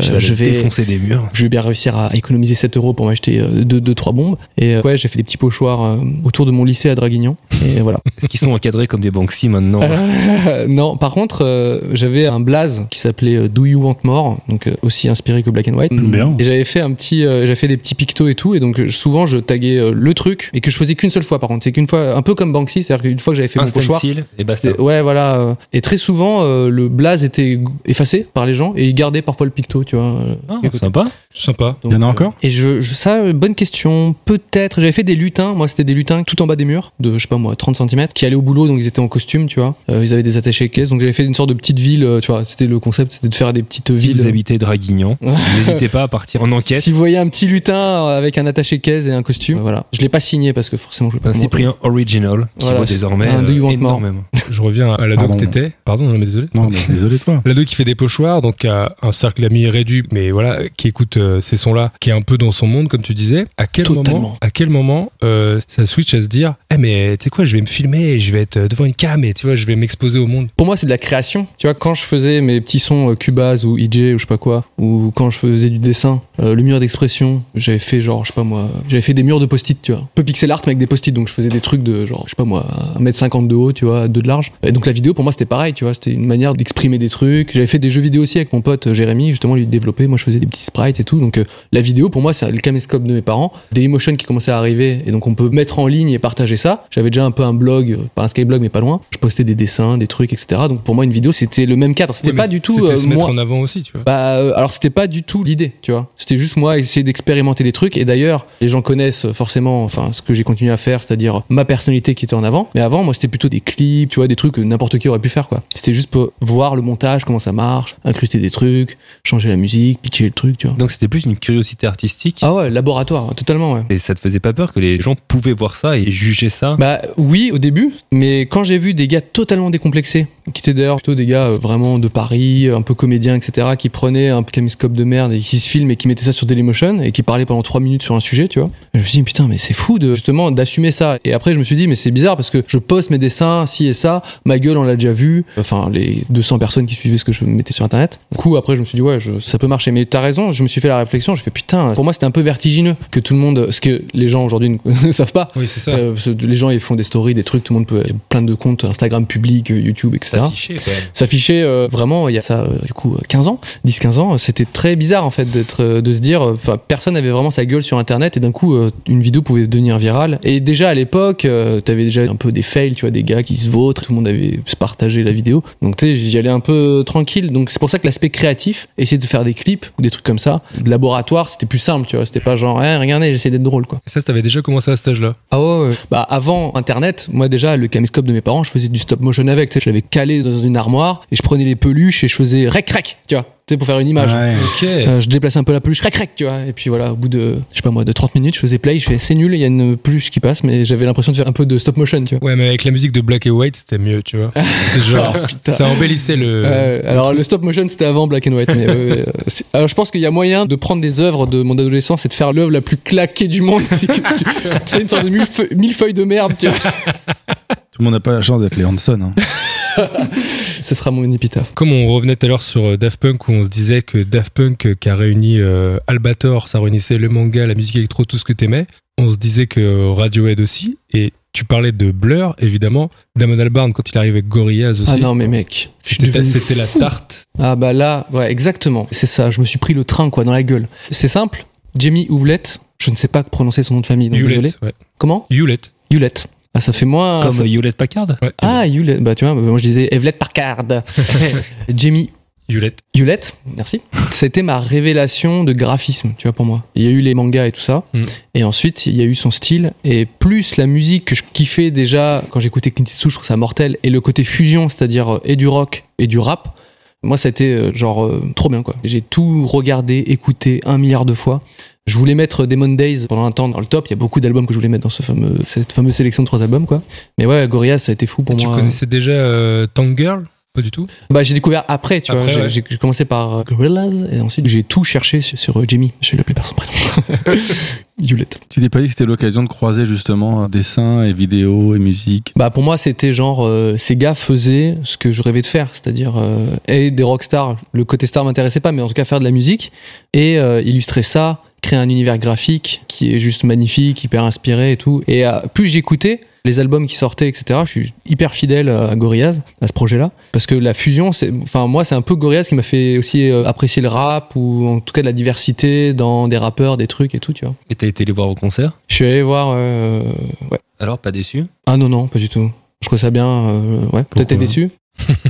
Speaker 1: Tu vas
Speaker 4: je vais
Speaker 1: défoncer des murs.
Speaker 4: je vais bien réussir à économiser 7 euros pour m'acheter 2 deux, deux, trois bombes. Et euh, ouais, j'ai fait des petits pochoirs euh, autour de mon lycée à Draguignan. Et voilà.
Speaker 1: Est-ce qu'ils sont encadrés comme des Banksy maintenant
Speaker 4: Euh, non, par contre, euh, j'avais un blaze qui s'appelait euh, Do You Want More, donc euh, aussi inspiré que Black and White.
Speaker 1: Mm,
Speaker 3: Bien.
Speaker 4: Et j'avais fait un petit, euh, j'avais fait des petits pictos et tout, et donc euh, souvent je taguais euh, le truc et que je faisais qu'une seule fois. Par contre, c'est qu'une fois, un peu comme Banksy, c'est-à-dire qu'une fois que j'avais fait
Speaker 1: Un
Speaker 4: mon pochoir,
Speaker 1: stencil et bah, basta.
Speaker 4: c'était- Ouais, voilà. euh, Et très souvent, euh, le blaze était g- effacé par les gens et ils gardaient parfois le picto, tu vois. euh,
Speaker 1: Ah,
Speaker 4: quelque
Speaker 1: sympa.
Speaker 2: Sympa.
Speaker 3: Il
Speaker 4: donc,
Speaker 3: y en a
Speaker 4: euh,
Speaker 3: encore
Speaker 4: Et je, je- ça, euh, bonne question. Peut-être. J'avais fait des lutins. Moi, c'était des lutins tout en bas des murs, de je sais pas moi, 30 cm, qui allaient au boulot, donc ils étaient en costume, tu vois. Euh, ils avaient des attachés caisses. Donc j'avais fait une sorte de petite ville, euh, tu vois. C'était le concept, c'était de faire des petites
Speaker 1: Si
Speaker 4: villes.
Speaker 1: vous habitez Draguignan, n'hésitez pas à partir en enquête.
Speaker 4: si vous voyez un petit lutin euh, avec un attaché caisse et un costume, euh, voilà. Je l'ai pas signé parce que forcément je voulais
Speaker 1: Un
Speaker 4: pas. me-
Speaker 1: Cyprien original qui
Speaker 4: Voilà,
Speaker 1: vaut
Speaker 4: c'est
Speaker 1: désormais
Speaker 4: un
Speaker 1: euh,
Speaker 4: Do You Want More.
Speaker 1: énormément.
Speaker 2: Je reviens à l'ado
Speaker 3: Pardon.
Speaker 2: que t'étais. Pardon, non, mais désolé.
Speaker 3: Non, mais désolé, toi.
Speaker 2: L'ado qui fait des pochoirs, donc à un cercle d'amis réduit, mais voilà, qui écoute euh, ces sons-là, qui est un peu dans son monde, comme tu disais. À quel
Speaker 4: Totalement.
Speaker 2: moment, à quel moment euh, ça switch à se dire, eh mais tu sais quoi, je vais me filmer, je vais être euh, devant une cam, et tu vois, je vais m'exposer au monde.
Speaker 4: Pour moi, c'est de la création. Tu vois, quand je faisais mes petits sons euh, Cubase ou IJ ou je sais pas quoi, ou quand je faisais du dessin, euh, le mur d'expression, j'avais fait genre, je sais pas moi, j'avais fait des murs de post-it, tu vois. Un peu pixel art, mais avec des post-it, donc je faisais des trucs de genre, je sais pas moi, 1m50 de haut, tu vois, 2 de large. Et donc la vidéo, pour moi, c'était pareil, tu vois, c'était une manière d'exprimer des trucs. J'avais fait des jeux vidéo aussi avec mon pote euh, Jérémy, justement, lui développer. Moi, je faisais des petits sprites et tout. tout. Donc euh, la vidéo, pour moi, c'est le caméscope de mes parents. Dailymotion qui commençait à arriver, et donc on peut mettre en ligne et partager ça. J'avais déjà un peu un blog, euh, pas un skyblog, mais pas loin. Je postais des dessins, des trucs, etc. Donc pour moi, une vidéo, c'était le même cadre. C'était
Speaker 2: Ouais,
Speaker 4: pas
Speaker 2: mais
Speaker 4: du tout
Speaker 2: C'était
Speaker 4: euh,
Speaker 2: se mettre
Speaker 4: moi.
Speaker 2: en avant aussi, tu vois.
Speaker 4: Bah, euh, alors c'était pas du tout l'idée, tu vois. C'était juste moi essayer d'expérimenter des trucs. Et d'ailleurs, les gens connaissent euh, forcément, enfin, ce que j'ai continué à faire, c'est-à-dire ma personnalité qui était en avant. Mais avant, moi, c'était plutôt des clips, tu vois, des trucs que n'importe qui aurait pu faire, quoi. C'était juste pour voir le montage, comment ça marche, incruster des trucs, changer la musique, pitcher le truc, tu vois.
Speaker 1: Donc c'était plus une curiosité artistique.
Speaker 4: Ah ouais, laboratoire, totalement, ouais.
Speaker 1: Et ça te faisait pas peur que les gens pouvaient voir ça et juger ça
Speaker 4: Bah oui, au début, mais quand j'ai vu des gars totalement décomplexés, qui étaient d'ailleurs plutôt des gars euh, vraiment de Paris, euh, un peu comédiens, etc., qui prenaient un caméscope de merde et qui se filment et qui mettaient ça sur Dailymotion et qui parlaient pendant trois minutes sur un sujet, tu vois. Je me suis dit, putain, mais c'est fou de justement d'assumer ça. Et après, je me suis dit, mais c'est bizarre parce que je poste mes dessins, ci et ça, ma gueule, on l'a déjà vu. Enfin, les 200 personnes qui suivaient ce que je mettais sur Internet. Du coup, après, je me suis dit, ouais, je- ça peut marcher. Mais t'as raison, je me suis fait la réflexion, je fais, putain, pour moi, c'était un peu vertigineux que tout le monde, ce que les gens aujourd'hui ne- ne savent pas,
Speaker 2: Oui, c'est ça.
Speaker 4: euh, parce que les gens ils font des stories, des trucs, tout le monde peut, il y a plein de comptes Instagram public, euh, YouTube, etc.
Speaker 1: hein.
Speaker 2: S'afficher,
Speaker 1: Ah,
Speaker 2: quoi.
Speaker 4: S'afficher euh, vraiment, il y a ça euh, du coup euh, 15 ans, 10-15 ans, euh, c'était très bizarre en fait d'être, euh, de se dire, euh, enfin personne n'avait vraiment sa gueule sur Internet et d'un coup euh, une vidéo pouvait devenir virale. Et déjà à l'époque, euh, t'avais déjà un peu des fails, tu vois, des gars qui se vautrent, tout le monde avait partagé la vidéo. Donc tu sais, j'y allais un peu euh, tranquille. Donc c'est pour ça que l'aspect créatif, essayer de faire des clips ou des trucs comme ça, de laboratoire, c'était plus simple, tu vois. C'était pas genre, Eh, regardez, j'essaie d'être drôle quoi.
Speaker 2: Et ça, t'avais déjà commencé à cet âge-là.
Speaker 4: Ah ouais, ouais. Bah avant internet, moi déjà le caméscope de mes parents, je faisais du stop motion avec, tu sais, je l'avais calé dans une armoire et je prenais les peluches et je faisais rec rec, tu vois, tu sais pour faire une
Speaker 3: Ah,
Speaker 4: image.
Speaker 2: Ok.
Speaker 4: Euh, je déplaçais un peu la peluche, rec rec, tu vois. Et puis voilà, au bout de, je sais pas moi, de 30 minutes, je faisais play, je fais c'est nul, il y a une peluche qui passe, mais j'avais l'impression de faire un peu de stop motion, tu vois.
Speaker 2: Ouais, mais avec la musique de Black et White, c'était mieux, tu
Speaker 4: Ah.
Speaker 2: vois. C'est genre,
Speaker 4: putain.
Speaker 2: ça embellissait le.
Speaker 4: Euh, alors le stop motion c'était avant Black and White. Mais, euh, c'est- alors, je pense qu'il y a moyen de prendre des œuvres de mon adolescence et de faire l'œuvre la plus claquée du monde. C'est que tu- c'est une sorte de millefeu- millefeuille de merde. Tu vois.
Speaker 3: Tout le monde n'a pas la chance d'être les Hanson. hein.
Speaker 4: Ce sera mon épitaphe.
Speaker 2: Comme on revenait tout à l'heure sur euh, Daft Punk, où on se disait que Daft Punk, euh, qui a réuni euh, Albator, ça réunissait le manga, la musique électro, tout ce que t'aimais, on se disait que euh, Radiohead aussi, et tu parlais de Blur, évidemment, Damon Albarn quand il arrive avec Gorillaz aussi.
Speaker 4: Ah non mais mec, je suis
Speaker 2: C'était ta-
Speaker 4: devenu
Speaker 2: c'était la
Speaker 4: fou.
Speaker 2: tarte.
Speaker 4: Ah bah là, ouais, exactement. C'est ça, je me suis pris le train, quoi, dans la gueule. C'est simple, Jamie Hewlett, je ne sais pas prononcer son nom de famille, donc désolé.
Speaker 2: Hewlett. Ouais.
Speaker 4: Comment
Speaker 2: Hewlett.
Speaker 4: Hewlett. Ah, ça fait moins...
Speaker 1: Comme
Speaker 4: ça-
Speaker 1: euh, Hewlett Packard
Speaker 2: Ouais,
Speaker 4: Ah, Hewlett, bah tu vois, moi je disais Hewlett Packard. Jamie
Speaker 2: Hewlett.
Speaker 4: Hewlett, merci. Ça a été ma révélation de graphisme, tu vois, pour moi. Il y a eu les mangas et tout ça.
Speaker 2: Mm.
Speaker 4: Et ensuite, il y a eu son style. Et plus la musique que je kiffais déjà quand j'écoutais Clint Eastwood, je trouve ça mortel. Et le côté fusion, c'est-à-dire euh, et du rock et du rap. Moi, ça a été euh, genre euh, trop bien, quoi. J'ai tout regardé, écouté un milliard de fois. Je voulais mettre Demon Days pendant un temps dans le top. Il y a beaucoup d'albums que je voulais mettre dans ce fameux, cette fameuse sélection de trois albums, quoi. Mais ouais, Gorillaz, ça a été fou pour
Speaker 2: tu
Speaker 4: moi.
Speaker 2: connaissais déjà euh, Tank Girl Pas du tout.
Speaker 4: Bah, j'ai découvert après, tu
Speaker 2: Après,
Speaker 4: vois. J'ai-
Speaker 2: ouais.
Speaker 4: J'ai j'ai commencé par euh, Gorillaz et ensuite j'ai tout cherché sur, sur, euh, Jimmy. Je vais l'appeler par son prénom. Hewlett.
Speaker 3: Tu t'es pas dit que c'était l'occasion de croiser justement euh, dessins et vidéos et musique
Speaker 4: Bah, pour moi, c'était genre, euh, ces gars faisaient ce que je rêvais de faire, c'est-à-dire, euh, et des rockstars. Le côté star m'intéressait pas, mais en tout cas, faire de la musique et euh, illustrer ça, créer un univers graphique qui est juste magnifique, hyper inspiré et tout. Et euh, plus j'écoutais, les albums qui sortaient, etc. Je suis hyper fidèle euh, à Gorillaz, à ce projet-là, parce que la fusion, c'est, enfin moi, c'est un peu Gorillaz qui m'a fait aussi euh, apprécier le rap ou en tout cas de la diversité dans des rappeurs, des trucs et tout, tu vois.
Speaker 1: Et t'as été les voir au concert
Speaker 4: Je suis allé voir, euh, ouais.
Speaker 1: Alors, pas déçu
Speaker 4: Ah non non, pas du tout. Je trouve ça bien. euh, ouais. Toi, T'es déçu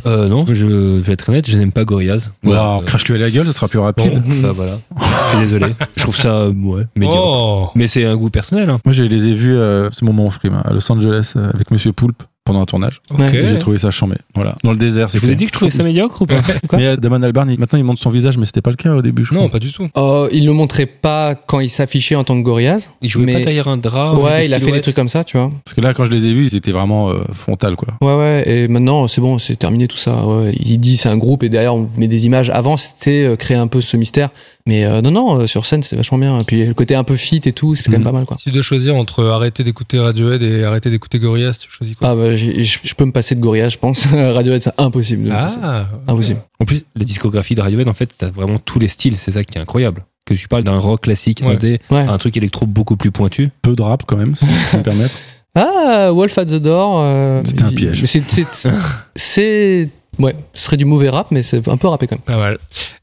Speaker 1: Euh, non, je, je vais être honnête, je n'aime pas Gorillaz. Voilà.
Speaker 3: Wow, Crache-lui à la gueule, ça sera plus rapide.
Speaker 1: Ah, Bon, bah voilà. Je suis désolé. Je trouve ça, euh, ouais, médiocre.
Speaker 2: Oh
Speaker 1: Mais c'est un goût personnel. Hein.
Speaker 3: Moi, je les ai vus, euh, c'est mon moment frime, à Los Angeles euh, avec Monsieur Poulpe pendant un tournage.
Speaker 2: Ok.
Speaker 4: Ouais.
Speaker 3: Et J'ai trouvé ça chambé. Voilà. Dans le désert,
Speaker 1: Je vous ai dit que je trouvais ça médiocre ou pas
Speaker 4: quoi
Speaker 3: Mais euh, Damon Albarn, il- maintenant il montre son visage, mais c'était pas le cas au début, je
Speaker 2: Non,
Speaker 3: crois.
Speaker 2: pas du tout.
Speaker 4: Euh, il le montrait pas quand il s'affichait en tant que Gorillaz.
Speaker 1: Ah, Il jouait
Speaker 4: mais-
Speaker 1: pas tailleur un drap
Speaker 4: Ouais,
Speaker 1: des
Speaker 4: il a fait des
Speaker 1: silhouettes.
Speaker 4: trucs comme ça, tu vois.
Speaker 3: Parce que là, quand je les ai vus, ils étaient vraiment euh, frontal, quoi.
Speaker 4: Ouais, ouais, et maintenant, c'est bon, c'est terminé tout ça. ouais. Il dit c'est un groupe et derrière, on met des images. Avant, c'était euh, créer un peu ce mystère. Mais euh, non, non, euh, sur scène, c'était vachement bien. Et puis, le côté un peu fit et tout, c'était quand
Speaker 3: Mhm.
Speaker 4: même pas mal, quoi.
Speaker 2: Si tu dois choisir entre euh, arrêter d'écouter Radiohead et arrêter d'écouter Gorillaz, tu choisis quoi
Speaker 4: Ah, bah, j'ai- je je peux me passer de Gorillaz, je pense. Radiohead, Ah, c'est
Speaker 2: Ah.
Speaker 4: impossible. de me passer. Impossible.
Speaker 1: En plus, la discographie de Radiohead, en fait, t'as vraiment tous les styles. C'est ça qui est incroyable. Que tu parles d'un rock classique
Speaker 2: Ouais.
Speaker 1: indé
Speaker 4: Ouais.
Speaker 1: à un truc électro beaucoup plus pointu.
Speaker 3: Peu de rap, quand même, si je peux me permettre.
Speaker 4: Ah, Wolf at the Door. euh,
Speaker 3: C'était un
Speaker 4: il-
Speaker 3: piège.
Speaker 4: mais c'est- c'est- C'est Ouais, ce serait du mauvais rap, mais c'est un peu rappé quand même.
Speaker 2: Pas mal.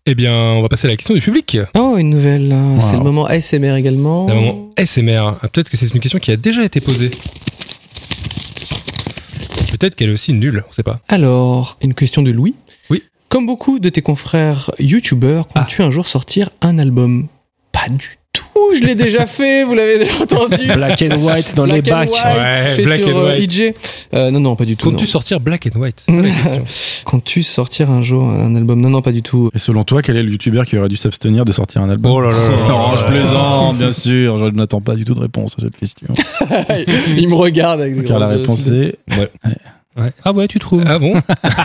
Speaker 2: Eh bien, on va passer à la question du public.
Speaker 4: Oh, une nouvelle. hein. C'est
Speaker 3: Wow.
Speaker 4: le moment ASMR également.
Speaker 2: C'est un moment SMR. Ah, Peut-être que c'est une question qui a déjà été posée. Peut-être qu'elle est aussi nulle, on sait pas.
Speaker 4: Alors, une question de Louis.
Speaker 2: Oui.
Speaker 4: Comme beaucoup de tes confrères youtubeurs,
Speaker 2: Ah.
Speaker 4: comptes-tu un jour sortir un album Pas du tout, je l'ai déjà fait, vous l'avez déjà entendu.
Speaker 1: Black and white dans
Speaker 4: Black
Speaker 1: les
Speaker 4: and
Speaker 1: bacs.
Speaker 4: White,
Speaker 2: Ouais,
Speaker 4: fait
Speaker 2: Black
Speaker 4: sur,
Speaker 2: and
Speaker 4: euh, Mm.
Speaker 2: White.
Speaker 4: IJ. Euh, non, non, pas du tout.
Speaker 2: Comptes-tu
Speaker 4: non.
Speaker 2: sortir Black and White C'est ça la question.
Speaker 4: Comptes-tu sortir un jour un album Non, non, pas du tout.
Speaker 3: Et selon toi, quel est le youtubeur qui aurait dû s'abstenir de sortir un album
Speaker 2: Oh là là là.
Speaker 3: Non, je plaisante, bien sûr. Je n'attends pas du tout de réponse à cette question.
Speaker 4: Il me regarde avec des
Speaker 3: Car la
Speaker 4: grands yeux.
Speaker 3: réponse est
Speaker 1: Ouais. Ah ouais, tu trouves
Speaker 2: Ah bon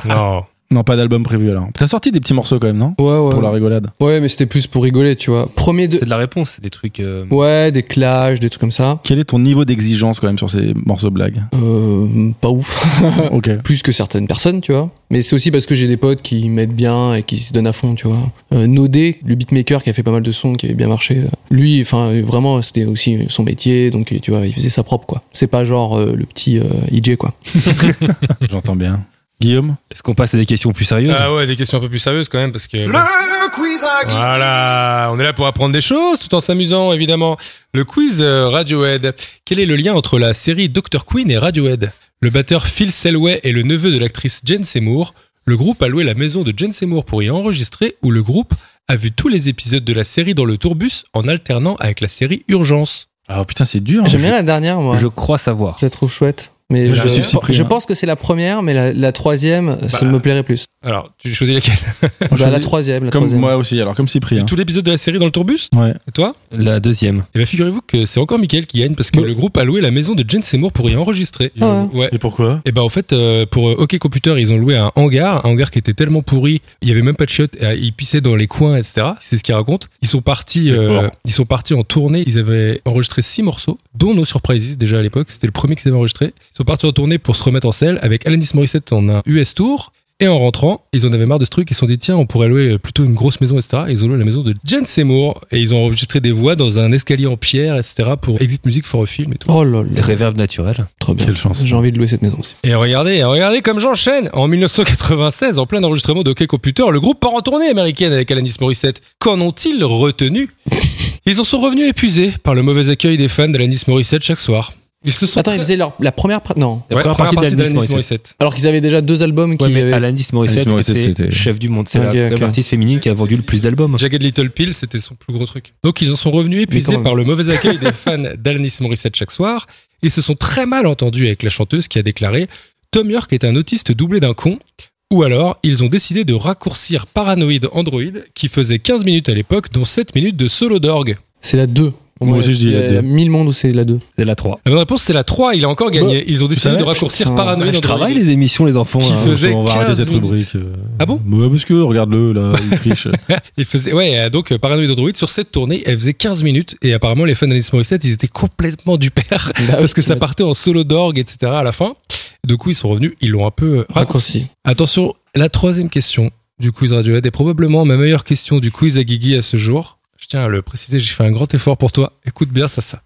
Speaker 2: Non.
Speaker 3: non, pas d'album prévu alors. T'as sorti des petits morceaux quand même, non
Speaker 4: Ouais,
Speaker 3: Pour la
Speaker 4: ouais.
Speaker 3: rigolade.
Speaker 4: Ouais, mais c'était plus pour rigoler, tu vois. Premier de.
Speaker 1: C'est de la réponse, c'est des trucs. euh,
Speaker 4: Ouais, des clashs, des trucs comme ça.
Speaker 3: Quel est ton niveau d'exigence quand même sur ces morceaux blagues
Speaker 4: Euh, pas ouf.
Speaker 3: Ok.
Speaker 4: plus que certaines personnes, tu vois. Mais c'est aussi parce que j'ai des potes qui mettent bien et qui se donnent à fond, tu vois. Euh, Nodé, le beatmaker qui a fait pas mal de sons, qui avait bien marché, euh, lui, enfin, euh, vraiment, c'était aussi son métier, donc euh, tu vois, il faisait sa propre, quoi. C'est pas genre euh, le petit euh, IJ, quoi.
Speaker 3: J'entends bien. Guillaume
Speaker 1: Est-ce qu'on passe à des questions plus sérieuses
Speaker 2: Ah ouais, des questions un peu plus sérieuses quand même, parce que. bon.
Speaker 5: Le quiz à Guigui.
Speaker 2: Voilà, on est là pour apprendre des choses tout en s'amusant évidemment. Le quiz euh, Radiohead. Quel est le lien entre la série Dr Queen et Radiohead Le batteur Phil Selway est le neveu de l'actrice Jane Seymour. Le groupe a loué la maison de Jane Seymour pour y enregistrer où le groupe a vu tous les épisodes de la série dans le tourbus en alternant avec la série Urgence.
Speaker 3: Ah putain, c'est dur.
Speaker 4: J'aime bien la dernière, moi. Je,
Speaker 1: Je crois savoir.
Speaker 4: la trouve chouette. Mais
Speaker 3: Moi,
Speaker 4: je,
Speaker 2: je suis
Speaker 4: je
Speaker 3: surpris, hein.
Speaker 4: pense que c'est la première, mais la, la troisième, ça
Speaker 2: Bah,
Speaker 4: me plairait plus.
Speaker 2: Alors, tu choisis laquelle hein
Speaker 3: Moi, je
Speaker 4: Bah, la
Speaker 3: choisis-
Speaker 4: troisième, la
Speaker 3: Comme
Speaker 4: troisième.
Speaker 3: moi aussi, alors comme Cyprien.
Speaker 2: Tout l'épisode de la série dans le tourbus
Speaker 3: Ouais.
Speaker 2: Et toi
Speaker 1: La deuxième.
Speaker 2: Eh bien, figurez-vous que c'est encore Michael qui gagne parce que
Speaker 4: Oh.
Speaker 2: le groupe a loué la maison de Jane Seymour pour y enregistrer.
Speaker 4: Ah
Speaker 2: ouais.
Speaker 3: Et pourquoi
Speaker 2: Et ben en fait euh, pour euh, OK Computer ils ont loué un hangar, un hangar qui était tellement pourri, il y avait même pas de chiottes, et, euh, ils pissaient dans les coins etc. C'est ce qu'ils racontent. Ils sont partis, euh,
Speaker 3: D'accord.
Speaker 2: ils sont partis en tournée, ils avaient enregistré six morceaux, dont No Surprises déjà à l'époque, c'était le premier qu'ils avaient enregistré. Ils sont partis en tournée pour se remettre en selle avec Alanis Morissette en un US tour. Et en rentrant, ils en avaient marre de ce truc. Ils se sont dit, tiens, on pourrait louer euh, plutôt une grosse maison, etc. Et ils ont loué la maison de Jane Seymour. Et ils ont enregistré des voix dans un escalier en pierre, etc. pour Exit Music for a Film et tout.
Speaker 4: Oh là là,
Speaker 1: Réverb naturel.
Speaker 4: trop bien.
Speaker 3: Quelle chance.
Speaker 4: J'ai envie de louer cette maison aussi.
Speaker 2: Et regardez, regardez comme j'enchaîne En 1996, en plein enregistrement de OK Computer, le groupe part en tournée américaine avec Alanis Morissette. Qu'en ont-ils retenu Ils en sont revenus épuisés par le mauvais accueil des fans d'Alanis Morissette chaque soir. Ils se sont
Speaker 4: Attends,
Speaker 2: très-
Speaker 4: ils faisaient leur, la première. pr- Non.
Speaker 1: La
Speaker 2: Ouais,
Speaker 1: première partie, d'Alanis Morissette.
Speaker 2: Morissette.
Speaker 4: Alors qu'ils avaient déjà deux albums qui euh,
Speaker 1: Ouais, mais
Speaker 4: avaient-
Speaker 1: Alanis Morissette,
Speaker 3: Alanis Morissette,
Speaker 1: était
Speaker 3: c'était-
Speaker 1: chef du monde. C'est
Speaker 4: Ok,
Speaker 1: la
Speaker 4: ok.
Speaker 1: comme artiste féminine qui a vendu le plus d'albums.
Speaker 2: Jagged Little Pill, c'était son plus gros truc. Donc ils en sont revenus
Speaker 4: quand
Speaker 2: épuisés
Speaker 4: même.
Speaker 2: par le mauvais accueil des fans d'Alanis Morissette chaque soir. Ils se sont très mal entendus avec la chanteuse qui a déclaré Tom York est un autiste doublé d'un con. Ou alors, ils ont décidé de raccourcir Paranoid Android, qui faisait 15 minutes à l'époque, dont 7 minutes de solo d'orgue.
Speaker 4: C'est la 2.
Speaker 3: Moi aussi, je dis la
Speaker 4: Il y a
Speaker 3: deux.
Speaker 4: mille mondes où c'est la 2.
Speaker 1: C'est la 3.
Speaker 2: La bonne réponse, c'est la 3, il a encore gagné. Ils ont décidé
Speaker 3: ça
Speaker 2: de
Speaker 3: va,
Speaker 2: raccourcir
Speaker 4: Bah, putain.
Speaker 2: Paranoid
Speaker 1: Ah, je
Speaker 2: Android.
Speaker 1: travaille les émissions, les enfants.
Speaker 2: Qui
Speaker 1: hein.
Speaker 2: faisait
Speaker 3: on va
Speaker 2: 15
Speaker 3: arrêter cette
Speaker 2: minutes.
Speaker 3: rubrique. euh.
Speaker 2: Ah bon
Speaker 3: Ouais, parce que regarde-le là, il triche.
Speaker 2: Il faisait, ouais, euh, donc euh, Paranoid Android, sur cette tournée, elle faisait 15 minutes, et apparemment, les fans d'Alanis Morissette, ils étaient complètement du père.
Speaker 4: Ah
Speaker 2: parce que ça partait en solo d'orgue, etc. à la fin. Du coup, ils sont revenus, ils l'ont un peu euh, raccourci.
Speaker 4: Raccourci.
Speaker 2: Attention, la troisième question du quiz Radiohead est probablement ma meilleure question du quiz à Guigui à ce jour. Je tiens à le préciser, j'ai fait un grand effort pour toi. Écoute bien ça, ça.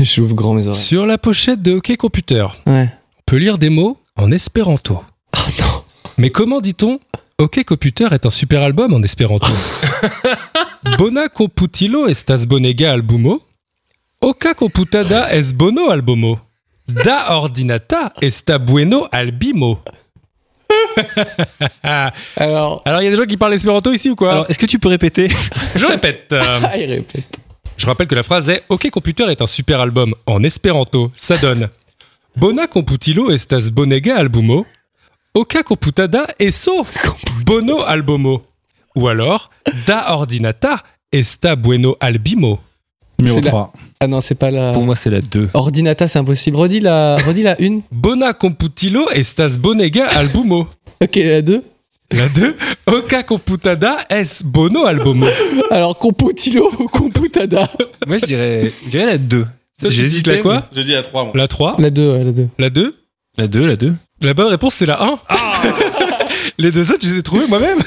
Speaker 4: J'ouvre grand mes oreilles.
Speaker 2: Sur la pochette de Hockey Computer,
Speaker 4: Ouais.
Speaker 2: on peut lire des mots en espéranto.
Speaker 4: Ah non.
Speaker 2: Mais comment dit-on Hockey Computer est un super album en espéranto. Bona computilo estas bonega albumo. Oka computada es bono albumo. Da ordinata esta bueno albimo.
Speaker 4: Alors.
Speaker 2: Alors, il y a des gens qui parlent espéranto ici ou quoi
Speaker 1: Alors, est-ce que tu peux répéter
Speaker 2: Je répète. euh,
Speaker 4: Ah, il répète.
Speaker 2: je rappelle que la phrase est OK Computer est un super album en espéranto. Ça donne Bona computilo estas bonega albumo. Oka computada eso bono albumo. Ou alors Da ordinata esta bueno albimo.
Speaker 3: Numéro
Speaker 4: C'est la-
Speaker 3: 3.
Speaker 4: Ah non, c'est pas la.
Speaker 1: Pour moi, c'est la 2.
Speaker 4: Ordinata, c'est impossible. Redis la, redis la 1.
Speaker 2: Bona computilo estas bonega albumo.
Speaker 4: Ok, la 2.
Speaker 2: La 2 Oka computada es bono albumo.
Speaker 4: Alors, Computilo ou Computada
Speaker 1: moi, je dirais, je dirais la 2.
Speaker 2: Toi, tu
Speaker 1: J'hésite
Speaker 2: dis la
Speaker 1: mais-
Speaker 2: quoi
Speaker 3: Je dis à 3.
Speaker 2: La 3
Speaker 4: La 2, ouais, la 2.
Speaker 2: La 2
Speaker 1: La 2, la 2.
Speaker 2: La bonne réponse c'est la 1. Les deux autres, je les ai trouvés moi-même.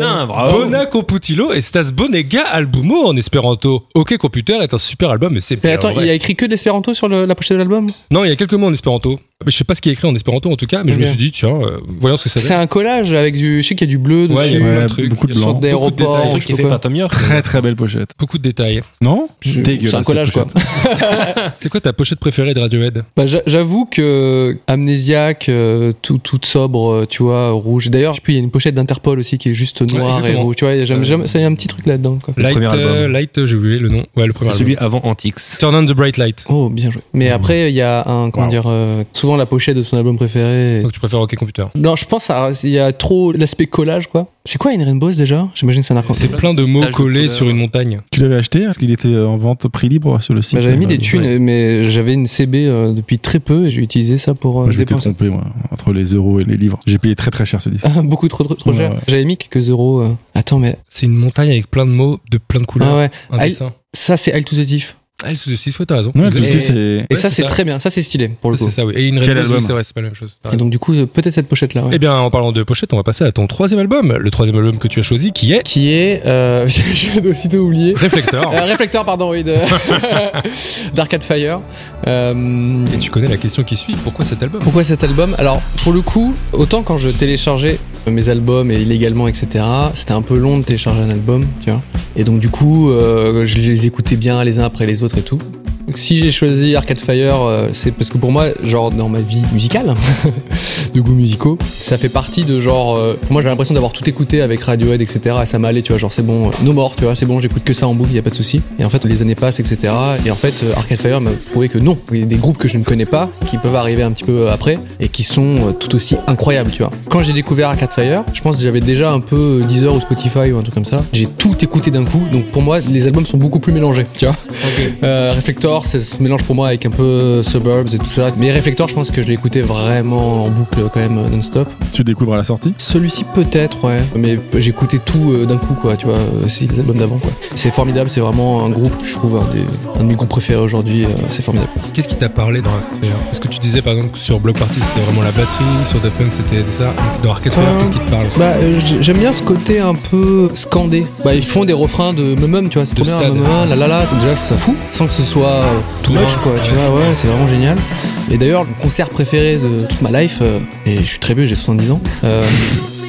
Speaker 1: Ah,
Speaker 2: Bona Computilo estas bonega albumo en espéranto. Ok Computer est un super album, mais c'est
Speaker 4: Mais
Speaker 2: pas
Speaker 4: attends,
Speaker 2: vrai.
Speaker 4: il y a écrit que de l'espéranto sur le- la pochette de l'album
Speaker 2: Non, il y a quelques mots en espéranto. Mais je sais pas ce qui est écrit en espéranto en tout cas, mais je me
Speaker 4: Ok.
Speaker 2: suis dit, tiens, euh, voyons ce que ça
Speaker 4: C'est
Speaker 2: fait.
Speaker 4: un collage avec du. Je sais qu'il y a du bleu dessus.
Speaker 2: Ouais, il y a plein de
Speaker 3: Ouais,
Speaker 2: trucs.
Speaker 3: beaucoup de
Speaker 2: Il y a
Speaker 3: blanc.
Speaker 2: beaucoup de
Speaker 4: D'aéroport,
Speaker 2: détails.
Speaker 1: un truc qui est
Speaker 4: je sais
Speaker 1: fait
Speaker 4: pas.
Speaker 1: par Tom York.
Speaker 3: Très très belle pochette.
Speaker 2: Beaucoup de détails.
Speaker 3: Non
Speaker 4: Je-
Speaker 3: Dégueulasse,
Speaker 4: C'est un collage
Speaker 3: cette
Speaker 4: quoi.
Speaker 3: pochette.
Speaker 2: C'est quoi ta pochette préférée de Radiohead
Speaker 4: Bah, j'a- j'avoue que amnésiaaque, euh, tout, toute sobre, euh, tu vois, rouge. D'ailleurs, puis il y a une pochette d'Interpol aussi qui est juste noire et
Speaker 2: exactement.
Speaker 4: rouge. Tu vois, il y a jamais-
Speaker 2: Euh,
Speaker 4: jamais- ça, il y a un petit truc là-dedans. Quoi.
Speaker 3: Mm.
Speaker 1: Le
Speaker 2: Light,
Speaker 1: premier
Speaker 2: euh,
Speaker 1: album.
Speaker 2: Light, euh, j'ai oublié le nom. Ouais, le premier
Speaker 1: C'est celui
Speaker 2: album.
Speaker 1: avant Antix.
Speaker 2: Turn on the bright light.
Speaker 4: Oh, bien joué. Mais
Speaker 3: Mm.
Speaker 4: après, il y a un, comment
Speaker 3: Wow.
Speaker 4: dire, euh, souvent la pochette de son album préféré.
Speaker 2: Donc tu préfères OK Computer.
Speaker 4: Non, je pense à- il y a trop l'aspect collage, quoi. C'est quoi une rainbow déjà J'imagine que c'est un arc-en-ciel.
Speaker 2: C'est plein de mots
Speaker 1: Tâche de
Speaker 2: collés
Speaker 1: couleur.
Speaker 2: sur une montagne.
Speaker 3: Tu l'avais acheté parce qu'il était euh, en vente prix libre sur le site.
Speaker 4: Bah, j'avais mis
Speaker 3: Euh,
Speaker 4: des thunes, mais j'avais une CB euh, depuis très peu et j'ai utilisé ça pour euh,
Speaker 3: Moi, je m'étais
Speaker 4: dépenser.
Speaker 3: trompé moi, entre les euros et les livres. J'ai payé très très cher ce disque.
Speaker 4: Ah, Beaucoup trop, trop, trop
Speaker 3: Ouais,
Speaker 4: cher.
Speaker 3: ouais.
Speaker 4: J'avais mis quelques euros. euh. Attends, mais.
Speaker 2: C'est une montagne avec plein de mots de plein de couleurs.
Speaker 4: Ah ouais.
Speaker 2: Un
Speaker 4: Ah,
Speaker 2: dessin.
Speaker 4: Ça, c'est High to the Thief.
Speaker 2: Ah, elle se fois, t'as raison.
Speaker 3: Ouais,
Speaker 2: Exact.
Speaker 3: tu sais,
Speaker 4: Et-
Speaker 3: c'est.
Speaker 4: Et
Speaker 2: Ouais,
Speaker 4: ça,
Speaker 2: c'est
Speaker 4: c'est
Speaker 2: ça.
Speaker 4: très bien. Ça, c'est stylé pour le coup.
Speaker 2: C'est ça, oui. Et une Red
Speaker 3: Quel
Speaker 2: Bull,
Speaker 3: album
Speaker 2: c'est vrai, c'est pas la même chose. T'as
Speaker 4: Et
Speaker 2: raison.
Speaker 4: donc, du coup, euh, peut-être cette pochette-là. ouais.
Speaker 2: Eh bien, en parlant de pochette, on va passer à ton troisième album. Le troisième album que tu as choisi qui est
Speaker 4: Qui est. euh, je viens d'aussitôt oublier.
Speaker 2: Réflecteur.
Speaker 4: Euh, Réflecteur, pardon, oui, de... d'Arcade Fire. Euh,
Speaker 2: Et tu connais la question qui suit, pourquoi cet album
Speaker 4: Pourquoi cet album Alors, pour le coup, autant quand je téléchargeais euh, mes albums et illégalement, etc., c'était un peu long de télécharger un album, tu vois. Et donc, du coup, euh, je les écoutais bien les uns après les autres et tout. Donc, si j'ai choisi Arcade Fire, euh, c'est parce que pour moi, genre dans ma vie musicale, de goûts musicaux, ça fait partie de genre. euh, pour moi, j'avais l'impression d'avoir tout écouté avec Radiohead, etc. Et ça m'allait, tu vois, genre c'est bon, euh, no more, tu vois, c'est bon, j'écoute que ça en boucle, y a pas de souci. Et en fait, les années passent, etc. Et en fait, euh, Arcade Fire m'a prouvé que non, il y a des groupes que je ne connais pas, qui peuvent arriver un petit peu après et qui sont euh, tout aussi incroyables, tu vois. Quand j'ai découvert Arcade Fire, je pense que j'avais déjà un peu euh, Deezer ou Spotify ou un truc comme ça. J'ai tout écouté d'un coup, donc pour moi, les albums sont beaucoup plus mélangés, tu vois. Euh, Reflector, ça se mélange pour moi avec un peu Suburbs et tout ça. Mais Reflector, je pense que je l'ai écouté vraiment en boucle quand même euh, non-stop.
Speaker 3: Tu découvres à la sortie
Speaker 4: Celui-ci peut-être, ouais. Mais j'écoutais tout euh, d'un coup, quoi, tu vois, euh, c'est les albums d'avant, quoi. C'est formidable, c'est vraiment un groupe, je trouve, un, des- un de mes groupes préférés aujourd'hui, euh, c'est formidable.
Speaker 2: Qu'est-ce qui t'a parlé dans Arcade Fire Parce que tu disais par exemple que sur Block Party c'était vraiment la batterie, sur Daft Punk c'était ça. Dans Arcade Fire,
Speaker 4: Euh,
Speaker 2: qu'est-ce qui te parle
Speaker 4: Bah, euh, j- j'aime bien ce côté un peu scandé. Bah, ils font des refrains de mum tu vois, c'est
Speaker 2: De
Speaker 4: trop bien,
Speaker 2: stade.
Speaker 4: mum la la la, déjà, je trouve ça fou, sans que ce soit euh, too much, quoi, tu vois, ouais, c'est vraiment génial. Et d'ailleurs, le concert préféré de toute ma life, euh, et je suis très vieux, j'ai 70 ans, euh,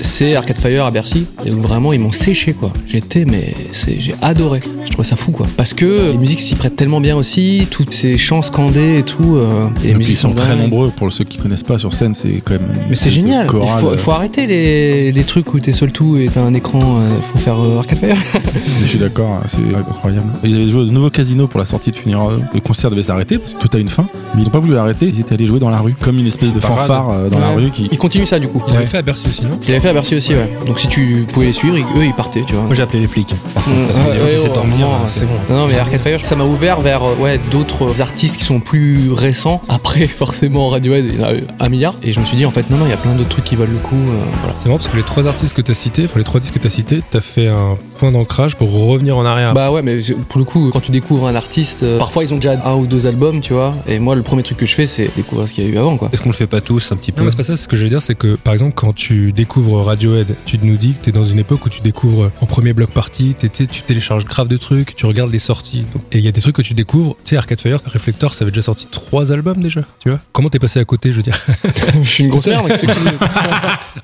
Speaker 4: c'est Arcade Fire à Bercy, et où vraiment ils m'ont séché, quoi. J'étais, mais c'est- j'ai adoré. Je trouvais ça fou, quoi. Parce que les musiques s'y prêtent tellement bien aussi, toutes ces chants scandés et tout. euh, et
Speaker 3: Et
Speaker 4: les
Speaker 3: puis,
Speaker 4: musiques
Speaker 3: ils sont très
Speaker 4: dingues.
Speaker 3: nombreux pour ceux qui connaissent pas sur scène, c'est quand même. une
Speaker 4: Mais c'est
Speaker 3: espèce de
Speaker 4: génial, il
Speaker 3: chorale,
Speaker 4: faut, faut arrêter les, les trucs où t'es seul tout et t'as un écran, euh, faut faire euh, Arcade Fire.
Speaker 3: euh, Je suis d'accord, c'est incroyable. Ils avaient joué au nouveau casino pour la sortie de Funeral. Le concert devait s'arrêter parce que tout a une fin, mais ils n'ont pas voulu l'arrêter. Ils étaient allés jouer dans la rue, comme une espèce de
Speaker 2: Parade.
Speaker 3: fanfare euh, dans la
Speaker 4: Ouais.
Speaker 3: rue qui.
Speaker 4: Ils continuent ça du coup.
Speaker 2: Il avait fait à Bercy aussi, non
Speaker 4: Il avait fait à Bercy aussi, ouais. Donc si tu pouvais les suivre, ils- eux ils partaient, tu vois.
Speaker 1: Moi j'ai appelé les flics. Par
Speaker 4: Mm,
Speaker 1: contre, parce que
Speaker 4: ouais,
Speaker 1: les
Speaker 4: ouais,
Speaker 1: gens qui
Speaker 4: ouais,
Speaker 1: s'étaient endormis,
Speaker 2: hein,
Speaker 4: non, c'est bon. Non, non, mais Arcade Fire, ça m'a ouvert vers euh, ouais, d'autres artistes qui sont plus récents. Après, forcément, Radiohead, il y en a eu un milliard. Et je me suis dit, en fait, non, non, il y a plein d'autres trucs qui valent le coup. euh, voilà.
Speaker 2: C'est marrant parce que les trois artistes que t'as cités, enfin les trois disques que t'as cités, t'as fait un point d'ancrage pour revenir en arrière.
Speaker 4: Bah ouais, mais c'est- pour le coup, quand tu découvres un artiste, euh, parfois ils ont déjà un ou deux albums, tu vois. Et moi, le premier truc que je fais, c'est découvrir ce qu'il y a eu avant, quoi.
Speaker 1: Est-ce qu'on le fait pas tous un petit
Speaker 2: Non,
Speaker 1: peu
Speaker 2: mais c'est pas ça, ce que je veux dire, c'est que par exemple, quand tu découvres Radiohead, tu nous dis que t'es dans une époque où tu découvres en premier bloc party, t'es- t'es- tu télécharges grave de trucs, tu regardes les sorties. donc- Et il y a des trucs que tu découvres, tu sais, Arcade Fire, Reflector, ça avait déjà sorti trois albums déjà, tu vois. Comment t'es passé à côté, je veux dire
Speaker 4: je suis une grosse merde, avec ce que tu dis.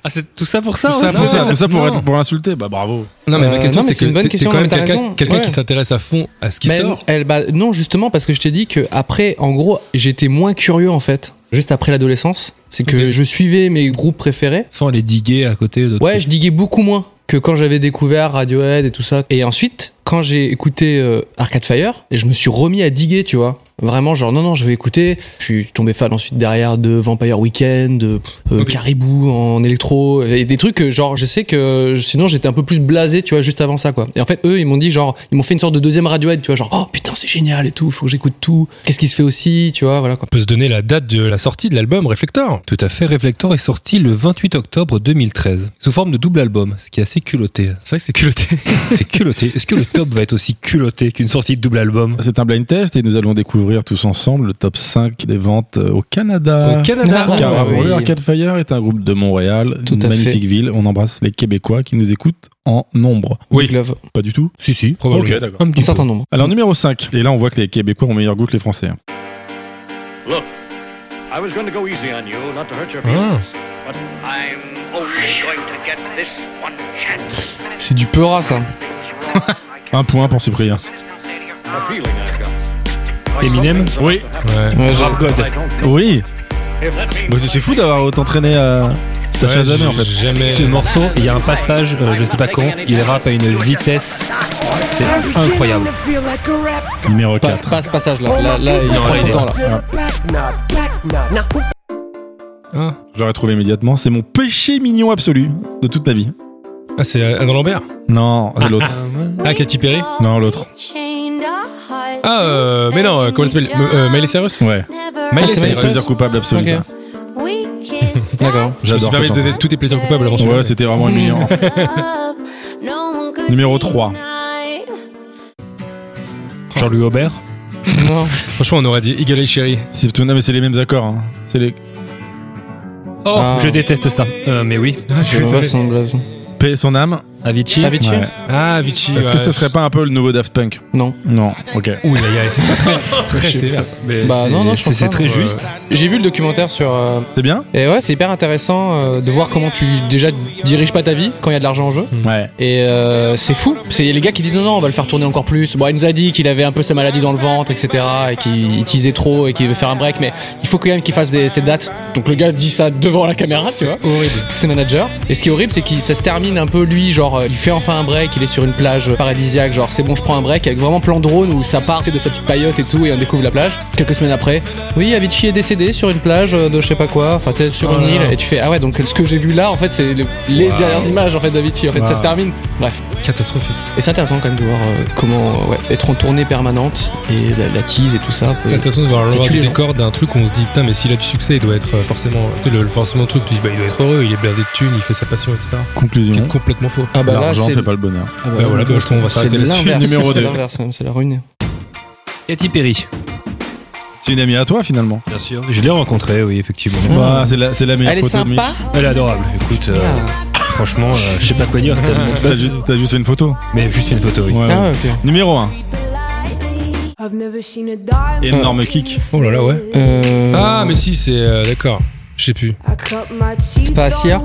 Speaker 1: Ah, c'est tout ça pour ça,
Speaker 3: Tout
Speaker 1: ouais.
Speaker 3: ça,
Speaker 2: non,
Speaker 3: pour ça,
Speaker 2: non,
Speaker 3: tout ça pour
Speaker 2: non.
Speaker 3: être pour l'insulter, bah bravo.
Speaker 2: Non, mais ma
Speaker 4: Euh,
Speaker 2: question,
Speaker 4: non, mais
Speaker 2: c'est
Speaker 4: c'est
Speaker 2: que
Speaker 4: une bonne
Speaker 2: t'es- t'es
Speaker 4: question,
Speaker 2: quand
Speaker 4: non,
Speaker 2: même
Speaker 4: mais t'as
Speaker 2: quelqu'un
Speaker 4: raison.
Speaker 2: quelqu'un
Speaker 4: Ouais.
Speaker 2: qui s'intéresse à fond à ce qui
Speaker 4: Mais elle-
Speaker 2: sort.
Speaker 4: elle- bah, non, justement, parce que je t'ai dit que après, en gros, j'étais moins curieux en fait, juste après l'adolescence. C'est que
Speaker 2: Ok.
Speaker 4: je suivais mes groupes préférés.
Speaker 1: Sans les diguer à côté de.
Speaker 4: Ouais, je diguais beaucoup moins que quand j'avais découvert Radiohead et tout ça. Et ensuite, quand j'ai écouté euh, Arcade Fire, et je me suis remis à diguer, tu vois. Vraiment, genre, non, non, je vais écouter. Je suis tombé fan ensuite derrière de Vampire Weekend, de euh,
Speaker 2: Ok.
Speaker 4: Caribou en électro, et des trucs, que, genre, je sais que sinon j'étais un peu plus blasé, tu vois, juste avant ça, quoi. Et en fait, eux, ils m'ont dit, genre, ils m'ont fait une sorte de deuxième Radiohead, tu vois, genre, oh putain, c'est génial et tout, faut que j'écoute tout. Qu'est-ce qui se fait aussi, tu vois, voilà, quoi.
Speaker 2: On peut se donner la date de la sortie de l'album Reflector.
Speaker 1: Tout à fait, Reflector est sorti le 28 octobre 2013, sous forme de double album, ce qui est assez culotté.
Speaker 2: C'est vrai que c'est culotté.
Speaker 1: C'est culotté. Est-ce que le top va être aussi culotté qu'une sortie de double album
Speaker 3: C'est un blind test et nous allons découvrir tous ensemble le top 5 des ventes euh, au Canada.
Speaker 2: Au Canada.
Speaker 4: Ah,
Speaker 3: Car
Speaker 4: bah oui.
Speaker 3: Roller Arcade Fire est un groupe de Montréal,
Speaker 4: Tout
Speaker 3: une
Speaker 4: à
Speaker 3: magnifique
Speaker 4: fait.
Speaker 3: ville. On embrasse les Québécois qui nous écoutent en nombre.
Speaker 2: Oui.
Speaker 4: Big Love,
Speaker 3: Pas du tout.
Speaker 1: Si, si,
Speaker 2: probablement.
Speaker 3: Ok, d'accord.
Speaker 1: Un
Speaker 4: un
Speaker 1: petit peu.
Speaker 4: certain nombre.
Speaker 3: hein. Alors numéro 5, et là on voit que les Québécois ont meilleur goût que les Français.
Speaker 6: I was going to go easy on you, not to hurt your
Speaker 2: Ah.
Speaker 6: feelings. But I'm only going to get this one chance.
Speaker 4: C'est du peura ça.
Speaker 3: Un point pour Cyprien.
Speaker 6: A feeling I've got. Like
Speaker 1: Eminem
Speaker 6: something's
Speaker 1: Oui.
Speaker 6: about to happen,
Speaker 2: Ouais.
Speaker 4: Ouais,
Speaker 1: Rap God.
Speaker 6: but I don't think-
Speaker 3: Oui.
Speaker 6: If that means-
Speaker 3: Bah, c'est- c'est fou d'avoir autant traîné à ta
Speaker 2: Ouais,
Speaker 3: Shazam,
Speaker 2: j'ai
Speaker 3: en fait.
Speaker 2: Jamais.
Speaker 1: Ce morceau, il y a un passage, euh, je sais pas quand, il rappe à une vitesse. C'est incroyable.
Speaker 3: Numéro
Speaker 4: Pas,
Speaker 3: quatre.
Speaker 4: pas ce passage là. Là, là, il
Speaker 1: Non,
Speaker 4: prend
Speaker 1: là,
Speaker 4: son
Speaker 1: il est-
Speaker 4: temps là.
Speaker 2: Ah,
Speaker 3: Je l'aurais trouvé immédiatement. C'est mon péché mignon absolu de toute ma vie.
Speaker 2: Ah, c'est euh, Adam Lambert
Speaker 3: Non, c'est l'autre.
Speaker 2: Ah, Katy Perry
Speaker 3: Non, l'autre.
Speaker 2: Ah, euh, mais non, euh, comment elle s'appelle M- euh, Miley Cyrus Ah,
Speaker 3: Ouais.
Speaker 2: Miley
Speaker 3: C'est
Speaker 4: c'est Miley
Speaker 3: un
Speaker 2: Cyrus.
Speaker 4: Cyrus.
Speaker 3: plaisir coupable absolu.
Speaker 4: Ok.
Speaker 3: ça.
Speaker 4: D'accord.
Speaker 2: Je me suis
Speaker 3: J'adore.
Speaker 2: permis de
Speaker 3: cette chanson.
Speaker 2: donner tous tes plaisirs coupables avant celui-là.
Speaker 3: Ouais, c'était vraiment humiliant.
Speaker 4: Mm.
Speaker 3: Numéro
Speaker 7: Numéro
Speaker 3: trois.
Speaker 7: 3.
Speaker 1: Jean-Louis Aubert
Speaker 4: Non.
Speaker 2: Franchement, on aurait dit Eagle Eye Cherry.
Speaker 3: C'est tout- non, mais c'est les mêmes accords. hein. C'est les
Speaker 1: Oh,
Speaker 4: Ah.
Speaker 1: je déteste ça. Euh, mais oui.
Speaker 4: Je vois son blaze.
Speaker 3: paix et son âme.
Speaker 1: Avicii
Speaker 4: Avicii
Speaker 3: Ouais.
Speaker 2: Ah, Vichy.
Speaker 3: Est-ce que ce serait pas un peu le nouveau Daft Punk
Speaker 4: Non.
Speaker 3: Non. Ok.
Speaker 2: Ouh, là, là, c'est très, très
Speaker 1: Je sais
Speaker 2: sévère ça.
Speaker 1: Mais
Speaker 4: Bah,
Speaker 1: c'est-
Speaker 4: non, non, je
Speaker 1: c'est
Speaker 4: pense
Speaker 1: c'est
Speaker 4: pas.
Speaker 1: très
Speaker 2: Ouais.
Speaker 1: juste.
Speaker 4: J'ai vu le documentaire sur. euh,
Speaker 3: C'est bien
Speaker 4: Et ouais, c'est hyper intéressant euh, de voir comment tu déjà diriges pas ta vie quand il y a de l'argent en jeu.
Speaker 3: Ouais.
Speaker 4: Et euh, c'est fou. C'est les gars qui disent non, non, on va le faire tourner encore plus. Bon, il nous a dit qu'il avait un peu sa maladie dans le ventre, etc. Et qu'il teasait trop et qu'il veut faire un break. Mais il faut quand même qu'il fasse des, ses dates. Donc le gars dit ça devant la caméra, tu vois. Horrible. Tous ses managers. Et ce qui est horrible, c'est que ça se termine un peu lui, genre euh, il fait enfin un break, il est sur une plage paradisiaque, genre c'est bon, je prends un break avec vraiment plan drone où ça part tu sais, de sa petite paillote et tout et on découvre la plage. Quelques semaines après, oui, Avicii est décédé sur une plage euh, de je sais pas quoi, enfin t'es sur une
Speaker 2: Oh là
Speaker 4: île
Speaker 2: là.
Speaker 4: et tu fais ah ouais, donc ce que j'ai vu là, en fait, c'est le- les dernières images en fait d'Avicii. En fait, ça se termine. Bref.
Speaker 2: Catastrophique.
Speaker 4: Et c'est intéressant quand même de voir euh, comment euh, ouais, être en tournée permanente et la, la tease et tout ça. peut-
Speaker 2: C'est hein. intéressant de voir
Speaker 4: Ça
Speaker 2: l'horreur
Speaker 4: tue
Speaker 2: du
Speaker 4: les gens.
Speaker 2: décor d'un truc où on se dit putain mais s'il a du succès il doit être euh, forcément tu sais, le, le forcément truc tu dis bah il doit être heureux il est blindé de thunes il fait sa passion etc qui est
Speaker 3: Conclusion.
Speaker 2: complètement faux
Speaker 4: Ah bah là,
Speaker 3: L'argent
Speaker 4: c'est.
Speaker 3: fait pas le bonheur.
Speaker 4: Ah bah
Speaker 2: Bah voilà, bah, je trouve qu'on va
Speaker 4: c'est
Speaker 2: s'arrêter là-dessus.
Speaker 4: l'inverse,
Speaker 3: Numéro
Speaker 4: c'est
Speaker 3: deux.
Speaker 4: l'inverse même, c'est la ruine.
Speaker 1: Katy Perry.
Speaker 3: C'est une amie à toi finalement.
Speaker 1: Bien sûr. Je l'ai rencontrée, oui, effectivement.
Speaker 3: Bah, c'est la, c'est la meilleure
Speaker 4: Elle est
Speaker 3: photo de
Speaker 4: sympa.
Speaker 1: Elle est adorable. Écoute, euh, franchement, euh, je sais pas quoi dire.
Speaker 3: Mich. T'as juste, t'as juste fait une photo.
Speaker 1: Mais juste une photo, oui.
Speaker 3: Ouais,
Speaker 4: Ah
Speaker 3: ouais.
Speaker 4: ouais, ok.
Speaker 3: Numéro 1. Énorme kick.
Speaker 2: oh là là ouais
Speaker 4: Euh,
Speaker 2: ah mais si c'est euh, d'accord je sais plus
Speaker 4: C'est pas Sia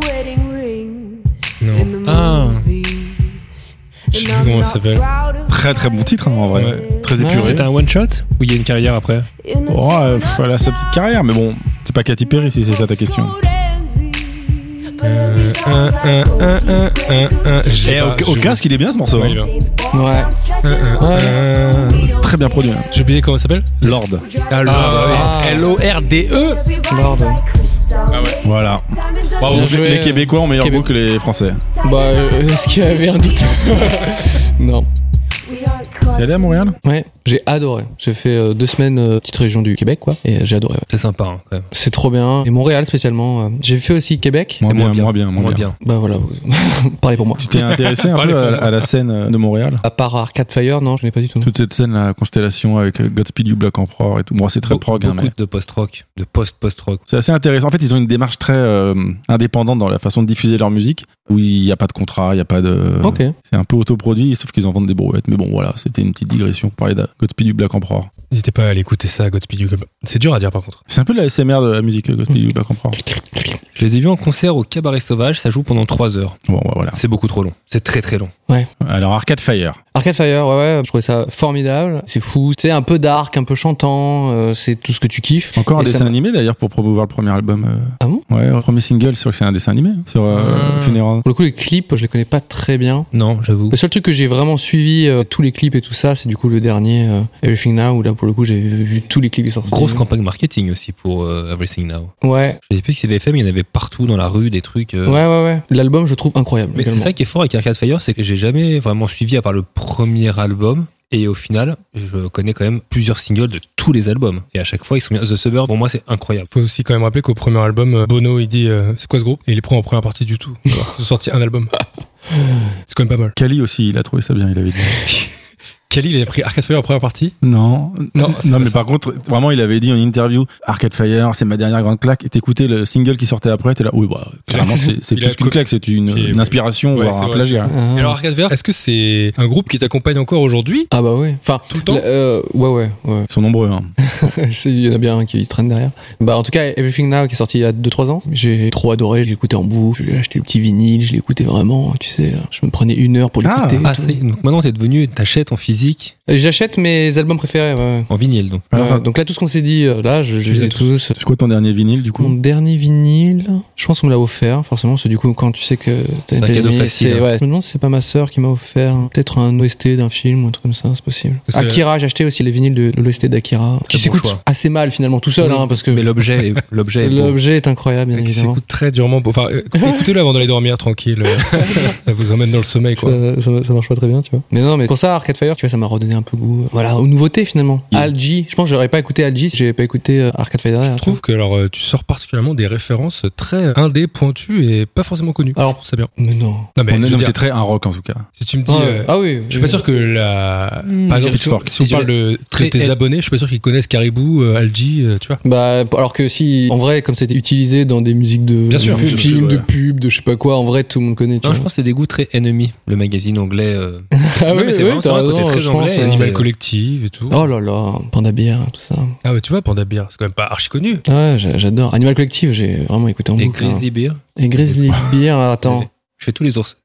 Speaker 2: non
Speaker 4: Ah.
Speaker 2: je sais plus comment ça s'appelle
Speaker 3: Très très bon titre hein, en vrai.
Speaker 2: Ouais.
Speaker 3: Très
Speaker 4: Ouais.
Speaker 3: épuré.
Speaker 1: C'est un one shot ou il y a une carrière après
Speaker 3: Oh, euh, pff, elle a sa petite carrière, mais bon, c'est pas Katy Perry si c'est ça ta question.
Speaker 2: Euh, un un
Speaker 3: euh,
Speaker 2: un un un un je
Speaker 1: Eh,
Speaker 2: l'ai
Speaker 3: Et au,
Speaker 2: pas,
Speaker 3: au
Speaker 2: j'ai
Speaker 3: casque, il est bien ce morceau.
Speaker 2: oublié. Ouais, il
Speaker 3: hein.
Speaker 2: va.
Speaker 4: Ouais.
Speaker 3: Euh,
Speaker 2: Un, un, un, un.
Speaker 3: Très bien produit. hein.
Speaker 2: j'ai oublié comment ça s'appelle
Speaker 3: Lord.
Speaker 2: ah, le-
Speaker 4: bah oui.
Speaker 2: L O R D E
Speaker 4: Lord.
Speaker 3: Ah Voilà. Bravo,
Speaker 4: Bien joué,
Speaker 3: les Québécois ont meilleur
Speaker 4: Québec.
Speaker 3: goût que les Français.
Speaker 4: Bah, euh, est-ce qu'il y avait un doute Non.
Speaker 3: T'es allé à Montréal
Speaker 4: Ouais, j'ai adoré. J'ai fait euh, deux semaines, euh, petite région du Québec, quoi. Et euh, j'ai adoré. ouais.
Speaker 1: C'est sympa, hein, quand même.
Speaker 4: C'est trop bien. Et Montréal spécialement. euh. J'ai fait aussi Québec.
Speaker 3: Moins
Speaker 1: C'est
Speaker 3: bien, moins bien,
Speaker 1: Moins bien.
Speaker 4: Bah voilà, vous- parlez pour moi.
Speaker 3: Tu t'es intéressé un
Speaker 2: Parlez
Speaker 3: peu
Speaker 2: pour
Speaker 3: à,
Speaker 2: moi.
Speaker 3: à la scène de Montréal
Speaker 4: À part Arcade Fire, non, je n'ai pas du tout.
Speaker 3: Toute cette scène, la constellation avec euh, Godspeed You Black Emperor et tout. Bon, c'est très
Speaker 1: Be-
Speaker 3: prog, hein,
Speaker 1: Beaucoup
Speaker 3: mais.
Speaker 1: de post-rock, de post-post-rock.
Speaker 3: C'est assez intéressant. En fait, ils ont une démarche très euh, indépendante dans la façon de diffuser leur musique, où il n'y a pas de contrat, il n'y a pas de.
Speaker 4: Ok.
Speaker 3: C'est un peu autoproduit, sauf qu'ils en vendent des brouettes. Mais bon, voilà, c'était une petite digression pour parler de Godspeed You Black Emperor.
Speaker 2: n'hésitez pas à aller écouter ça Godspeed You Globe. c'est dur à dire par contre
Speaker 3: C'est un peu de la SMR de la musique euh, Godspeed You Black Emperor.
Speaker 1: Je les ai vus en concert au Cabaret Sauvage, ça joue pendant 3 heures.
Speaker 3: Bon, bah,
Speaker 2: Ah.
Speaker 3: voilà.
Speaker 1: C'est beaucoup trop long. C'est très très long.
Speaker 3: Alors, Arcade Fire.
Speaker 4: Arcade Fire, ouais, ouais, je trouvais ça formidable. C'est fou. C'est un peu dark, un peu chantant. euh, c'est tout ce que tu kiffes.
Speaker 3: Encore un
Speaker 4: Et ça
Speaker 3: dessin
Speaker 4: m'a-
Speaker 3: animé d'ailleurs pour promouvoir le premier album. euh.
Speaker 4: Ah bon
Speaker 3: Ouais, le premier single, c'est sûr que c'est un dessin animé. hein, Sur euh,
Speaker 2: Ah.
Speaker 3: Funeral.
Speaker 4: Pour le coup, les clips, je les connais pas très bien.
Speaker 1: Non, j'avoue.
Speaker 4: Le seul truc que j'ai vraiment suivi, euh, tous les clips et tout ça, c'est du coup le dernier euh, Everything Now, où là pour le coup j'ai vu tous les clips qui sont sortis.
Speaker 1: Grosse campagne marketing aussi pour euh, Everything Now.
Speaker 4: Ouais,
Speaker 1: Je sais plus que c'est VFM, il y en avait partout dans la rue des trucs. euh,
Speaker 4: ouais, ouais, ouais. L'album, je trouve incroyable.
Speaker 1: Mais c'est
Speaker 4: également.
Speaker 1: ça qui est fort avec Arcade Fire, c'est que j'ai jamais vraiment suivi à part le premier album. Et au final, je connais quand même plusieurs singles de tous les albums. Et à chaque fois, ils sont bien. The Suburb, pour moi, c'est incroyable.
Speaker 2: Faut aussi quand même rappeler qu'au premier album, euh, Bono, il dit euh, c'est quoi ce groupe Et il les prend en première partie du tout. Alors, Ils ont sorti un album. C'est quand même pas mal.
Speaker 3: Kali aussi, il a trouvé ça bien, il avait dit.
Speaker 2: Kali, il a pris Arcade Fire en première partie.
Speaker 3: Non,
Speaker 2: Non,
Speaker 3: non,
Speaker 2: c'est pas
Speaker 3: mais
Speaker 2: ça.
Speaker 3: par contre, vraiment, il avait dit en interview Arcade Fire, c'est ma dernière grande claque. Et t'écoutais le single qui sortait après, t'es là, oui, bah, clairement, c'est c'est
Speaker 2: Il a
Speaker 3: plus qu'une
Speaker 2: copié-
Speaker 3: claque, c'est une,
Speaker 2: Qui est-
Speaker 3: une inspiration,
Speaker 2: Ouais,
Speaker 3: voire
Speaker 2: c'est
Speaker 3: un
Speaker 2: vrai,
Speaker 3: plagiat.
Speaker 4: Ah.
Speaker 2: Et alors, Arcade Fire, est-ce que c'est un groupe qui t'accompagne encore aujourd'hui
Speaker 4: Ah bah ouais. Enfin,
Speaker 2: Tout le temps
Speaker 4: la- euh, Ouais, ouais, ouais.
Speaker 3: Ils sont nombreux, hein.
Speaker 4: C'est- Il y en a bien un qui traîne derrière. Bah en tout cas, Everything Now qui est sorti il y a 2-3 ans, j'ai trop adoré, je l'écoutais en boucle, j'ai acheté le petit vinyle, je l'écoutais vraiment, tu sais, je me prenais une heure pour
Speaker 3: Ah,
Speaker 4: l'écouter. et
Speaker 1: Ah,
Speaker 4: tout.
Speaker 1: c'est- donc maintenant t'es devenu, t'achètes en physique,
Speaker 4: J'achète mes albums préférés. ouais, ouais.
Speaker 1: en vinyle donc.
Speaker 3: Alors,
Speaker 4: Ouais,
Speaker 3: attends,
Speaker 4: donc là, tout ce qu'on s'est dit, euh, là, je, je les ai tous.
Speaker 3: C'est quoi ton dernier vinyle, du
Speaker 4: Mon
Speaker 3: coup
Speaker 4: dernier vinyle, je pense qu'on me l'a offert, forcément, parce que du coup, quand tu sais que t'as
Speaker 1: un
Speaker 4: t'as
Speaker 1: cadeau
Speaker 4: aimé,
Speaker 1: facile,
Speaker 4: c'est-
Speaker 1: hein.
Speaker 4: Ouais. Je me demande si c'est pas ma sœur qui m'a offert hein, peut-être un OST d'un film ou un truc comme ça, c'est possible.
Speaker 2: C'est la-
Speaker 4: Akira, j'ai acheté aussi les vinyles de l'OST d'Akira. Qui
Speaker 1: bon
Speaker 4: s'écoute
Speaker 1: choix.
Speaker 4: assez mal finalement tout seul,
Speaker 1: Oui,
Speaker 4: hein, parce que
Speaker 1: Mais l'objet, est- l'objet. est beau.
Speaker 4: l'objet est incroyable, bien
Speaker 2: Qui
Speaker 4: évidemment.
Speaker 2: s'écoute très durement. pour- Enfin, euh, écoutez-le avant d'aller dormir tranquille. ça vous emmène dans le sommeil, quoi.
Speaker 4: Ça, ça- ça marche pas très bien, tu vois. Mais non, mais pour ça, Arcade Fire, tu vois, ça m'a redonné un peu goût. euh, Voilà, aux nouveautés finalement.
Speaker 3: Yeah.
Speaker 4: Algie, je pense que j'aurais pas écouté Algie si j'avais pas écouté euh, Arcade Fire. derrière,
Speaker 2: Je
Speaker 4: tu vois.
Speaker 2: trouve que alors euh, tu sors particulièrement des références très indé, pointues et pas forcément connues.
Speaker 4: Alors-
Speaker 2: Je trouve ça bien.
Speaker 4: Mais non.
Speaker 2: Non mais
Speaker 3: On
Speaker 2: je
Speaker 3: est-
Speaker 2: veux
Speaker 3: non,
Speaker 2: dire,
Speaker 3: C'est très un rock, en tout cas.
Speaker 2: si tu me dis,
Speaker 4: Ah,
Speaker 2: euh,
Speaker 4: ah oui.
Speaker 2: je suis pas sûr que la. Par exemple, si on-
Speaker 3: Pitchfork.
Speaker 2: si on parle de
Speaker 1: Très-
Speaker 2: tes
Speaker 1: elle-
Speaker 2: abonnés, je suis pas sûr qu'ils connaissent Caribou, euh, Algie, euh, tu vois.
Speaker 4: Bah, alors que si, en vrai, comme c'était utilisé dans des musiques de,
Speaker 2: Bien sûr,
Speaker 4: de
Speaker 2: bien sûr,
Speaker 4: films,
Speaker 3: ouais.
Speaker 4: de pubs, de je sais pas quoi, en vrai, tout le monde connaît. Tu
Speaker 1: Non, je
Speaker 4: vois.
Speaker 1: pense que c'est des goûts très ennemis, le magazine anglais. euh.
Speaker 4: Ah
Speaker 1: Non,
Speaker 4: oui,
Speaker 1: mais c'est
Speaker 4: oui,
Speaker 1: vraiment, c'est
Speaker 4: t'as
Speaker 1: un côté
Speaker 4: raison,
Speaker 1: très
Speaker 4: je
Speaker 1: anglais,
Speaker 4: pense,
Speaker 1: et
Speaker 4: ouais.
Speaker 1: animal
Speaker 2: Animal Collective et tout.
Speaker 4: Oh là là, Panda Bière, tout ça.
Speaker 2: Ah ouais, tu vois, Panda Bear, c'est quand même pas archi connu.
Speaker 4: Ah Ouais, j'a- j'adore. Animal Collective, j'ai vraiment écouté en
Speaker 1: Et
Speaker 4: boucle. hein.
Speaker 1: Grizzly Beer.
Speaker 4: Et Grizzly Beer, attends.
Speaker 1: Je fais tous les ours.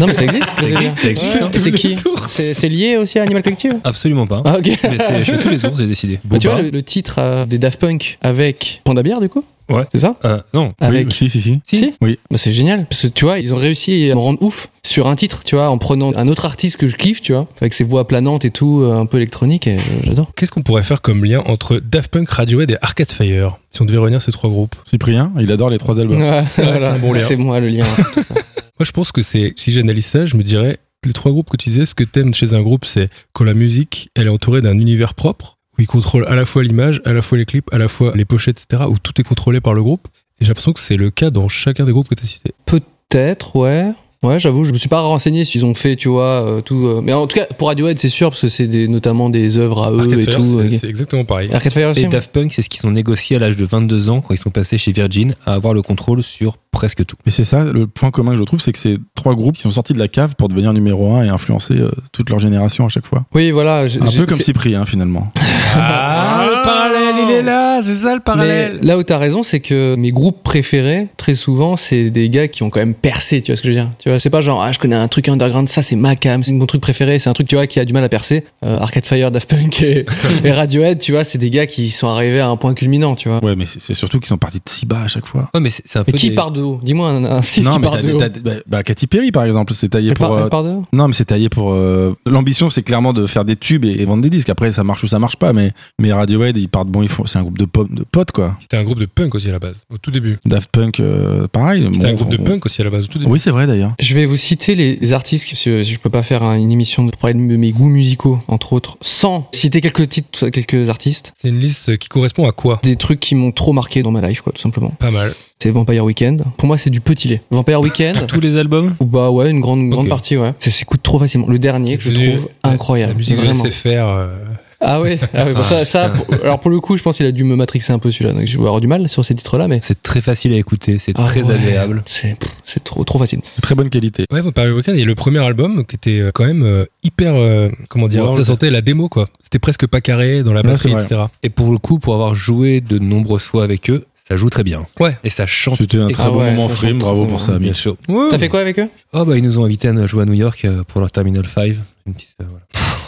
Speaker 4: Non, mais ça existe, Grizzly Beer.
Speaker 1: existe, ça existe,
Speaker 4: Ouais,
Speaker 1: hein.
Speaker 4: C'est
Speaker 1: Tous
Speaker 4: qui
Speaker 1: les sources.
Speaker 4: C'est c'est lié aussi à Animal Collective
Speaker 1: Absolument pas.
Speaker 4: Ah, ok.
Speaker 1: Mais c'est- je fais tous les ours, j'ai décidé.
Speaker 4: Bah, tu vois le, le titre euh, des Daft Punk avec Panda Bear du coup
Speaker 1: Ouais.
Speaker 4: C'est ça
Speaker 1: Euh, non.
Speaker 4: Avec
Speaker 3: Oui, si, si, si.
Speaker 4: Si,
Speaker 3: Oui.
Speaker 4: Bah, c'est génial parce que tu vois ils ont réussi à me rendre ouf sur un titre tu vois en prenant un autre artiste que je kiffe tu vois avec ses voix planantes et tout euh, un peu électronique et je- j'adore.
Speaker 2: Qu'est-ce qu'on pourrait faire comme lien entre Daft Punk, Radiohead et Arcade Fire Si on devait revenir ces trois groupes.
Speaker 3: Cyprien, il adore les trois albums.
Speaker 4: Ouais, voilà.
Speaker 2: c'est un bon lien.
Speaker 4: C'est moi le lien. tout ça.
Speaker 2: Moi, je pense que c'est, si j'analyse ça, je me dirais, les trois groupes que tu disais, ce que t'aimes chez un groupe, c'est que la musique, elle est entourée d'un univers propre, où ils contrôlent à la fois l'image, à la fois les clips, à la fois les pochettes, etc., où tout est contrôlé par le groupe. Et j'ai l'impression que c'est le cas dans chacun des groupes que t'as cités.
Speaker 4: Peut-être ouais. Ouais, j'avoue, je me suis pas renseigné s'ils ont fait, tu vois, euh, tout. euh, Mais en tout cas, pour Radiohead, c'est sûr, parce que c'est des, notamment des œuvres à eux
Speaker 2: Arcade
Speaker 4: et
Speaker 2: Fire,
Speaker 4: tout.
Speaker 2: c'est,
Speaker 4: euh,
Speaker 2: c'est exactement pareil.
Speaker 4: Arcade Fire aussi.
Speaker 1: Et Daft Punk, c'est ce qu'ils ont négocié à l'âge de 22 ans quand ils sont passés chez Virgin à avoir le contrôle sur presque tout.
Speaker 3: Et c'est ça, le point commun que je trouve, c'est que c'est trois groupes qui sont sortis de la cave pour devenir numéro un et influencer euh, toute leur génération à chaque fois.
Speaker 4: Oui, voilà. j'ai-
Speaker 3: Un
Speaker 4: j'ai-
Speaker 3: peu comme
Speaker 4: c'est-
Speaker 3: Cyprien, hein, finalement.
Speaker 2: Ah, le parallèle, il est là, c'est ça le
Speaker 4: Mais là où t'as raison, c'est que mes groupes préférés, très souvent, c'est des gars qui ont quand même percé, tu vois ce que je veux dire Tu vois, c'est pas genre, ah, je connais un truc underground, ça c'est ma cam, c'est mon truc préféré, c'est un truc, tu vois, qui a du mal à percer. Euh, Arcade Fire, Daft Punk et, et Radiohead, tu vois, c'est des gars qui sont arrivés à un point culminant, tu vois.
Speaker 3: Ouais, mais c'est c'est surtout qu'ils sont partis de si bas à chaque fois.
Speaker 1: Ouais, mais c'est c'est un
Speaker 4: Mais
Speaker 1: peu.
Speaker 4: qui
Speaker 1: des-
Speaker 4: part de haut Dis-moi un, un six
Speaker 3: non,
Speaker 4: qui
Speaker 3: mais
Speaker 4: part
Speaker 3: t'as-
Speaker 4: de haut.
Speaker 3: t'as- bah, bah, Katy Perry, par exemple, c'est taillé
Speaker 4: Elle part,
Speaker 3: pour. euh,
Speaker 4: elle part de haut
Speaker 3: non, mais c'est taillé pour. euh, L'ambition, c'est clairement de faire des tubes et, et vendre des disques. Après, ça marche ou ça marche pas, mais, mais Radiohead, ils partent bon, ils font. C'est un groupe de, pop- de potes, quoi.
Speaker 2: C'était un groupe de punk aussi à la base, au tout début.
Speaker 3: Daft Punk, euh, pareil.
Speaker 2: C'était
Speaker 3: Bon,
Speaker 2: un groupe de
Speaker 3: on-
Speaker 2: punk aussi à la base, au tout début.
Speaker 3: Oui, c'est vrai d'ailleurs.
Speaker 4: Je vais vous citer les, les artistes, parce que je peux pas faire un- une émission pour parler de mes goûts musicaux, entre autres, sans citer quelques titres, quelques artistes.
Speaker 2: C'est une liste euh, qui correspond à quoi
Speaker 4: Des trucs qui m'ont trop marqué dans ma life, quoi, tout simplement.
Speaker 2: Pas mal.
Speaker 4: C'est Vampire Weekend. Pour moi, c'est du petit lait. Vampire Weekend.
Speaker 1: Tous les albums
Speaker 4: ou bah ouais, une grande, une grande
Speaker 1: Ok.
Speaker 4: partie, ouais. Ça s'écoute trop facilement. Le dernier que je
Speaker 2: C'est-
Speaker 4: trouve
Speaker 2: la-
Speaker 4: incroyable.
Speaker 2: La musique de
Speaker 4: vraiment.
Speaker 2: SFR. euh,
Speaker 4: Ah ouais, ah ouais, bah ça, ça, pour- alors pour le coup, je pense qu'il a dû me matrixer un peu celui-là. Donc je vais avoir du mal sur ces titres-là, mais
Speaker 1: C'est très facile à écouter, c'est
Speaker 4: Ah
Speaker 1: très
Speaker 4: ouais.
Speaker 1: agréable.
Speaker 4: c'est pff, c'est trop, trop facile.
Speaker 3: De très bonne qualité.
Speaker 2: Ouais, Vampire Weekend et le premier album qui était euh, quand même euh, hyper euh, comment dire,
Speaker 1: World.
Speaker 2: ça sentait la démo quoi. C'était presque pas carré dans la
Speaker 3: Ouais,
Speaker 2: batterie
Speaker 3: c'est
Speaker 2: etc.
Speaker 3: vrai.
Speaker 1: Et pour le coup, pour avoir joué de nombreuses fois avec eux, ça joue très bien.
Speaker 2: Ouais.
Speaker 1: Et ça chante.
Speaker 3: C'était un très
Speaker 4: Ah
Speaker 3: bon
Speaker 4: ouais,
Speaker 3: moment
Speaker 4: ça
Speaker 3: frime,
Speaker 4: chante
Speaker 3: bravo
Speaker 4: très
Speaker 3: pour
Speaker 4: bien.
Speaker 3: ça,
Speaker 1: Bien
Speaker 3: bien
Speaker 1: sûr.
Speaker 4: T'as fait quoi avec eux
Speaker 1: Oh bah ils nous ont invités à jouer à New York euh, pour leur Terminal 5. Une petite, euh, voilà.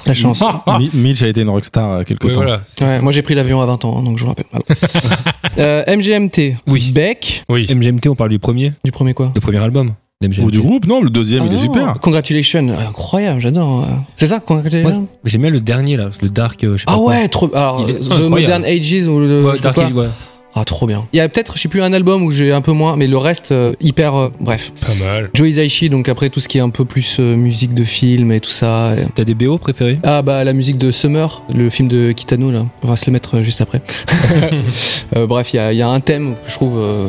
Speaker 4: La chance.
Speaker 3: Mi- Mitch a été une rockstar euh, quelque
Speaker 2: Ouais,
Speaker 3: temps.
Speaker 2: voilà.
Speaker 4: Ah Ouais, moi j'ai pris l'avion à 20 ans, hein, donc je vous rappelle. Voilà. Euh, MGMT.
Speaker 1: Oui.
Speaker 4: Beck.
Speaker 2: Oui.
Speaker 1: MGMT, on parle du premier,
Speaker 4: Du premier quoi
Speaker 1: le premier album d'MGMT.
Speaker 3: Ou
Speaker 4: Oh,
Speaker 3: du groupe, non, le deuxième, il est
Speaker 4: Ah,
Speaker 3: super.
Speaker 4: Congratulations. Incroyable, j'adore. hein. C'est ça, Congratulations
Speaker 1: Ouais, J'aime bien le dernier là, le Dark, euh, je sais pas
Speaker 4: Ah
Speaker 1: quoi.
Speaker 4: ouais, trop. Alors,
Speaker 1: Il est
Speaker 4: The
Speaker 1: incroyable.
Speaker 4: Modern Ages ou le.
Speaker 1: Ouais,
Speaker 4: je sais
Speaker 1: Dark
Speaker 4: pas.
Speaker 1: Age, ouais.
Speaker 4: Ah, trop bien. Il y a peut-être, je sais plus, un album où j'ai un peu moins, mais le reste, euh, hyper. euh, bref.
Speaker 2: Pas mal.
Speaker 4: Joe Hisaishi, donc après tout ce qui est un peu plus euh, musique de film et tout ça. et-
Speaker 1: T'as des BO préférés
Speaker 4: Ah, bah la musique de Summer, le film de Kitano, là. On va se le mettre euh, juste après. Euh, bref, il y a, il y a un thème que je trouve euh,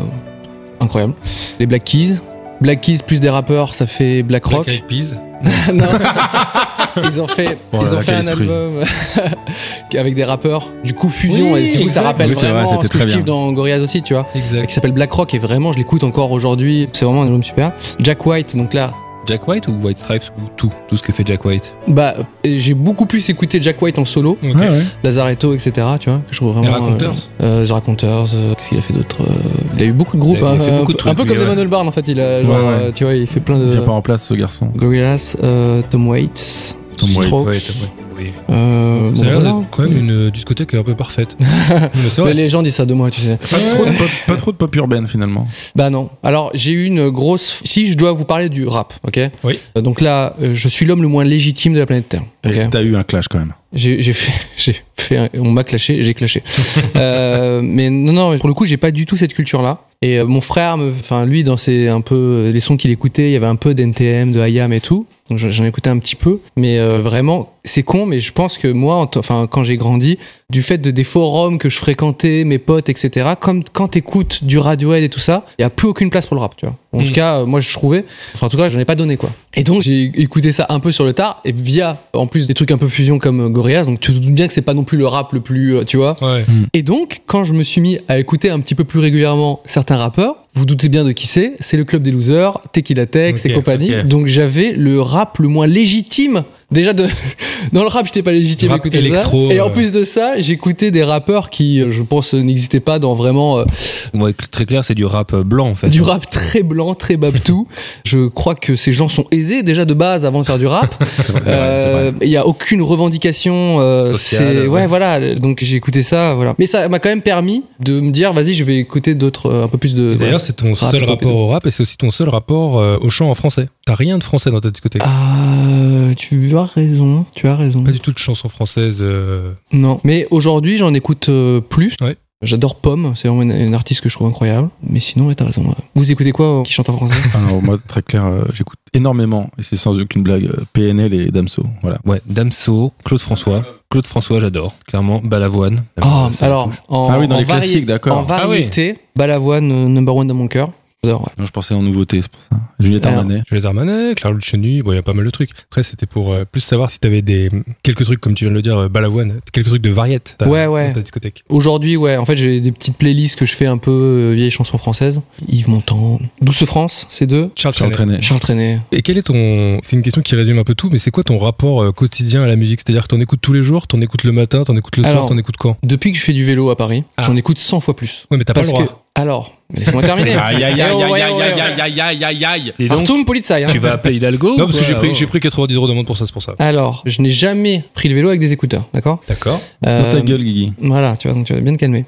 Speaker 4: incroyable. Les Black Keys. Black Keys plus des rappeurs, ça fait Black Rock.
Speaker 2: Black Eyed Peas.
Speaker 4: non. Ils ont fait,
Speaker 3: Oh là
Speaker 4: ils ont
Speaker 3: là,
Speaker 4: fait
Speaker 3: quel
Speaker 4: un
Speaker 3: esprit.
Speaker 4: album avec des rappeurs. Du coup, fusion.
Speaker 2: Oui,
Speaker 4: et du coup, ça
Speaker 2: exact.
Speaker 4: rappelle
Speaker 3: Oui, c'est vrai,
Speaker 4: vraiment
Speaker 3: c'était
Speaker 4: ce que
Speaker 3: très
Speaker 4: je kiffe
Speaker 3: bien.
Speaker 4: dans Gorillaz aussi, tu vois. Qui
Speaker 2: Exact.
Speaker 4: s'appelle Black Rock et vraiment, je l'écoute encore aujourd'hui. C'est vraiment un album super. Jack White, donc là.
Speaker 1: Jack White ou White Stripes ou tout, tout ce que fait Jack White.
Speaker 4: Bah, et j'ai beaucoup plus écouté Jack White en solo,
Speaker 2: Ok.
Speaker 3: Ouais, ouais.
Speaker 4: Lazaretto, etc. Tu vois, que je trouve vraiment.
Speaker 2: Les raconteurs.
Speaker 4: euh, euh, The Raconteurs, euh, qu'est-ce qu'il a fait d'autre euh, Il a eu beaucoup de groupes.
Speaker 1: Il a- il a
Speaker 4: hein,
Speaker 1: fait
Speaker 4: un
Speaker 1: beaucoup de
Speaker 4: peu-
Speaker 1: trucs,
Speaker 4: Un peu
Speaker 1: lui,
Speaker 4: comme
Speaker 1: ouais.
Speaker 4: Damon Albarn en fait. Il a, genre,
Speaker 3: Ouais, ouais.
Speaker 4: euh, tu vois, il fait plein
Speaker 3: Il
Speaker 4: de.
Speaker 3: tient pas en place, ce garçon.
Speaker 4: Gorillaz, euh, Tom Waits, Strokes.
Speaker 1: Oui.
Speaker 4: euh,
Speaker 2: Ça
Speaker 4: bon,
Speaker 2: a l'air
Speaker 4: voilà.
Speaker 2: d'être quand même
Speaker 1: euh,
Speaker 2: une discothèque un peu parfaite. Mais c'est
Speaker 4: Mais
Speaker 2: vrai.
Speaker 4: les gens disent ça de moi, tu sais.
Speaker 3: Pas trop, de pop, pas trop de pop urbaine, finalement.
Speaker 4: Bah non. Alors j'ai eu une grosse. Si je dois vous parler du rap, ok.
Speaker 2: Oui.
Speaker 4: Euh, Donc là, euh, je suis l'homme le moins légitime de la planète Terre.
Speaker 3: T'as
Speaker 4: ok
Speaker 3: t'as eu un clash quand même.
Speaker 4: J'ai j'ai fait, j'ai fait, un- on m'a clashé, j'ai clashé. Euh, mais non, non, pour le coup, j'ai pas du tout cette culture-là. Et euh, mon frère, me- enfin lui, dans ses un peu euh, les sons qu'il écoutait, il y avait un peu d'NTM, de IAM et tout. Donc j'en- j'en écoutais un petit peu, mais euh, vraiment, c'est con, mais je pense que moi, en t- enfin quand j'ai grandi, du fait de des forums que je fréquentais, mes potes, etc. Comme quand t'écoutes du Radiohead et tout ça, il y a plus aucune place pour le rap, tu vois. En
Speaker 2: Mm.
Speaker 4: tout cas, euh, moi je trouvais, enfin en tout cas, j'en ai pas donné quoi. Et donc j'ai écouté ça un peu sur le tard et via en plus des trucs un peu fusion comme euh, Gorillaz, donc tu te doutes bien que c'est pas non plus le rap le plus, euh, tu vois.
Speaker 2: Ouais.
Speaker 4: Et donc quand je me suis mis à écouter un petit peu plus régulièrement certains rappeurs, vous doutez bien de qui c'est, c'est le club des losers, Tequila Tex et
Speaker 2: Ok,
Speaker 4: compagnie.
Speaker 2: ok.
Speaker 4: Donc j'avais le rap le moins légitime Déjà de dans le rap, j'étais pas légitime à
Speaker 2: Rap
Speaker 4: écouter
Speaker 2: électro,
Speaker 4: ça. Et en
Speaker 2: euh.
Speaker 4: plus de ça, j'écoutais des rappeurs qui, euh, je pense, euh, n'existaient pas dans vraiment euh,
Speaker 1: Moi, très clair, c'est du rap euh, blanc en fait.
Speaker 4: du rap très blanc, très babtou. je crois que ces gens sont aisés déjà de base avant de faire du rap.
Speaker 3: C'est vrai, c'est vrai, c'est vrai.
Speaker 4: Euh, Il y a aucune revendication. euh,
Speaker 1: Sociale,
Speaker 4: c'est ouais,
Speaker 1: ouais.
Speaker 4: voilà. Donc j'ai écouté ça, voilà. Mais ça m'a quand même permis de me dire, vas-y, je vais écouter d'autres, euh, un peu plus de.
Speaker 2: Et D'ailleurs,
Speaker 4: voilà.
Speaker 2: c'est ton
Speaker 4: Rap
Speaker 2: seul
Speaker 4: et pop et
Speaker 2: rapport
Speaker 4: tout.
Speaker 2: au rap et c'est aussi ton seul rapport euh, au chant en français. T'as rien de français dans ta discothèque.
Speaker 4: Ah, tu as raison. Tu as raison.
Speaker 2: Pas du tout de chanson française. euh,
Speaker 4: Non. Mais aujourd'hui, j'en écoute euh, plus.
Speaker 2: Ouais.
Speaker 4: J'adore Pomme, c'est vraiment une, une artiste que je trouve incroyable. Mais sinon, ouais, t'as raison. ouais. Vous écoutez quoi euh, qui chante en français
Speaker 3: Alors, moi, très clair, euh, j'écoute énormément, et c'est sans aucune blague, euh, PNL et Damso. Voilà.
Speaker 1: Ouais, Damso, Claude François. Claude François, j'adore. Clairement, Balavoine.
Speaker 4: Ah,
Speaker 1: Euh, ça me
Speaker 4: alors,
Speaker 1: touche.
Speaker 4: en,
Speaker 3: ah oui, dans
Speaker 4: en
Speaker 3: les
Speaker 4: vari-
Speaker 3: classiques,
Speaker 4: En
Speaker 3: d'accord.
Speaker 1: Ah oui.
Speaker 4: variété, Balavoine, euh, number one dans mon cœur. J'adore, ouais.
Speaker 3: Non, je pensais en nouveauté, c'est pour ça. Juliette
Speaker 4: Alors.
Speaker 3: Armanet.
Speaker 2: Juliette Armanet, Claire Luciani, bon, il y a pas mal de trucs. Après, c'était pour euh, plus savoir si t'avais des quelques trucs, comme tu viens de le dire, euh, Balavoine, quelques trucs de variette. t'as-
Speaker 4: Ouais, ouais.
Speaker 2: Dans ta discothèque.
Speaker 4: Aujourd'hui, ouais, en fait, j'ai des petites playlists que je fais un peu euh, vieilles chansons françaises. Yves Montand, Douce France, ces deux.
Speaker 2: Charles
Speaker 3: Charles
Speaker 2: Trenet.
Speaker 3: Trenet.
Speaker 4: Charles Trenet.
Speaker 2: Et quel est ton. C'est une question qui résume un peu tout, mais c'est quoi ton rapport euh, quotidien à la musique C'est-à-dire que t'en écoutes tous les jours, t'en écoutes le matin, t'en écoutes le soir,
Speaker 4: Alors-
Speaker 2: t'en écoutes quand
Speaker 4: Depuis que je fais du vélo à Paris,
Speaker 2: Ah.
Speaker 4: j'en écoute 100 fois plus.
Speaker 2: Ouais, mais t'as pas le
Speaker 4: Parce que.
Speaker 2: droit.
Speaker 4: Alors, laisse-moi terminer.
Speaker 7: Aïe, aïe, aïe,
Speaker 4: Eh, ouais,
Speaker 7: aïe, aïe,
Speaker 4: ouais, ouais.
Speaker 7: aïe, aïe, aïe, aïe, aïe, aïe.
Speaker 1: Et donc,
Speaker 4: Artum Polizei, hein.
Speaker 1: tu vas appeler Hidalgo
Speaker 2: Non, parce que j'ai pris, j'ai
Speaker 1: j'ai
Speaker 2: pris 90 euros de monde pour ça, c'est pour ça.
Speaker 4: Alors, je n'ai jamais pris le vélo avec des écouteurs, d'accord
Speaker 2: D'accord.
Speaker 3: Dans ta
Speaker 4: Euh,
Speaker 3: gueule, Guigui.
Speaker 4: Voilà, tu vois, donc tu vas bien te calmer.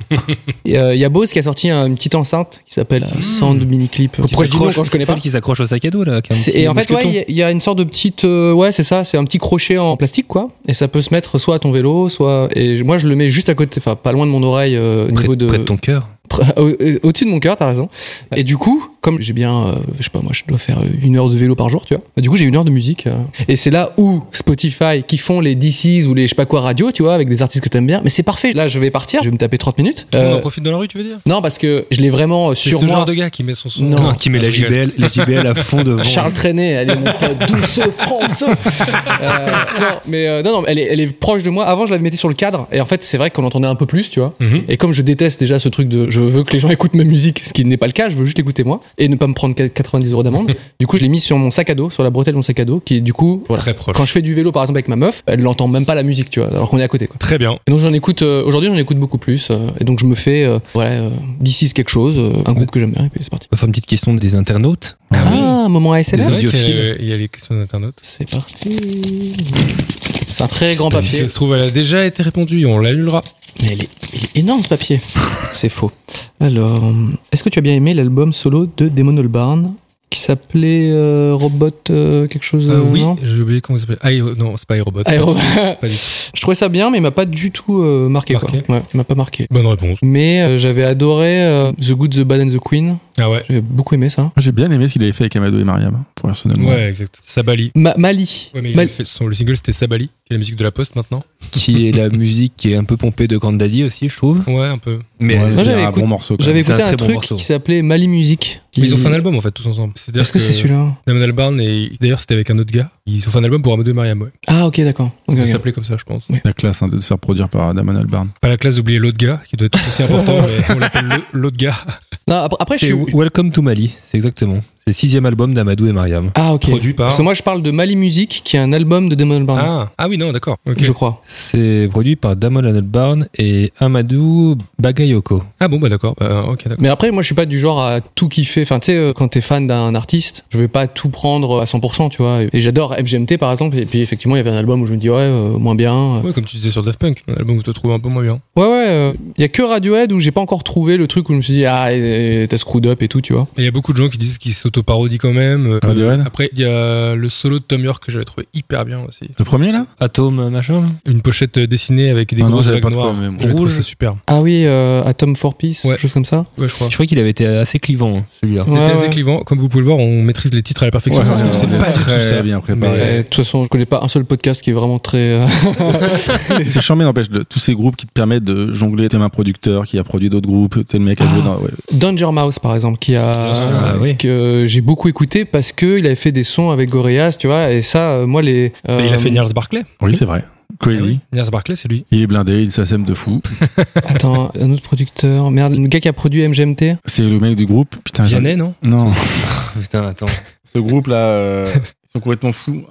Speaker 4: euh, Il y a Bose qui a sorti un- une petite enceinte qui s'appelle euh, Sound Mini Clip. Pourquoi je dis non quand je connais pas
Speaker 1: Celle qui s'accroche au sac à dos là. avec un
Speaker 4: C'est-
Speaker 1: petit
Speaker 4: Et en fait, ouais,
Speaker 1: mousqueton.
Speaker 4: il y a- il y, a une sorte de petite, euh, ouais, c'est ça, c'est un petit crochet en plastique, quoi. Et ça peut se mettre soit à ton vélo, soit. Et je- moi, je le mets juste à côté, enfin, pas loin de mon oreille, euh, au
Speaker 1: Près-
Speaker 4: niveau de.
Speaker 1: près de ton cœur.
Speaker 4: Au- au- Au-dessus de mon cœur, t'as raison. Et du coup, comme j'ai bien, euh, je sais pas, moi, je dois faire euh, une heure de vélo par jour, tu vois. Du coup, j'ai une heure de musique. euh. Et c'est là où Spotify, qui font les DCs ou les je sais pas quoi radio, tu vois, avec des artistes que t'aimes bien. Mais c'est parfait. Là, je vais partir, je vais me taper 30 minutes.
Speaker 2: Tout le monde
Speaker 4: Euh,
Speaker 2: en profite dans la rue, tu veux dire
Speaker 4: non, parce que je l'ai vraiment euh,
Speaker 2: C'est
Speaker 4: sur
Speaker 2: ce
Speaker 4: moi.
Speaker 2: genre de gars qui met son son.
Speaker 4: Non.
Speaker 1: Non, qui met la JBL, la JBL à fond devant.
Speaker 4: Charles Trenet, elle est mon pote douce France. Euh, non, mais euh, non, non, elle est, elle est proche de moi. Avant, je la mettais sur le cadre, et en fait, c'est vrai qu'on entendait un peu plus, tu vois.
Speaker 2: Mhm.
Speaker 4: Et comme je déteste déjà ce truc de, je veux que les gens écoutent ma musique, ce qui n'est pas le cas, je veux juste l'écouter moi et ne pas me prendre 90 euros d'amende. du coup, je l'ai mis sur mon sac à dos, sur la bretelle de mon sac à dos, qui est du coup voilà.
Speaker 2: Très proche.
Speaker 4: Quand je fais du vélo, par exemple, avec ma meuf, elle n'entend même pas la musique, tu vois, alors qu'on est à côté. Quoi.
Speaker 2: Très bien.
Speaker 4: Et donc j'en écoute euh, aujourd'hui, j'en écoute beaucoup plus, euh, et donc je me fais euh, voilà euh, d'ici quelque chose, euh, un groupe que j'aime bien, et puis c'est parti.
Speaker 1: On va faire une petite question des internautes.
Speaker 4: Ah, un moment ASMR.
Speaker 1: Des
Speaker 2: C'est vrai qu'il y
Speaker 1: audiophiles.
Speaker 2: a- il y a les questions d'internautes.
Speaker 4: C'est parti. C'est un très grand
Speaker 2: Si
Speaker 4: papier.
Speaker 2: ça se trouve, elle a déjà été répondue, on l'annulera.
Speaker 4: Mais il est, il est énorme ce papier. C'est faux. Alors, est-ce que tu as bien aimé l'album solo de Damon Albarn qui s'appelait euh, Robot euh, quelque chose
Speaker 2: Euh,
Speaker 4: euh,
Speaker 2: oui,
Speaker 4: non
Speaker 2: j'ai oublié comment il s'appelle. Aéro... Non, c'est pas Aérobot.
Speaker 4: Aéro-
Speaker 2: Pas du tout.
Speaker 4: Je trouvais ça bien, mais il m'a pas du tout euh, marqué.
Speaker 2: Marqué.
Speaker 4: Quoi. Ouais, il m'a pas marqué.
Speaker 2: Bonne réponse.
Speaker 4: Mais euh, j'avais adoré euh, The Good, The Bad and The Queen.
Speaker 2: Ah ouais.
Speaker 4: J'ai beaucoup aimé ça.
Speaker 3: Moi, J'ai bien aimé ce qu'il avait fait avec Amado et Mariam, hein, pour personnellement.
Speaker 2: Ouais, exact. Sabali.
Speaker 4: Ma- Mali,
Speaker 2: Ouais, mais il
Speaker 4: Mal-
Speaker 2: a fait son, le single c'était Sabali, qui est la musique de la poste maintenant.
Speaker 1: qui est la musique qui est un peu pompée de Grand Daddy aussi, je trouve.
Speaker 2: Ouais, un peu.
Speaker 1: Mais
Speaker 3: Ouais,
Speaker 4: Moi,
Speaker 3: c'est
Speaker 4: j'avais
Speaker 3: un
Speaker 4: écouté-
Speaker 3: bon morceau. quand
Speaker 4: j'avais
Speaker 1: c'est
Speaker 4: écouté
Speaker 1: un
Speaker 4: un,
Speaker 1: très bon
Speaker 4: truc
Speaker 1: morceau.
Speaker 4: qui s'appelait Mali Music.
Speaker 2: Mais ils ont
Speaker 4: Qui-
Speaker 2: fait un album en fait, tous ensemble. C'est-à-dire
Speaker 4: Est-ce que c'est celui-là
Speaker 2: Damon Albarn et d'ailleurs c'était avec un autre gars. Ils ont fait un album pour Amadou et Mariam, ouais.
Speaker 4: Ah ok d'accord. Ok,
Speaker 2: Ça
Speaker 4: ok.
Speaker 2: s'appelait comme ça, je pense.
Speaker 3: même. La classe hein, de se faire produire par Damon Albarn.
Speaker 2: Pas la classe d'oublier l'autre gars, qui doit être tout aussi important, mais on l'appelle le- l'autre gars.
Speaker 4: Non, après, après, je
Speaker 1: c'est
Speaker 4: suis...
Speaker 1: Welcome to Mali, c'est exactement. C'est le sixième album d'Amadou et Mariam.
Speaker 4: Ah ok.
Speaker 2: Produit par-
Speaker 4: Parce que moi je parle de Mali Music qui est un album de Damon Albarn.
Speaker 2: Ah, ah oui, non, d'accord. ok.
Speaker 4: Je crois.
Speaker 1: C'est produit par Damon Albarn et Amadou Bagayoko.
Speaker 2: Ah bon, bah d'accord. Bah, ok, d'accord.
Speaker 4: Mais après, moi, je suis pas du genre à tout kiffer. Enfin, tu sais, euh, quand t'es fan d'un artiste, je vais pas tout prendre à 100%, tu vois. Et j'adore FGMT, par exemple. Et puis, effectivement, il y avait un album où je me dis, ouais, euh, moins bien.
Speaker 2: Ouais, comme tu disais sur Daft Punk, un album où tu te trouves un peu moins bien.
Speaker 4: Ouais, ouais. euh, Il y a que Radiohead où j'ai pas encore trouvé le truc où je me suis dit, ah, euh, t'as screwed up et tout, tu vois.
Speaker 2: Et il y a beaucoup de gens qui disent qu'ils s'auto-parodient quand même. Euh,
Speaker 3: Radiohead
Speaker 2: Après, il y a le solo de Tom York que j'avais trouvé hyper bien aussi.
Speaker 3: Le premier, là
Speaker 1: Atom, machin, là
Speaker 2: Une pochette euh, dessinée avec des
Speaker 3: Ah non,
Speaker 2: grosses
Speaker 3: j'avais
Speaker 2: vagues
Speaker 3: pas trouvé,
Speaker 2: noires.
Speaker 3: mais bon.
Speaker 2: J'avais trouvé
Speaker 3: Rouge.
Speaker 2: ça super.
Speaker 4: Ah oui, euh, Atom for Peace,
Speaker 2: Ouais.
Speaker 4: chose comme ça.
Speaker 2: Ouais, je crois.
Speaker 1: Je crois qu'il avait été assez clivant, hein, celui-là.
Speaker 4: Ouais,
Speaker 2: C'était assez
Speaker 4: ouais.
Speaker 2: clivant. Comme vous pouvez le voir, on maîtrise les titres à la perfection.
Speaker 3: Ouais,
Speaker 2: Ça se trouve,
Speaker 3: ouais,
Speaker 2: c'est
Speaker 3: ouais.
Speaker 2: pas
Speaker 3: Pas du tout
Speaker 2: très-
Speaker 3: ça bien préparé.
Speaker 2: mais-
Speaker 4: Euh, De toute façon, je connais pas un seul podcast qui est vraiment très. euh,
Speaker 3: C'est charmé, n'empêche, de tous ces groupes qui te permettent de jongler. T'es un producteur qui a produit d'autres groupes, t'es le mec à jouer
Speaker 4: Ah.
Speaker 3: dans. ouais.
Speaker 4: Danger Mouse, par exemple, qui a
Speaker 1: Ah, oui.
Speaker 4: que j'ai beaucoup écouté parce que il avait fait des sons avec Gorillaz, tu vois. Et ça, euh, moi, les.
Speaker 2: Mais il a
Speaker 4: euh,
Speaker 2: fait Niels Barclay.
Speaker 3: Oui, c'est vrai. Ah Crazy.
Speaker 2: Niels Barclay, c'est lui.
Speaker 3: Il est blindé, il s'assème de fou.
Speaker 4: euh, Attends, un autre producteur. Merde, le gars qui a produit MGMT.
Speaker 3: C'est le mec du groupe. Putain, j'ai-
Speaker 2: Vianney, non
Speaker 3: Non.
Speaker 1: Ah, Putain, attends.
Speaker 3: Ce groupe-là, ils sont complètement fous.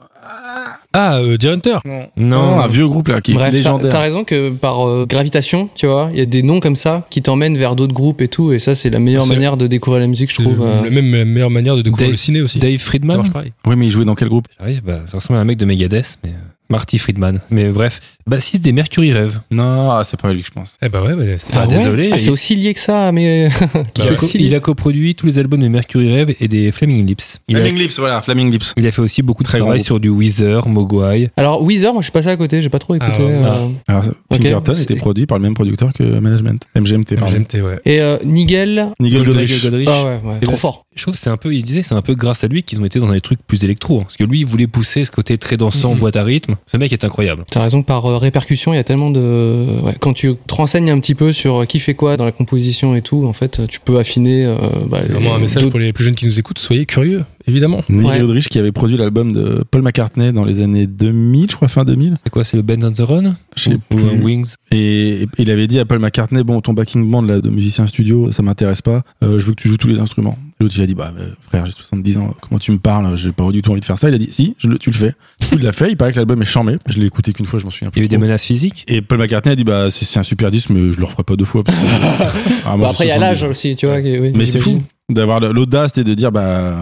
Speaker 2: Ah, euh, Deer Hunter.
Speaker 3: Non,
Speaker 1: Non,
Speaker 3: un vieux groupe là qui est
Speaker 4: Bref, t'as
Speaker 3: légendaire.
Speaker 4: t'as raison que par euh, gravitation, tu vois, il y a des noms comme ça qui t'emmènent vers d'autres groupes et tout. Et ça, c'est la meilleure
Speaker 2: C'est-
Speaker 4: manière de découvrir la musique, je
Speaker 2: C'est
Speaker 4: trouve. euh.
Speaker 2: la même la meilleure manière de découvrir
Speaker 1: Dave-
Speaker 2: le ciné aussi.
Speaker 1: Dave
Speaker 2: Ça
Speaker 1: Friedman
Speaker 2: marche pareil.
Speaker 3: Oui, mais il jouait dans quel groupe
Speaker 1: J'arrive, bah, ça ressemble à un mec de Megadeth, mais. euh, Marty Friedman. Mais bref, bassiste des Mercury Rev.
Speaker 3: Non, ah, c'est pas lui que je pense.
Speaker 2: Eh bah ouais, bah, c'est- Bah
Speaker 1: Ah,
Speaker 4: ouais
Speaker 1: désolé,
Speaker 4: Ah, c'est
Speaker 1: il-
Speaker 4: aussi lié que ça, mais. Tout
Speaker 1: Il a,
Speaker 4: est
Speaker 1: co-
Speaker 4: aussi lié.
Speaker 1: il a coproduit tous les albums de Mercury Rev et des Flaming Lips. Il a,
Speaker 3: Lips, voilà, Flaming Lips.
Speaker 1: il a fait aussi beaucoup de
Speaker 3: Très grand
Speaker 1: travail
Speaker 3: groupe.
Speaker 1: sur du Weezer, Mogwai.
Speaker 4: Alors Weezer, moi je suis passé à côté, j'ai pas trop écouté.
Speaker 2: Ah, ouais.
Speaker 4: euh.
Speaker 3: Alors,
Speaker 4: Ok,
Speaker 3: Pinkerton
Speaker 4: c'est-
Speaker 3: était produit par le même producteur que Management. MGMT, pardon.
Speaker 2: MGMT, ouais.
Speaker 4: Et euh, Nigel,
Speaker 3: Nigel
Speaker 1: Goldrich.
Speaker 3: Godrich.
Speaker 4: ah ouais, ouais,
Speaker 1: Et
Speaker 4: trop
Speaker 1: là,
Speaker 4: fort.
Speaker 1: Je trouve que c'est un peu, il disait, c'est un peu grâce à lui qu'ils ont été dans des trucs plus électro. hein. Parce que lui, il voulait pousser ce côté très dansant,
Speaker 2: Mhm.
Speaker 1: boîte à rythme. Ce mec est incroyable.
Speaker 4: T'as raison que par euh, répercussion, il y a tellement de. Ouais, quand tu te renseignes un petit peu sur euh, qui fait quoi dans la composition et tout, en fait, euh, tu peux affiner. euh, bah,
Speaker 2: C'est Vraiment un
Speaker 4: les-
Speaker 2: message
Speaker 4: d'autres-
Speaker 2: pour les plus jeunes qui nous écoutent, soyez curieux, évidemment.
Speaker 3: Nigel
Speaker 4: Ouais.
Speaker 3: Godrich qui avait produit l'album de Paul McCartney dans les années 2000, je crois fin 2000.
Speaker 1: C'est quoi, c'est le Bend on the Run
Speaker 3: Je sais
Speaker 1: Ou- Ou
Speaker 3: plus.
Speaker 1: un Wings
Speaker 3: Et et il avait dit à Paul McCartney, bon, ton backing band là, de musicien studio, ça m'intéresse pas, Euh, je veux que tu joues tous les instruments. L'autre, il a dit, bah euh, frère, j'ai 70 ans, comment tu me parles, j'ai pas du tout envie de faire ça. Il a dit, si, je le- tu le fais. il l'a fait, il paraît que l'album est charmé. Je l'ai écouté qu'une fois, je m'en souviens
Speaker 1: Il y a
Speaker 3: plus.
Speaker 1: eu des
Speaker 3: trop.
Speaker 1: menaces physiques
Speaker 3: Et Paul McCartney a dit, bah c'est c'est un super disque, mais je le referai pas deux fois. parce que- Ah,
Speaker 4: Bah,
Speaker 3: moi, j'ai
Speaker 4: après, il y a
Speaker 3: 70
Speaker 4: l'âge
Speaker 3: ans.
Speaker 4: aussi, tu vois. qui- oui,
Speaker 3: Mais c'est
Speaker 4: j'imagine.
Speaker 3: fou d'avoir le- l'audace et de dire, bah.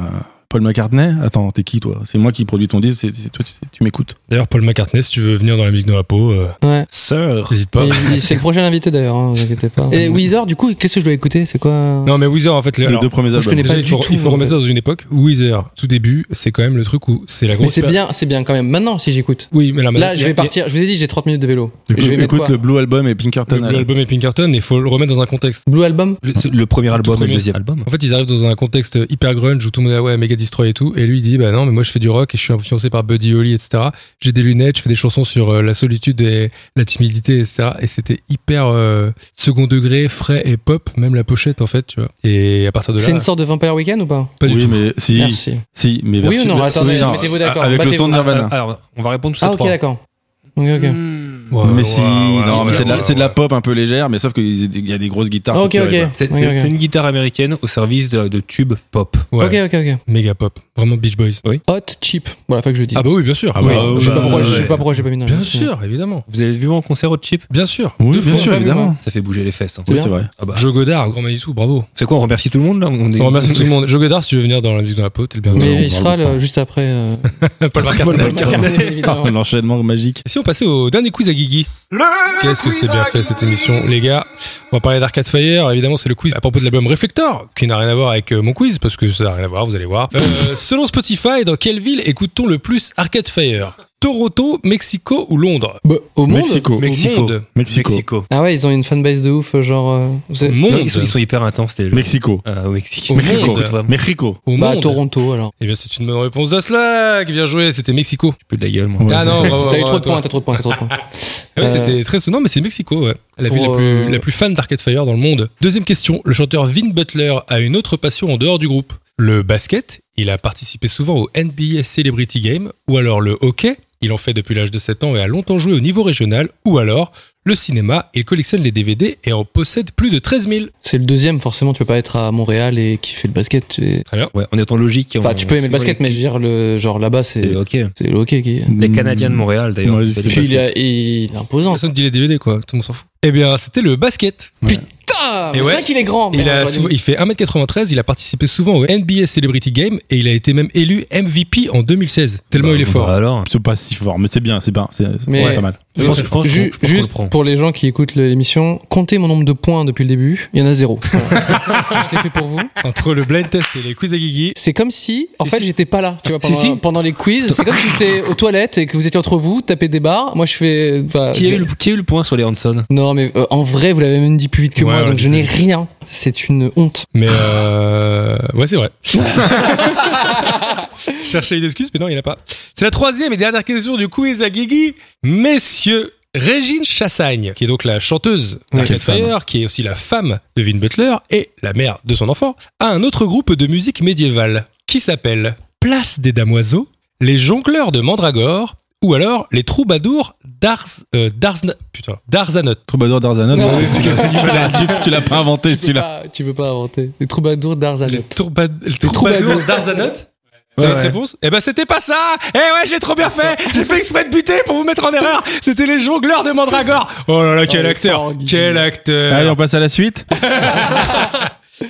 Speaker 3: Paul McCartney, attends, t'es qui toi C'est moi qui produis ton disque, c'est c'est toi, tu- tu m'écoutes.
Speaker 2: D'ailleurs, Paul McCartney, si tu veux venir dans la musique dans la peau, euh,
Speaker 4: Ouais.
Speaker 1: Sœur
Speaker 2: n'hésite pas.
Speaker 4: Mais il- il- C'est le prochain invité d'ailleurs, hein, vous inquiétez pas. Et Weezer, du coup, qu'est-ce que je dois écouter C'est quoi
Speaker 2: Non, mais Weezer, en fait, les-
Speaker 3: Les
Speaker 2: alors,
Speaker 3: deux premiers
Speaker 4: moi, je
Speaker 3: albums.
Speaker 4: connais
Speaker 2: déjà,
Speaker 4: pas
Speaker 2: il
Speaker 4: du
Speaker 2: faut,
Speaker 4: tout,
Speaker 2: il faut
Speaker 4: en
Speaker 2: remettre
Speaker 4: fait.
Speaker 2: ça dans une époque. Weezer, tout début, c'est quand même le truc où c'est la
Speaker 4: Mais
Speaker 2: grosse.
Speaker 4: c'est
Speaker 1: bah.
Speaker 2: période-
Speaker 4: bien, c'est bien quand même. Maintenant, si j'écoute.
Speaker 2: Oui, mais là, maintenant,
Speaker 4: Là,
Speaker 2: il y
Speaker 4: je
Speaker 2: a-
Speaker 4: vais partir. Je vous ai dit, j'ai 30 minutes de vélo. Je vais
Speaker 3: Écoute,
Speaker 4: mettre
Speaker 3: écoute
Speaker 4: quoi
Speaker 3: le Blue Album et Pinkerton.
Speaker 2: il y a- L'album est Pinkerton, il faut le remettre dans un contexte.
Speaker 4: Blue Album
Speaker 1: Le, le premier album et
Speaker 2: premier.
Speaker 1: le deuxième album.
Speaker 2: En fait, ils arrivent dans un contexte hyper grunge où tout le monde est ouais, méga destroy et tout. Et lui, il dit, bah non, mais moi, je fais du rock et je suis influencé par Buddy Holly, etc. J'ai des lunettes, je fais des chansons sur euh, la solitude et la timidité, etc. Et c'était hyper euh, second degré, frais et pop, même la pochette, en fait, tu vois. Et à partir de là.
Speaker 4: C'est une sorte de Vampire Weekend ou pas
Speaker 2: Pas du
Speaker 3: oui,
Speaker 2: tout.
Speaker 3: mais si,
Speaker 4: Merci.
Speaker 3: si, mais
Speaker 4: Oui ou non
Speaker 3: version-
Speaker 4: Attendez,
Speaker 3: non,
Speaker 4: mettez-vous d'accord.
Speaker 3: Ah, Avec le
Speaker 4: Battez-vous.
Speaker 3: son de Nirvana.
Speaker 1: Alors, on va répondre tous
Speaker 4: Ah,
Speaker 1: les
Speaker 4: ok,
Speaker 1: trois.
Speaker 4: d'accord. Ok, ok.
Speaker 2: Ouais,
Speaker 3: ah, mais
Speaker 4: Ah,
Speaker 2: ouais,
Speaker 3: si,
Speaker 2: ouais, ouais,
Speaker 3: non, mais
Speaker 2: ouais,
Speaker 3: c'est de, la-
Speaker 2: ouais,
Speaker 3: c'est de la
Speaker 2: ouais.
Speaker 3: pop un peu légère, mais sauf qu'il y a des grosses guitares.
Speaker 4: Ok,
Speaker 3: saturées,
Speaker 4: ok.
Speaker 3: quoi.
Speaker 1: C'est
Speaker 4: Oui,
Speaker 1: c'est-
Speaker 4: ok.
Speaker 1: c'est une guitare américaine au service de, de tubes pop.
Speaker 2: Ouais,
Speaker 4: Ok, ok, ok.
Speaker 2: Méga pop. Vraiment Beach Boys.
Speaker 4: Hot, cheap. Voilà, faut que je le dise.
Speaker 2: Ah, bah oui, bien sûr.
Speaker 3: bah,
Speaker 2: Oui.
Speaker 3: ouais,
Speaker 4: Je sais pas pourquoi, je
Speaker 1: ouais.
Speaker 4: sais pas pourquoi j'ai pas mis dans la
Speaker 2: Bien
Speaker 4: liste.
Speaker 2: sûr, évidemment.
Speaker 1: Vous avez vu en concert au chip
Speaker 2: Bien sûr.
Speaker 3: Oui,
Speaker 2: Deux
Speaker 3: bien
Speaker 2: fois.
Speaker 3: sûr,
Speaker 4: pas vu,
Speaker 3: évidemment.
Speaker 4: moi.
Speaker 1: Ça fait bouger les fesses. hein.
Speaker 4: C'est
Speaker 3: Oui,
Speaker 4: bien.
Speaker 3: c'est vrai.
Speaker 1: Ah bah.
Speaker 2: Joe Godard, grand Manitou, bravo.
Speaker 1: C'est quoi, on remercie tout le monde là on, est-
Speaker 2: On remercie tout le monde. Joe Godard, si tu veux venir dans la musique dans la peau, t'es le bienvenu.
Speaker 4: Mais il sera le- juste après. euh,
Speaker 2: Paul McCartney.
Speaker 4: McCartney, évidemment.
Speaker 3: Ah, L'enchaînement magique.
Speaker 2: Et si on passait au dernier quiz à Guigui
Speaker 5: Le
Speaker 2: Qu'est-ce que
Speaker 5: quiz
Speaker 2: c'est bien
Speaker 5: à
Speaker 2: fait cette
Speaker 5: Ah Guigui.
Speaker 2: émission, les gars On va parler d'Arcade Fire. Évidemment, c'est le quiz à propos de l'album Reflector, qui n'a rien à voir avec euh, mon quiz, parce que ça n'a rien à voir, vous allez voir. Euh, selon Spotify, dans quelle ville écoute-t-on le plus Arcade Fire Toronto, Mexico ou Londres
Speaker 4: Bah, au monde
Speaker 3: Mexico.
Speaker 2: Mexico.
Speaker 3: Mexico.
Speaker 1: Mexico.
Speaker 4: Ah ouais, ils ont une fanbase de ouf, euh, genre. euh, vous savez-
Speaker 2: Monde.
Speaker 1: Non, ils, sont, ils sont hyper intenses, les gens.
Speaker 3: Mexico.
Speaker 1: Euh, au Mexique.
Speaker 2: Au
Speaker 1: Mexico,
Speaker 2: monde.
Speaker 1: écoute, vraiment.
Speaker 3: Mexico.
Speaker 2: Au
Speaker 4: bah,
Speaker 2: monde.
Speaker 4: Toronto alors.
Speaker 2: Eh bien, c'est une bonne réponse de Slack. Bien joué, c'était Mexico.
Speaker 1: Je peux de la gueule, moi.
Speaker 2: ah non, bravo,
Speaker 4: T'as eu
Speaker 2: bravo,
Speaker 4: trop de
Speaker 2: toi.
Speaker 4: points, t'as trop de points, t'as trop de points.
Speaker 2: Ah ouais,
Speaker 4: Euh,
Speaker 2: c'était très non mais c'est Mexico ouais. la ville la
Speaker 4: Pour,
Speaker 2: plus
Speaker 4: euh,
Speaker 2: la plus fan d'Arcade Fire dans le monde deuxième question le chanteur Vin Butler a une autre passion en dehors du groupe le basket il a participé souvent au NBA Celebrity Game ou alors le hockey il en fait depuis l'âge de 7 ans et a longtemps joué au niveau régional ou alors le cinéma il collectionne les DVD et en possède plus de 13 000
Speaker 4: Euh, C'est le deuxième, forcément, tu peux pas être à Montréal et kiffer le basket. tu es-
Speaker 2: très bien
Speaker 1: Ouais, on est en logique.
Speaker 4: Enfin,
Speaker 1: on-
Speaker 4: tu peux aimer le basket, mais je veux dire, le, genre là-bas, c'est
Speaker 1: C'est ok.
Speaker 4: c'est le hockey qui.
Speaker 1: Les Canadiens
Speaker 3: Mm,
Speaker 1: de Montréal, d'ailleurs.
Speaker 3: Ouais, je
Speaker 1: C'est
Speaker 3: sais
Speaker 1: du
Speaker 3: pas.
Speaker 4: Puis il,
Speaker 1: basket.
Speaker 4: est- il est imposant.
Speaker 2: personne dit les DVD quoi tout le monde s'en fout eh bien c'était le basket
Speaker 4: Putain,
Speaker 2: Et
Speaker 4: mais
Speaker 2: ouais.
Speaker 4: c'est vrai qu'il est grand.
Speaker 2: Il,
Speaker 4: merde,
Speaker 2: a
Speaker 4: j'aurais
Speaker 2: souvent-
Speaker 4: dû-
Speaker 2: il fait 1m93, il a participé souvent au NBA Celebrity Game et il a été même élu MVP en 2016, tellement
Speaker 1: Bah,
Speaker 2: il est fort.
Speaker 1: bah alors.
Speaker 3: C'est pas si fort, mais c'est bien, c'est bien, c'est c'est
Speaker 4: Mais-
Speaker 3: pas mal.
Speaker 1: Je pense- je pense
Speaker 4: Ju-
Speaker 1: qu'on- je pense qu'on
Speaker 4: juste
Speaker 1: le prend.
Speaker 4: pour les gens qui écoutent l'émission, comptez mon nombre de points depuis le début. Il y en a zéro. Voilà. je t'ai fait pour vous.
Speaker 2: Entre le blind test et les quiz à Guigui.
Speaker 4: C'est comme si, en
Speaker 2: Si,
Speaker 4: fait,
Speaker 2: si.
Speaker 4: j'étais pas là. Tu vois,
Speaker 2: Si,
Speaker 4: pendant,
Speaker 2: si.
Speaker 4: pendant les quiz, c'est comme si j'étais aux toilettes et que vous étiez entre vous, tapez des barres. Moi, je fais. enfin,
Speaker 1: Qui a,
Speaker 4: c'est-
Speaker 1: eu le, qui a eu le point sur les Hanson
Speaker 4: Non, mais euh, en vrai, vous l'avez même dit plus vite que
Speaker 2: Ouais,
Speaker 4: moi,
Speaker 2: ouais,
Speaker 4: donc
Speaker 2: j'ai
Speaker 4: je n'ai rien. C'est une honte.
Speaker 2: Mais euh... ouais, c'est vrai. Cherchez une excuse, mais non, il n'y en a pas. C'est la troisième et dernière question du quiz à Guigui. Messieurs, Régine Chassagne, qui est donc la chanteuse d'Arcade
Speaker 3: Ah, Quelle femme.
Speaker 2: Fire, qui est aussi la femme de Vin Butler et la mère de son enfant, a un autre groupe de musique médiévale qui s'appelle Place des Damoiseaux, les Jongleurs de Mandragore ou alors les Troubadours d'Arz... euh, d'Arzna- putain, d'Arzanot.
Speaker 3: Troubadour d'Arzanov.
Speaker 4: Non.
Speaker 3: bah oui, parce que tu l'as- tu- tu l'as pas inventé
Speaker 4: tu, peux
Speaker 3: celui-là.
Speaker 4: pas, tu peux pas inventer. Les troubadours
Speaker 2: Les,
Speaker 4: d'Arzanot.
Speaker 2: tourba- les
Speaker 4: troubadours.
Speaker 2: troubadours d'Arzanote C'est
Speaker 1: Ouais,
Speaker 2: votre
Speaker 1: ouais.
Speaker 2: réponse Eh ben c'était pas ça Eh ouais, j'ai trop bien fait J'ai fait exprès de buter pour vous mettre en erreur C'était les jongleurs de Mandragore Oh là là, quel
Speaker 4: il est
Speaker 2: acteur
Speaker 4: fort, Guy.
Speaker 2: Quel acteur
Speaker 3: Allez, on passe à la suite.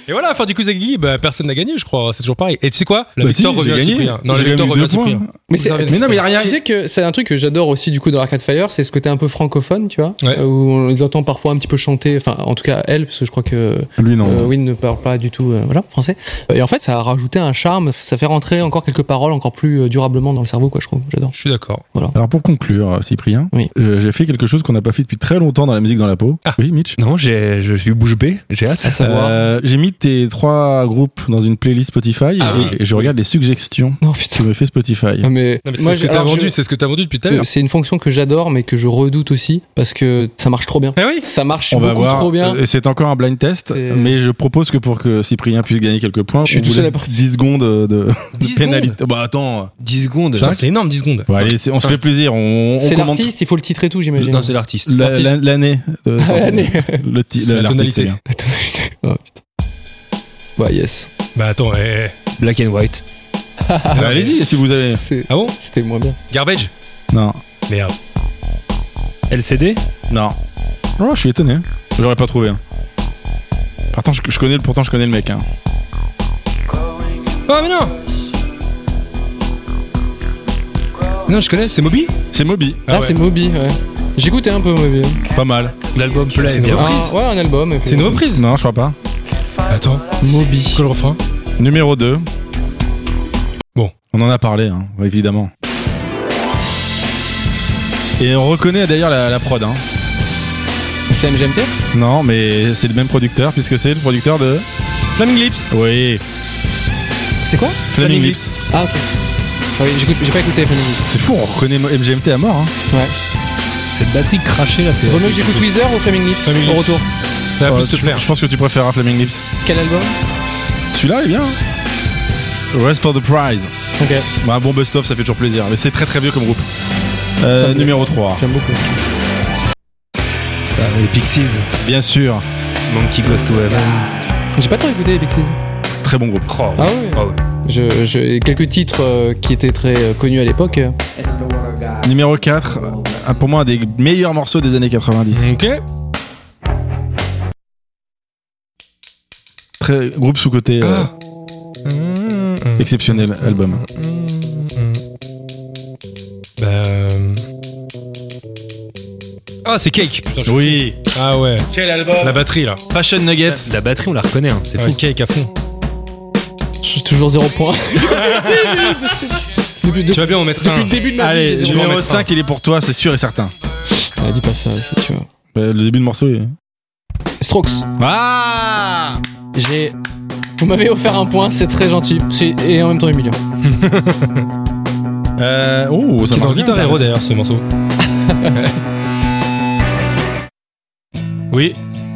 Speaker 2: Et voilà, à la fin du Kuzagi, bah, personne n'a gagné, je crois. C'est toujours pareil. Et tu sais quoi La
Speaker 3: Bah
Speaker 2: victoire
Speaker 3: si,
Speaker 2: revient
Speaker 3: j'ai
Speaker 2: à
Speaker 3: gagné.
Speaker 2: Cyprien. Non, la
Speaker 3: J'ai
Speaker 2: victoire
Speaker 3: quand
Speaker 2: revient
Speaker 3: même eu
Speaker 2: à
Speaker 3: deux
Speaker 2: Cyprien.
Speaker 3: points.
Speaker 4: Mais, c'est-
Speaker 2: Mais
Speaker 3: non, mais y a rien-
Speaker 4: Tu sais que c'est un truc que j'adore aussi du coup dans Arcade Fire, c'est ce côté un peu francophone, tu vois,
Speaker 2: Ouais.
Speaker 4: euh, où on les entend parfois un petit peu chanter, enfin en tout cas elle, parce que je crois que
Speaker 3: Lui, non.
Speaker 4: euh, Win ne parle pas du tout euh, voilà, français. Et en fait, ça a rajouté un charme, ça fait rentrer encore quelques paroles encore plus euh, durablement dans le cerveau, quoi, je trouve. J'adore.
Speaker 2: Je suis d'accord.
Speaker 3: Alors pour conclure, Cyprien,
Speaker 4: Oui.
Speaker 3: euh, j'ai fait quelque chose qu'on n'a pas fait depuis très longtemps dans la musique dans la peau.
Speaker 2: Ah.
Speaker 3: Oui, Mitch.
Speaker 1: Non, j'ai- je suis bouche bée, j'ai hâte.
Speaker 4: À savoir.
Speaker 3: Euh, j'ai mis tes trois groupes dans une playlist Spotify
Speaker 2: Ah
Speaker 3: et,
Speaker 2: oui.
Speaker 3: et je regarde les suggestions
Speaker 4: Non
Speaker 3: que
Speaker 4: putain.
Speaker 3: me fait Spotify.
Speaker 4: Ah, Mais,
Speaker 2: Non, mais
Speaker 4: moi,
Speaker 2: c'est ce que
Speaker 4: je-
Speaker 2: t'as
Speaker 4: alors,
Speaker 2: vendu,
Speaker 4: je-
Speaker 2: c'est ce que t'as vendu depuis tout à l'heure.
Speaker 4: c'est une fonction que j'adore, mais que je redoute aussi parce que ça marche trop bien.
Speaker 2: Eh oui
Speaker 4: Ça marche
Speaker 3: On va
Speaker 4: beaucoup
Speaker 3: voir.
Speaker 4: trop bien.
Speaker 3: Euh, et C'est encore un blind test,
Speaker 4: C'est-
Speaker 3: mais je propose que pour que Cyprien puisse gagner quelques points,
Speaker 4: Je suis
Speaker 3: on
Speaker 4: tout
Speaker 3: vous
Speaker 4: seul
Speaker 3: laisse
Speaker 4: à partir.
Speaker 3: 10 secondes de, de
Speaker 2: 10
Speaker 3: pénalité. Bah attends.
Speaker 1: 10 secondes.
Speaker 2: Putain, c'est énorme, 10 secondes.
Speaker 3: Bon, allez, c'est- on se
Speaker 2: Cinq.
Speaker 3: fait plaisir. On, on
Speaker 4: C'est
Speaker 3: commente
Speaker 4: l'artiste, il faut le titre et tout, j'imagine.
Speaker 1: Non, c'est l'artiste.
Speaker 3: la-
Speaker 4: l'artiste.
Speaker 3: la- l'année. de sortie.
Speaker 4: L'année.
Speaker 3: Le ti-
Speaker 2: La
Speaker 3: l'artiste,
Speaker 2: tonalité.
Speaker 3: c'est bien.
Speaker 4: oh putain. Bah yes.
Speaker 2: Bah attends, eh.
Speaker 1: Black and White.
Speaker 3: Ah, bah, Allez-y si vous avez.
Speaker 4: C'est-
Speaker 2: Ah bon
Speaker 4: C'était moins bien.
Speaker 2: Garbage
Speaker 3: Non.
Speaker 2: Merde.
Speaker 1: LCD
Speaker 3: Non. Oh, je suis étonné. J'aurais pas trouvé. hein. Pourtant, je, je connais, le- pourtant, je connais le mec. hein.
Speaker 2: Oh mais non Non, je connais, c'est Moby
Speaker 3: C'est Moby.
Speaker 4: Ah, c'est Moby, ouais. J'écoutais un peu Moby.
Speaker 3: Ah, Pas mal.
Speaker 1: L'album Play.
Speaker 2: C'est une
Speaker 1: non
Speaker 2: reprise.
Speaker 4: Ah, ouais, un album. et puis-
Speaker 2: C'est une reprise.
Speaker 3: Non, je crois pas.
Speaker 2: Attends,
Speaker 4: Moby.
Speaker 2: que le refrain
Speaker 3: Numéro 2.
Speaker 2: Bon.
Speaker 3: On en a parlé, hein, évidemment. Et on reconnaît d'ailleurs la, la prod. hein.
Speaker 4: C'est MGMT
Speaker 3: Non, mais c'est le même producteur puisque c'est le producteur de.
Speaker 2: Flaming Lips
Speaker 3: Oui,
Speaker 4: C'est quoi
Speaker 3: Flaming Lips.
Speaker 4: Ah, ok. Ah oui, j'écoute- j'ai pas écouté Flaming Lips.
Speaker 3: C'est fou, on reconnaît MGMT à mort. hein.
Speaker 4: Ouais.
Speaker 1: Cette batterie crachée là, c'est.
Speaker 4: Vaut mieux que j'écoute Weezer ou Flaming Lips
Speaker 2: Flaming
Speaker 4: Au
Speaker 2: Lips.
Speaker 4: retour.
Speaker 2: Ça va
Speaker 3: Oh,
Speaker 2: plus te
Speaker 3: tu-
Speaker 2: plaire.
Speaker 3: Je pense que tu préfères Flaming Lips.
Speaker 4: Quel album
Speaker 3: Celui-là, il est bien. hein. Rest for the prize.
Speaker 4: Ok,
Speaker 3: Bah, un bon best-of, ça fait toujours plaisir. Mais c'est très très vieux comme groupe. Euh,
Speaker 4: Ça me plaît.
Speaker 3: numéro 3.
Speaker 4: j'aime beaucoup.
Speaker 1: Ah, les Pixies.
Speaker 3: Bien sûr.
Speaker 1: Monkey Goes to Heaven.
Speaker 4: J'ai pas trop écouté les Pixies.
Speaker 3: Très bon groupe.
Speaker 1: Oh,
Speaker 4: Ah ouais
Speaker 1: Ah ouais.
Speaker 4: Je, je- quelques titres euh, qui étaient très euh, connus à l'époque.
Speaker 3: Numéro 4. Pour moi, un des meilleurs morceaux des années 90.
Speaker 1: Mm.
Speaker 2: Ok.
Speaker 3: Très groupe sous-côté euh,
Speaker 2: Ah. Mmh.
Speaker 3: exceptionnel album.
Speaker 2: Bah. euh. Ah, c'est Cake. Putain, je-
Speaker 3: Oui.
Speaker 2: Ah ouais.
Speaker 3: Quel album
Speaker 2: La batterie là.
Speaker 3: Passion Nuggets.
Speaker 1: La batterie, on la reconnaît, hein, c'est
Speaker 2: Ouais,
Speaker 1: fou.
Speaker 2: Cake à fond.
Speaker 4: Je suis toujours zéro point. Depuis,
Speaker 2: Tu vas bien en mettre
Speaker 1: Ah.
Speaker 4: depuis
Speaker 2: un.
Speaker 4: le début de ma
Speaker 2: Allez,
Speaker 4: vie,
Speaker 2: je
Speaker 4: j'ai zéro.
Speaker 2: vais en
Speaker 3: Numéro
Speaker 2: mettre
Speaker 3: 5, il est pour toi, c'est sûr et certain.
Speaker 4: Ah, dis pas ça, si tu vois.
Speaker 3: Bah, le début de morceau est.
Speaker 4: Strokes.
Speaker 3: Ah
Speaker 4: J'ai. Vous m'avez offert un point, c'est très gentil. C'est- Et en même temps humiliant.
Speaker 3: euh, Oh,
Speaker 2: Qui
Speaker 3: ça
Speaker 2: est dans
Speaker 3: marche bien,
Speaker 2: Guitar Hero
Speaker 3: Internet.
Speaker 2: d'ailleurs ce morceau. oui,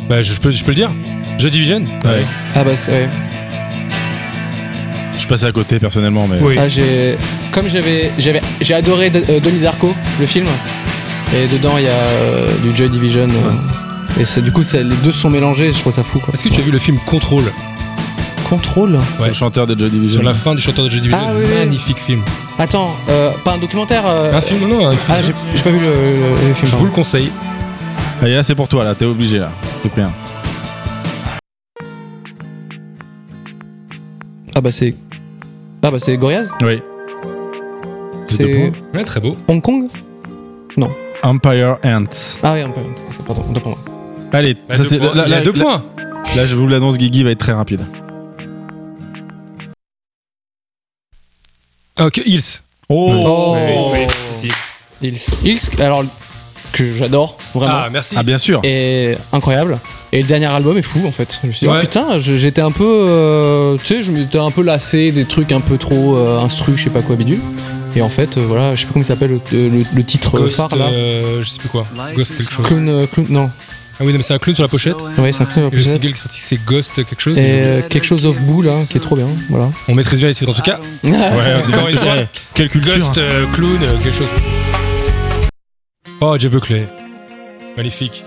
Speaker 2: bah je, je peux, je peux le dire. Joy Division
Speaker 3: Ouais.
Speaker 4: Ah bah c'est ouais.
Speaker 3: Je suis passé à côté personnellement, mais.
Speaker 2: Oui.
Speaker 4: Ah j'ai. Comme j'avais. J'avais. J'ai adoré D- euh, Donnie Darko, le film. Et dedans il y a euh, du Joy Division. euh, et c'est du coup ça- les deux sont mélangés, je trouve ça fou quoi.
Speaker 2: Est-ce que tu as vu le film Control
Speaker 4: Contrôle
Speaker 3: C'est
Speaker 2: Ouais.
Speaker 3: le chanteur de Joy Division.
Speaker 2: sur la fin du chanteur de Joy Division
Speaker 4: Ah oui, oui.
Speaker 2: Magnifique film.
Speaker 4: Attends, euh, pas un documentaire euh,
Speaker 2: Un film, non, non, un film.
Speaker 4: Ah j'ai j'ai pas vu le, le- le
Speaker 2: je
Speaker 4: film.
Speaker 2: vous
Speaker 4: pardon.
Speaker 2: le conseille.
Speaker 3: Allez, Ah, là, c'est pour toi, là, t'es obligé, là. C'est pris
Speaker 4: Ah bah c'est. Ah bah c'est Gorillaz
Speaker 3: Oui.
Speaker 4: C'est
Speaker 2: Ouais, très beau.
Speaker 4: Hong Kong
Speaker 3: Empire Ants.
Speaker 4: Ah oui un peu. Pardon, deux pour moi.
Speaker 3: Allez,
Speaker 2: Bah,
Speaker 3: ça
Speaker 2: deux
Speaker 3: c'est.
Speaker 2: points.
Speaker 3: Là,
Speaker 2: Il y a
Speaker 3: là-
Speaker 2: deux
Speaker 3: là-
Speaker 2: points.
Speaker 3: là, je vous l'annonce, Guigui va être très rapide.
Speaker 2: Ah, ok, Hills.
Speaker 4: Oh,
Speaker 1: Oui, oui, si.
Speaker 4: Ils, Ils- alors que j'adore vraiment
Speaker 2: Ah, merci.
Speaker 3: Ah, bien sûr.
Speaker 4: et incroyable. Et le dernier album est fou en fait. Je me suis dit,
Speaker 2: Ouais.
Speaker 4: oh, putain, je- j'étais un peu, euh, tu sais, je m'étais un peu lassé des trucs un peu trop euh, instru, je sais pas quoi bidule. Et en fait, euh, voilà, je sais pas comment il s'appelle le, le- le titre
Speaker 2: Ghost,
Speaker 4: phare là.
Speaker 2: euh, je sais plus quoi. Ghost quelque chose.
Speaker 4: Clown, euh, clown- non,
Speaker 2: Ah oui, non, mais c'est un clown sur la pochette.
Speaker 4: ouais, c'est un clown.
Speaker 2: Et le single qui est sorti, c'est Ghost quelque chose.
Speaker 4: Et euh, quelque chose of boo là, qui est trop bien, voilà.
Speaker 2: On maîtrise bien les titres en tout cas. Encore une fois,
Speaker 3: Quelle culture.
Speaker 2: Ghost, euh, clown, euh, quelque chose. Oh, Jeff Buckley. Magnifique.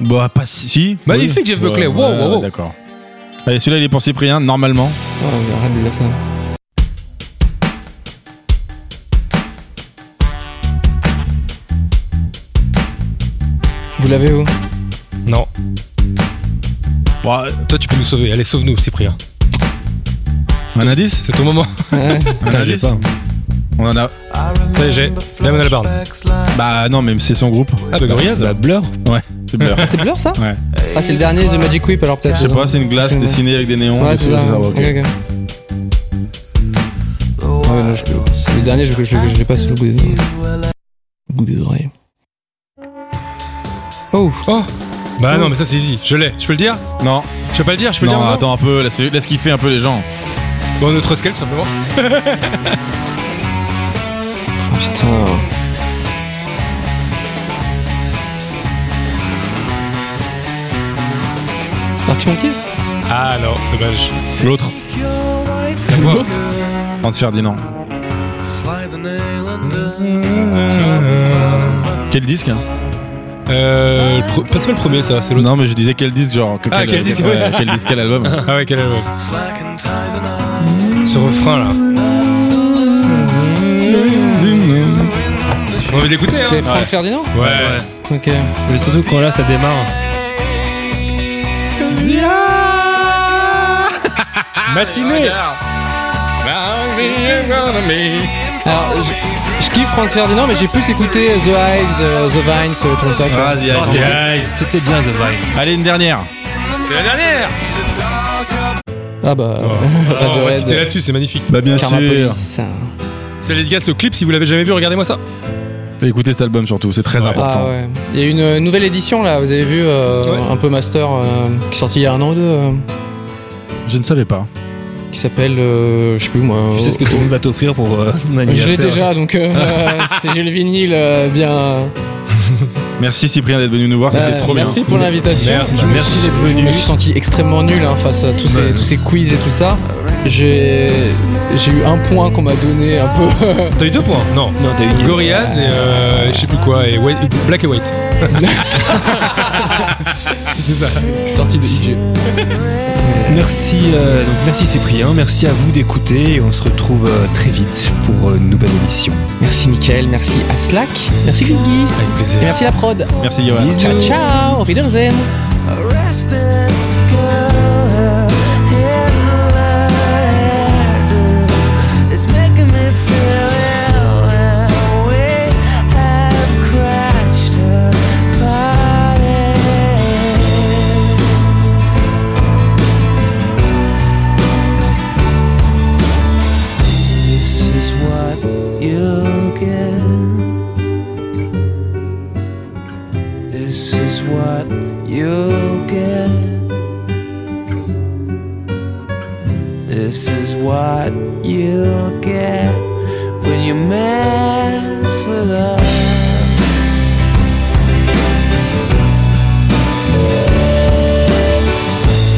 Speaker 3: Bah, pas si. si.
Speaker 2: Magnifique, Jeff Buckley. Wow, wow, wow.
Speaker 3: D'accord. Allez, celui-là, il est pour Cyprien, normalement.
Speaker 4: Oh, mais arrête de dire ça. Vous l'avez vous
Speaker 2: Non. Bon, toi, tu peux nous sauver. Allez, sauve-nous, Cyprien.
Speaker 3: Un indice
Speaker 2: C'est ton moment.
Speaker 4: Ouais.
Speaker 3: Un
Speaker 1: j'ai
Speaker 3: indice
Speaker 1: pas.
Speaker 3: On en a.
Speaker 2: Ça y est, j'ai. Damon Albarn.
Speaker 3: Bah, non, mais c'est son groupe.
Speaker 2: Ah, bah, Gorillaz.
Speaker 1: Bah, Blur
Speaker 3: Ouais, c'est Blur.
Speaker 4: C'est Blur ça
Speaker 3: Ouais.
Speaker 4: Ah c'est le dernier The Magic Whip alors peut-être.
Speaker 3: Je sais pas, c'est une glace
Speaker 4: Ouais.
Speaker 3: dessinée avec des néons.
Speaker 4: Ouais
Speaker 3: des
Speaker 4: c'est
Speaker 3: trucs,
Speaker 4: ça.
Speaker 3: ouais, ok.
Speaker 4: Ok, ok. Ah ouais, non, je- le dernier je, je, je l'ai pas sous le bout des oreilles. Bout des oreilles. Oh
Speaker 2: Oh. Bah, non, mais ça, c'est easy. Je l'ai. Je peux le dire
Speaker 3: Non,
Speaker 2: Je peux pas le dire Je peux le
Speaker 3: non,
Speaker 2: dire maintenant
Speaker 3: attends un peu, laisse, laisse kiffer un peu les gens.
Speaker 2: Bon, notre scale, tout simplement.
Speaker 4: Ah, putain. Arctic Monkeys
Speaker 2: Ah, non, dommage.
Speaker 3: L'autre,
Speaker 2: La voix.
Speaker 3: Franz Ferdinand. Quel disque hein
Speaker 2: Euh. le pro- Pas c'est pas le premier, ça, c'est l'autre.
Speaker 3: Non, mais je disais quel disque, genre.
Speaker 2: Ah, quel disque,
Speaker 3: ouais,
Speaker 2: ouais.
Speaker 3: Quel disque, quel album
Speaker 1: Oh,
Speaker 2: Ah, ouais, quel album Ce refrain, là. On a envie de l'écouter, hein
Speaker 4: C'est Franz Ferdinand
Speaker 2: Ouais.
Speaker 4: Ok.
Speaker 1: Mais surtout quand là ça démarre.
Speaker 2: Matinée
Speaker 4: Alors, je, je kiffe Franz Ferdinand, mais j'ai plus écouté The Hives, euh, The Vines, euh, tout ça. tu vois.
Speaker 3: Vas-y,
Speaker 1: Oh,
Speaker 3: allez.
Speaker 1: c'était- C'était bien The Vibes.
Speaker 3: Allez, une dernière.
Speaker 2: C'est la dernière
Speaker 4: Ah bah,
Speaker 3: Oh.
Speaker 2: On va se
Speaker 4: Radiohead,
Speaker 2: quitter là-dessus, c'est magnifique.
Speaker 3: Bah, bien
Speaker 4: Karmapolis.
Speaker 3: Écoutez cet album surtout, c'est très
Speaker 2: Ouais.
Speaker 3: important.
Speaker 4: Ah ouais. Il y a eu une euh, nouvelle édition là, vous avez vu, euh,
Speaker 2: Ouais.
Speaker 4: un peu master, euh, qui est sorti il y a un an ou deux, euh,
Speaker 3: Je ne savais pas.
Speaker 4: qui s'appelle, euh, je sais plus moi.
Speaker 1: Tu sais ce que tout le monde va t'offrir pour euh, ton
Speaker 4: Je l'ai
Speaker 1: anniversaire.
Speaker 4: déjà, donc euh, euh, c'est- j'ai le vinyle euh, bien.
Speaker 3: Merci Cyprien d'être venu nous voir, c'était
Speaker 4: Euh,
Speaker 3: trop bien.
Speaker 4: merci pour l'invitation.
Speaker 1: Merci,
Speaker 4: Je me
Speaker 1: merci
Speaker 4: suis-
Speaker 1: d'être venu.
Speaker 4: Je me suis senti extrêmement nul hein, face à tous ces, tous ces quiz et tout ça. J'ai j'ai eu un point qu'on m'a donné un peu.
Speaker 2: T'as eu deux points Non.
Speaker 1: Non, t'as eu
Speaker 2: Gorillaz et euh, je sais plus quoi, et White- Black et White.
Speaker 4: sorti de IG.
Speaker 1: Merci, euh, donc merci Cyprien, merci à vous d'écouter et on se retrouve euh, très vite pour euh, une nouvelle émission.
Speaker 4: Merci Mickaël, merci à Slack, merci Guigui,
Speaker 2: Avec plaisir.
Speaker 4: et merci la prod.
Speaker 3: Merci Yoann.
Speaker 4: Ciao, ciao, auf Wiedersehen.
Speaker 7: restless girl in London is making me feel ill, and we have crashed a party. This is what you this is what you'll get. This is what you'll get when you mess with us.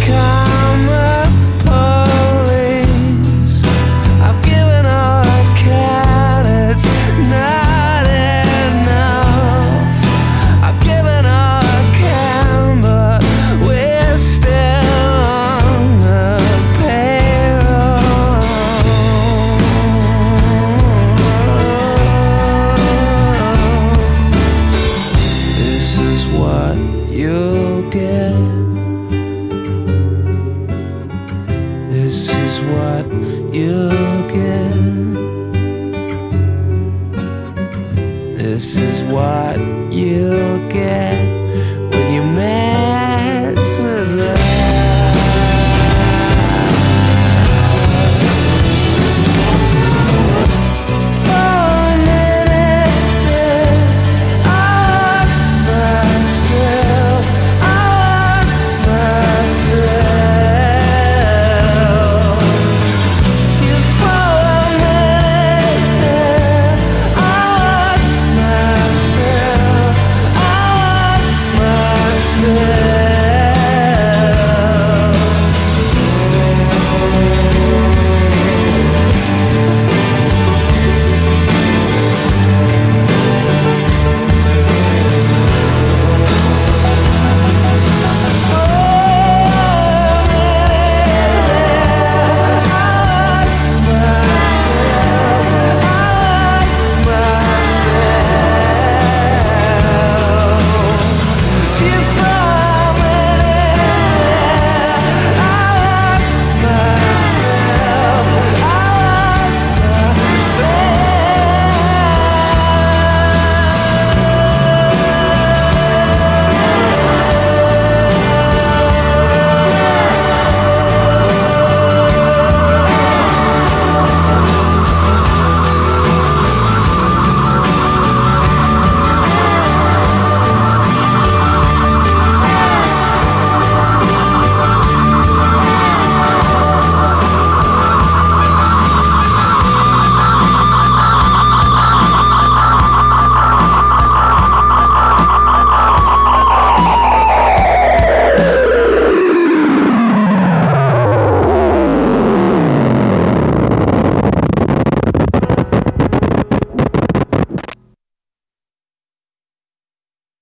Speaker 7: Come up, police. I've given all I can. It's not enough. I've given all I can, but we're still on the payroll. This is what you'll get. This is what you'll get. This is what you'll get.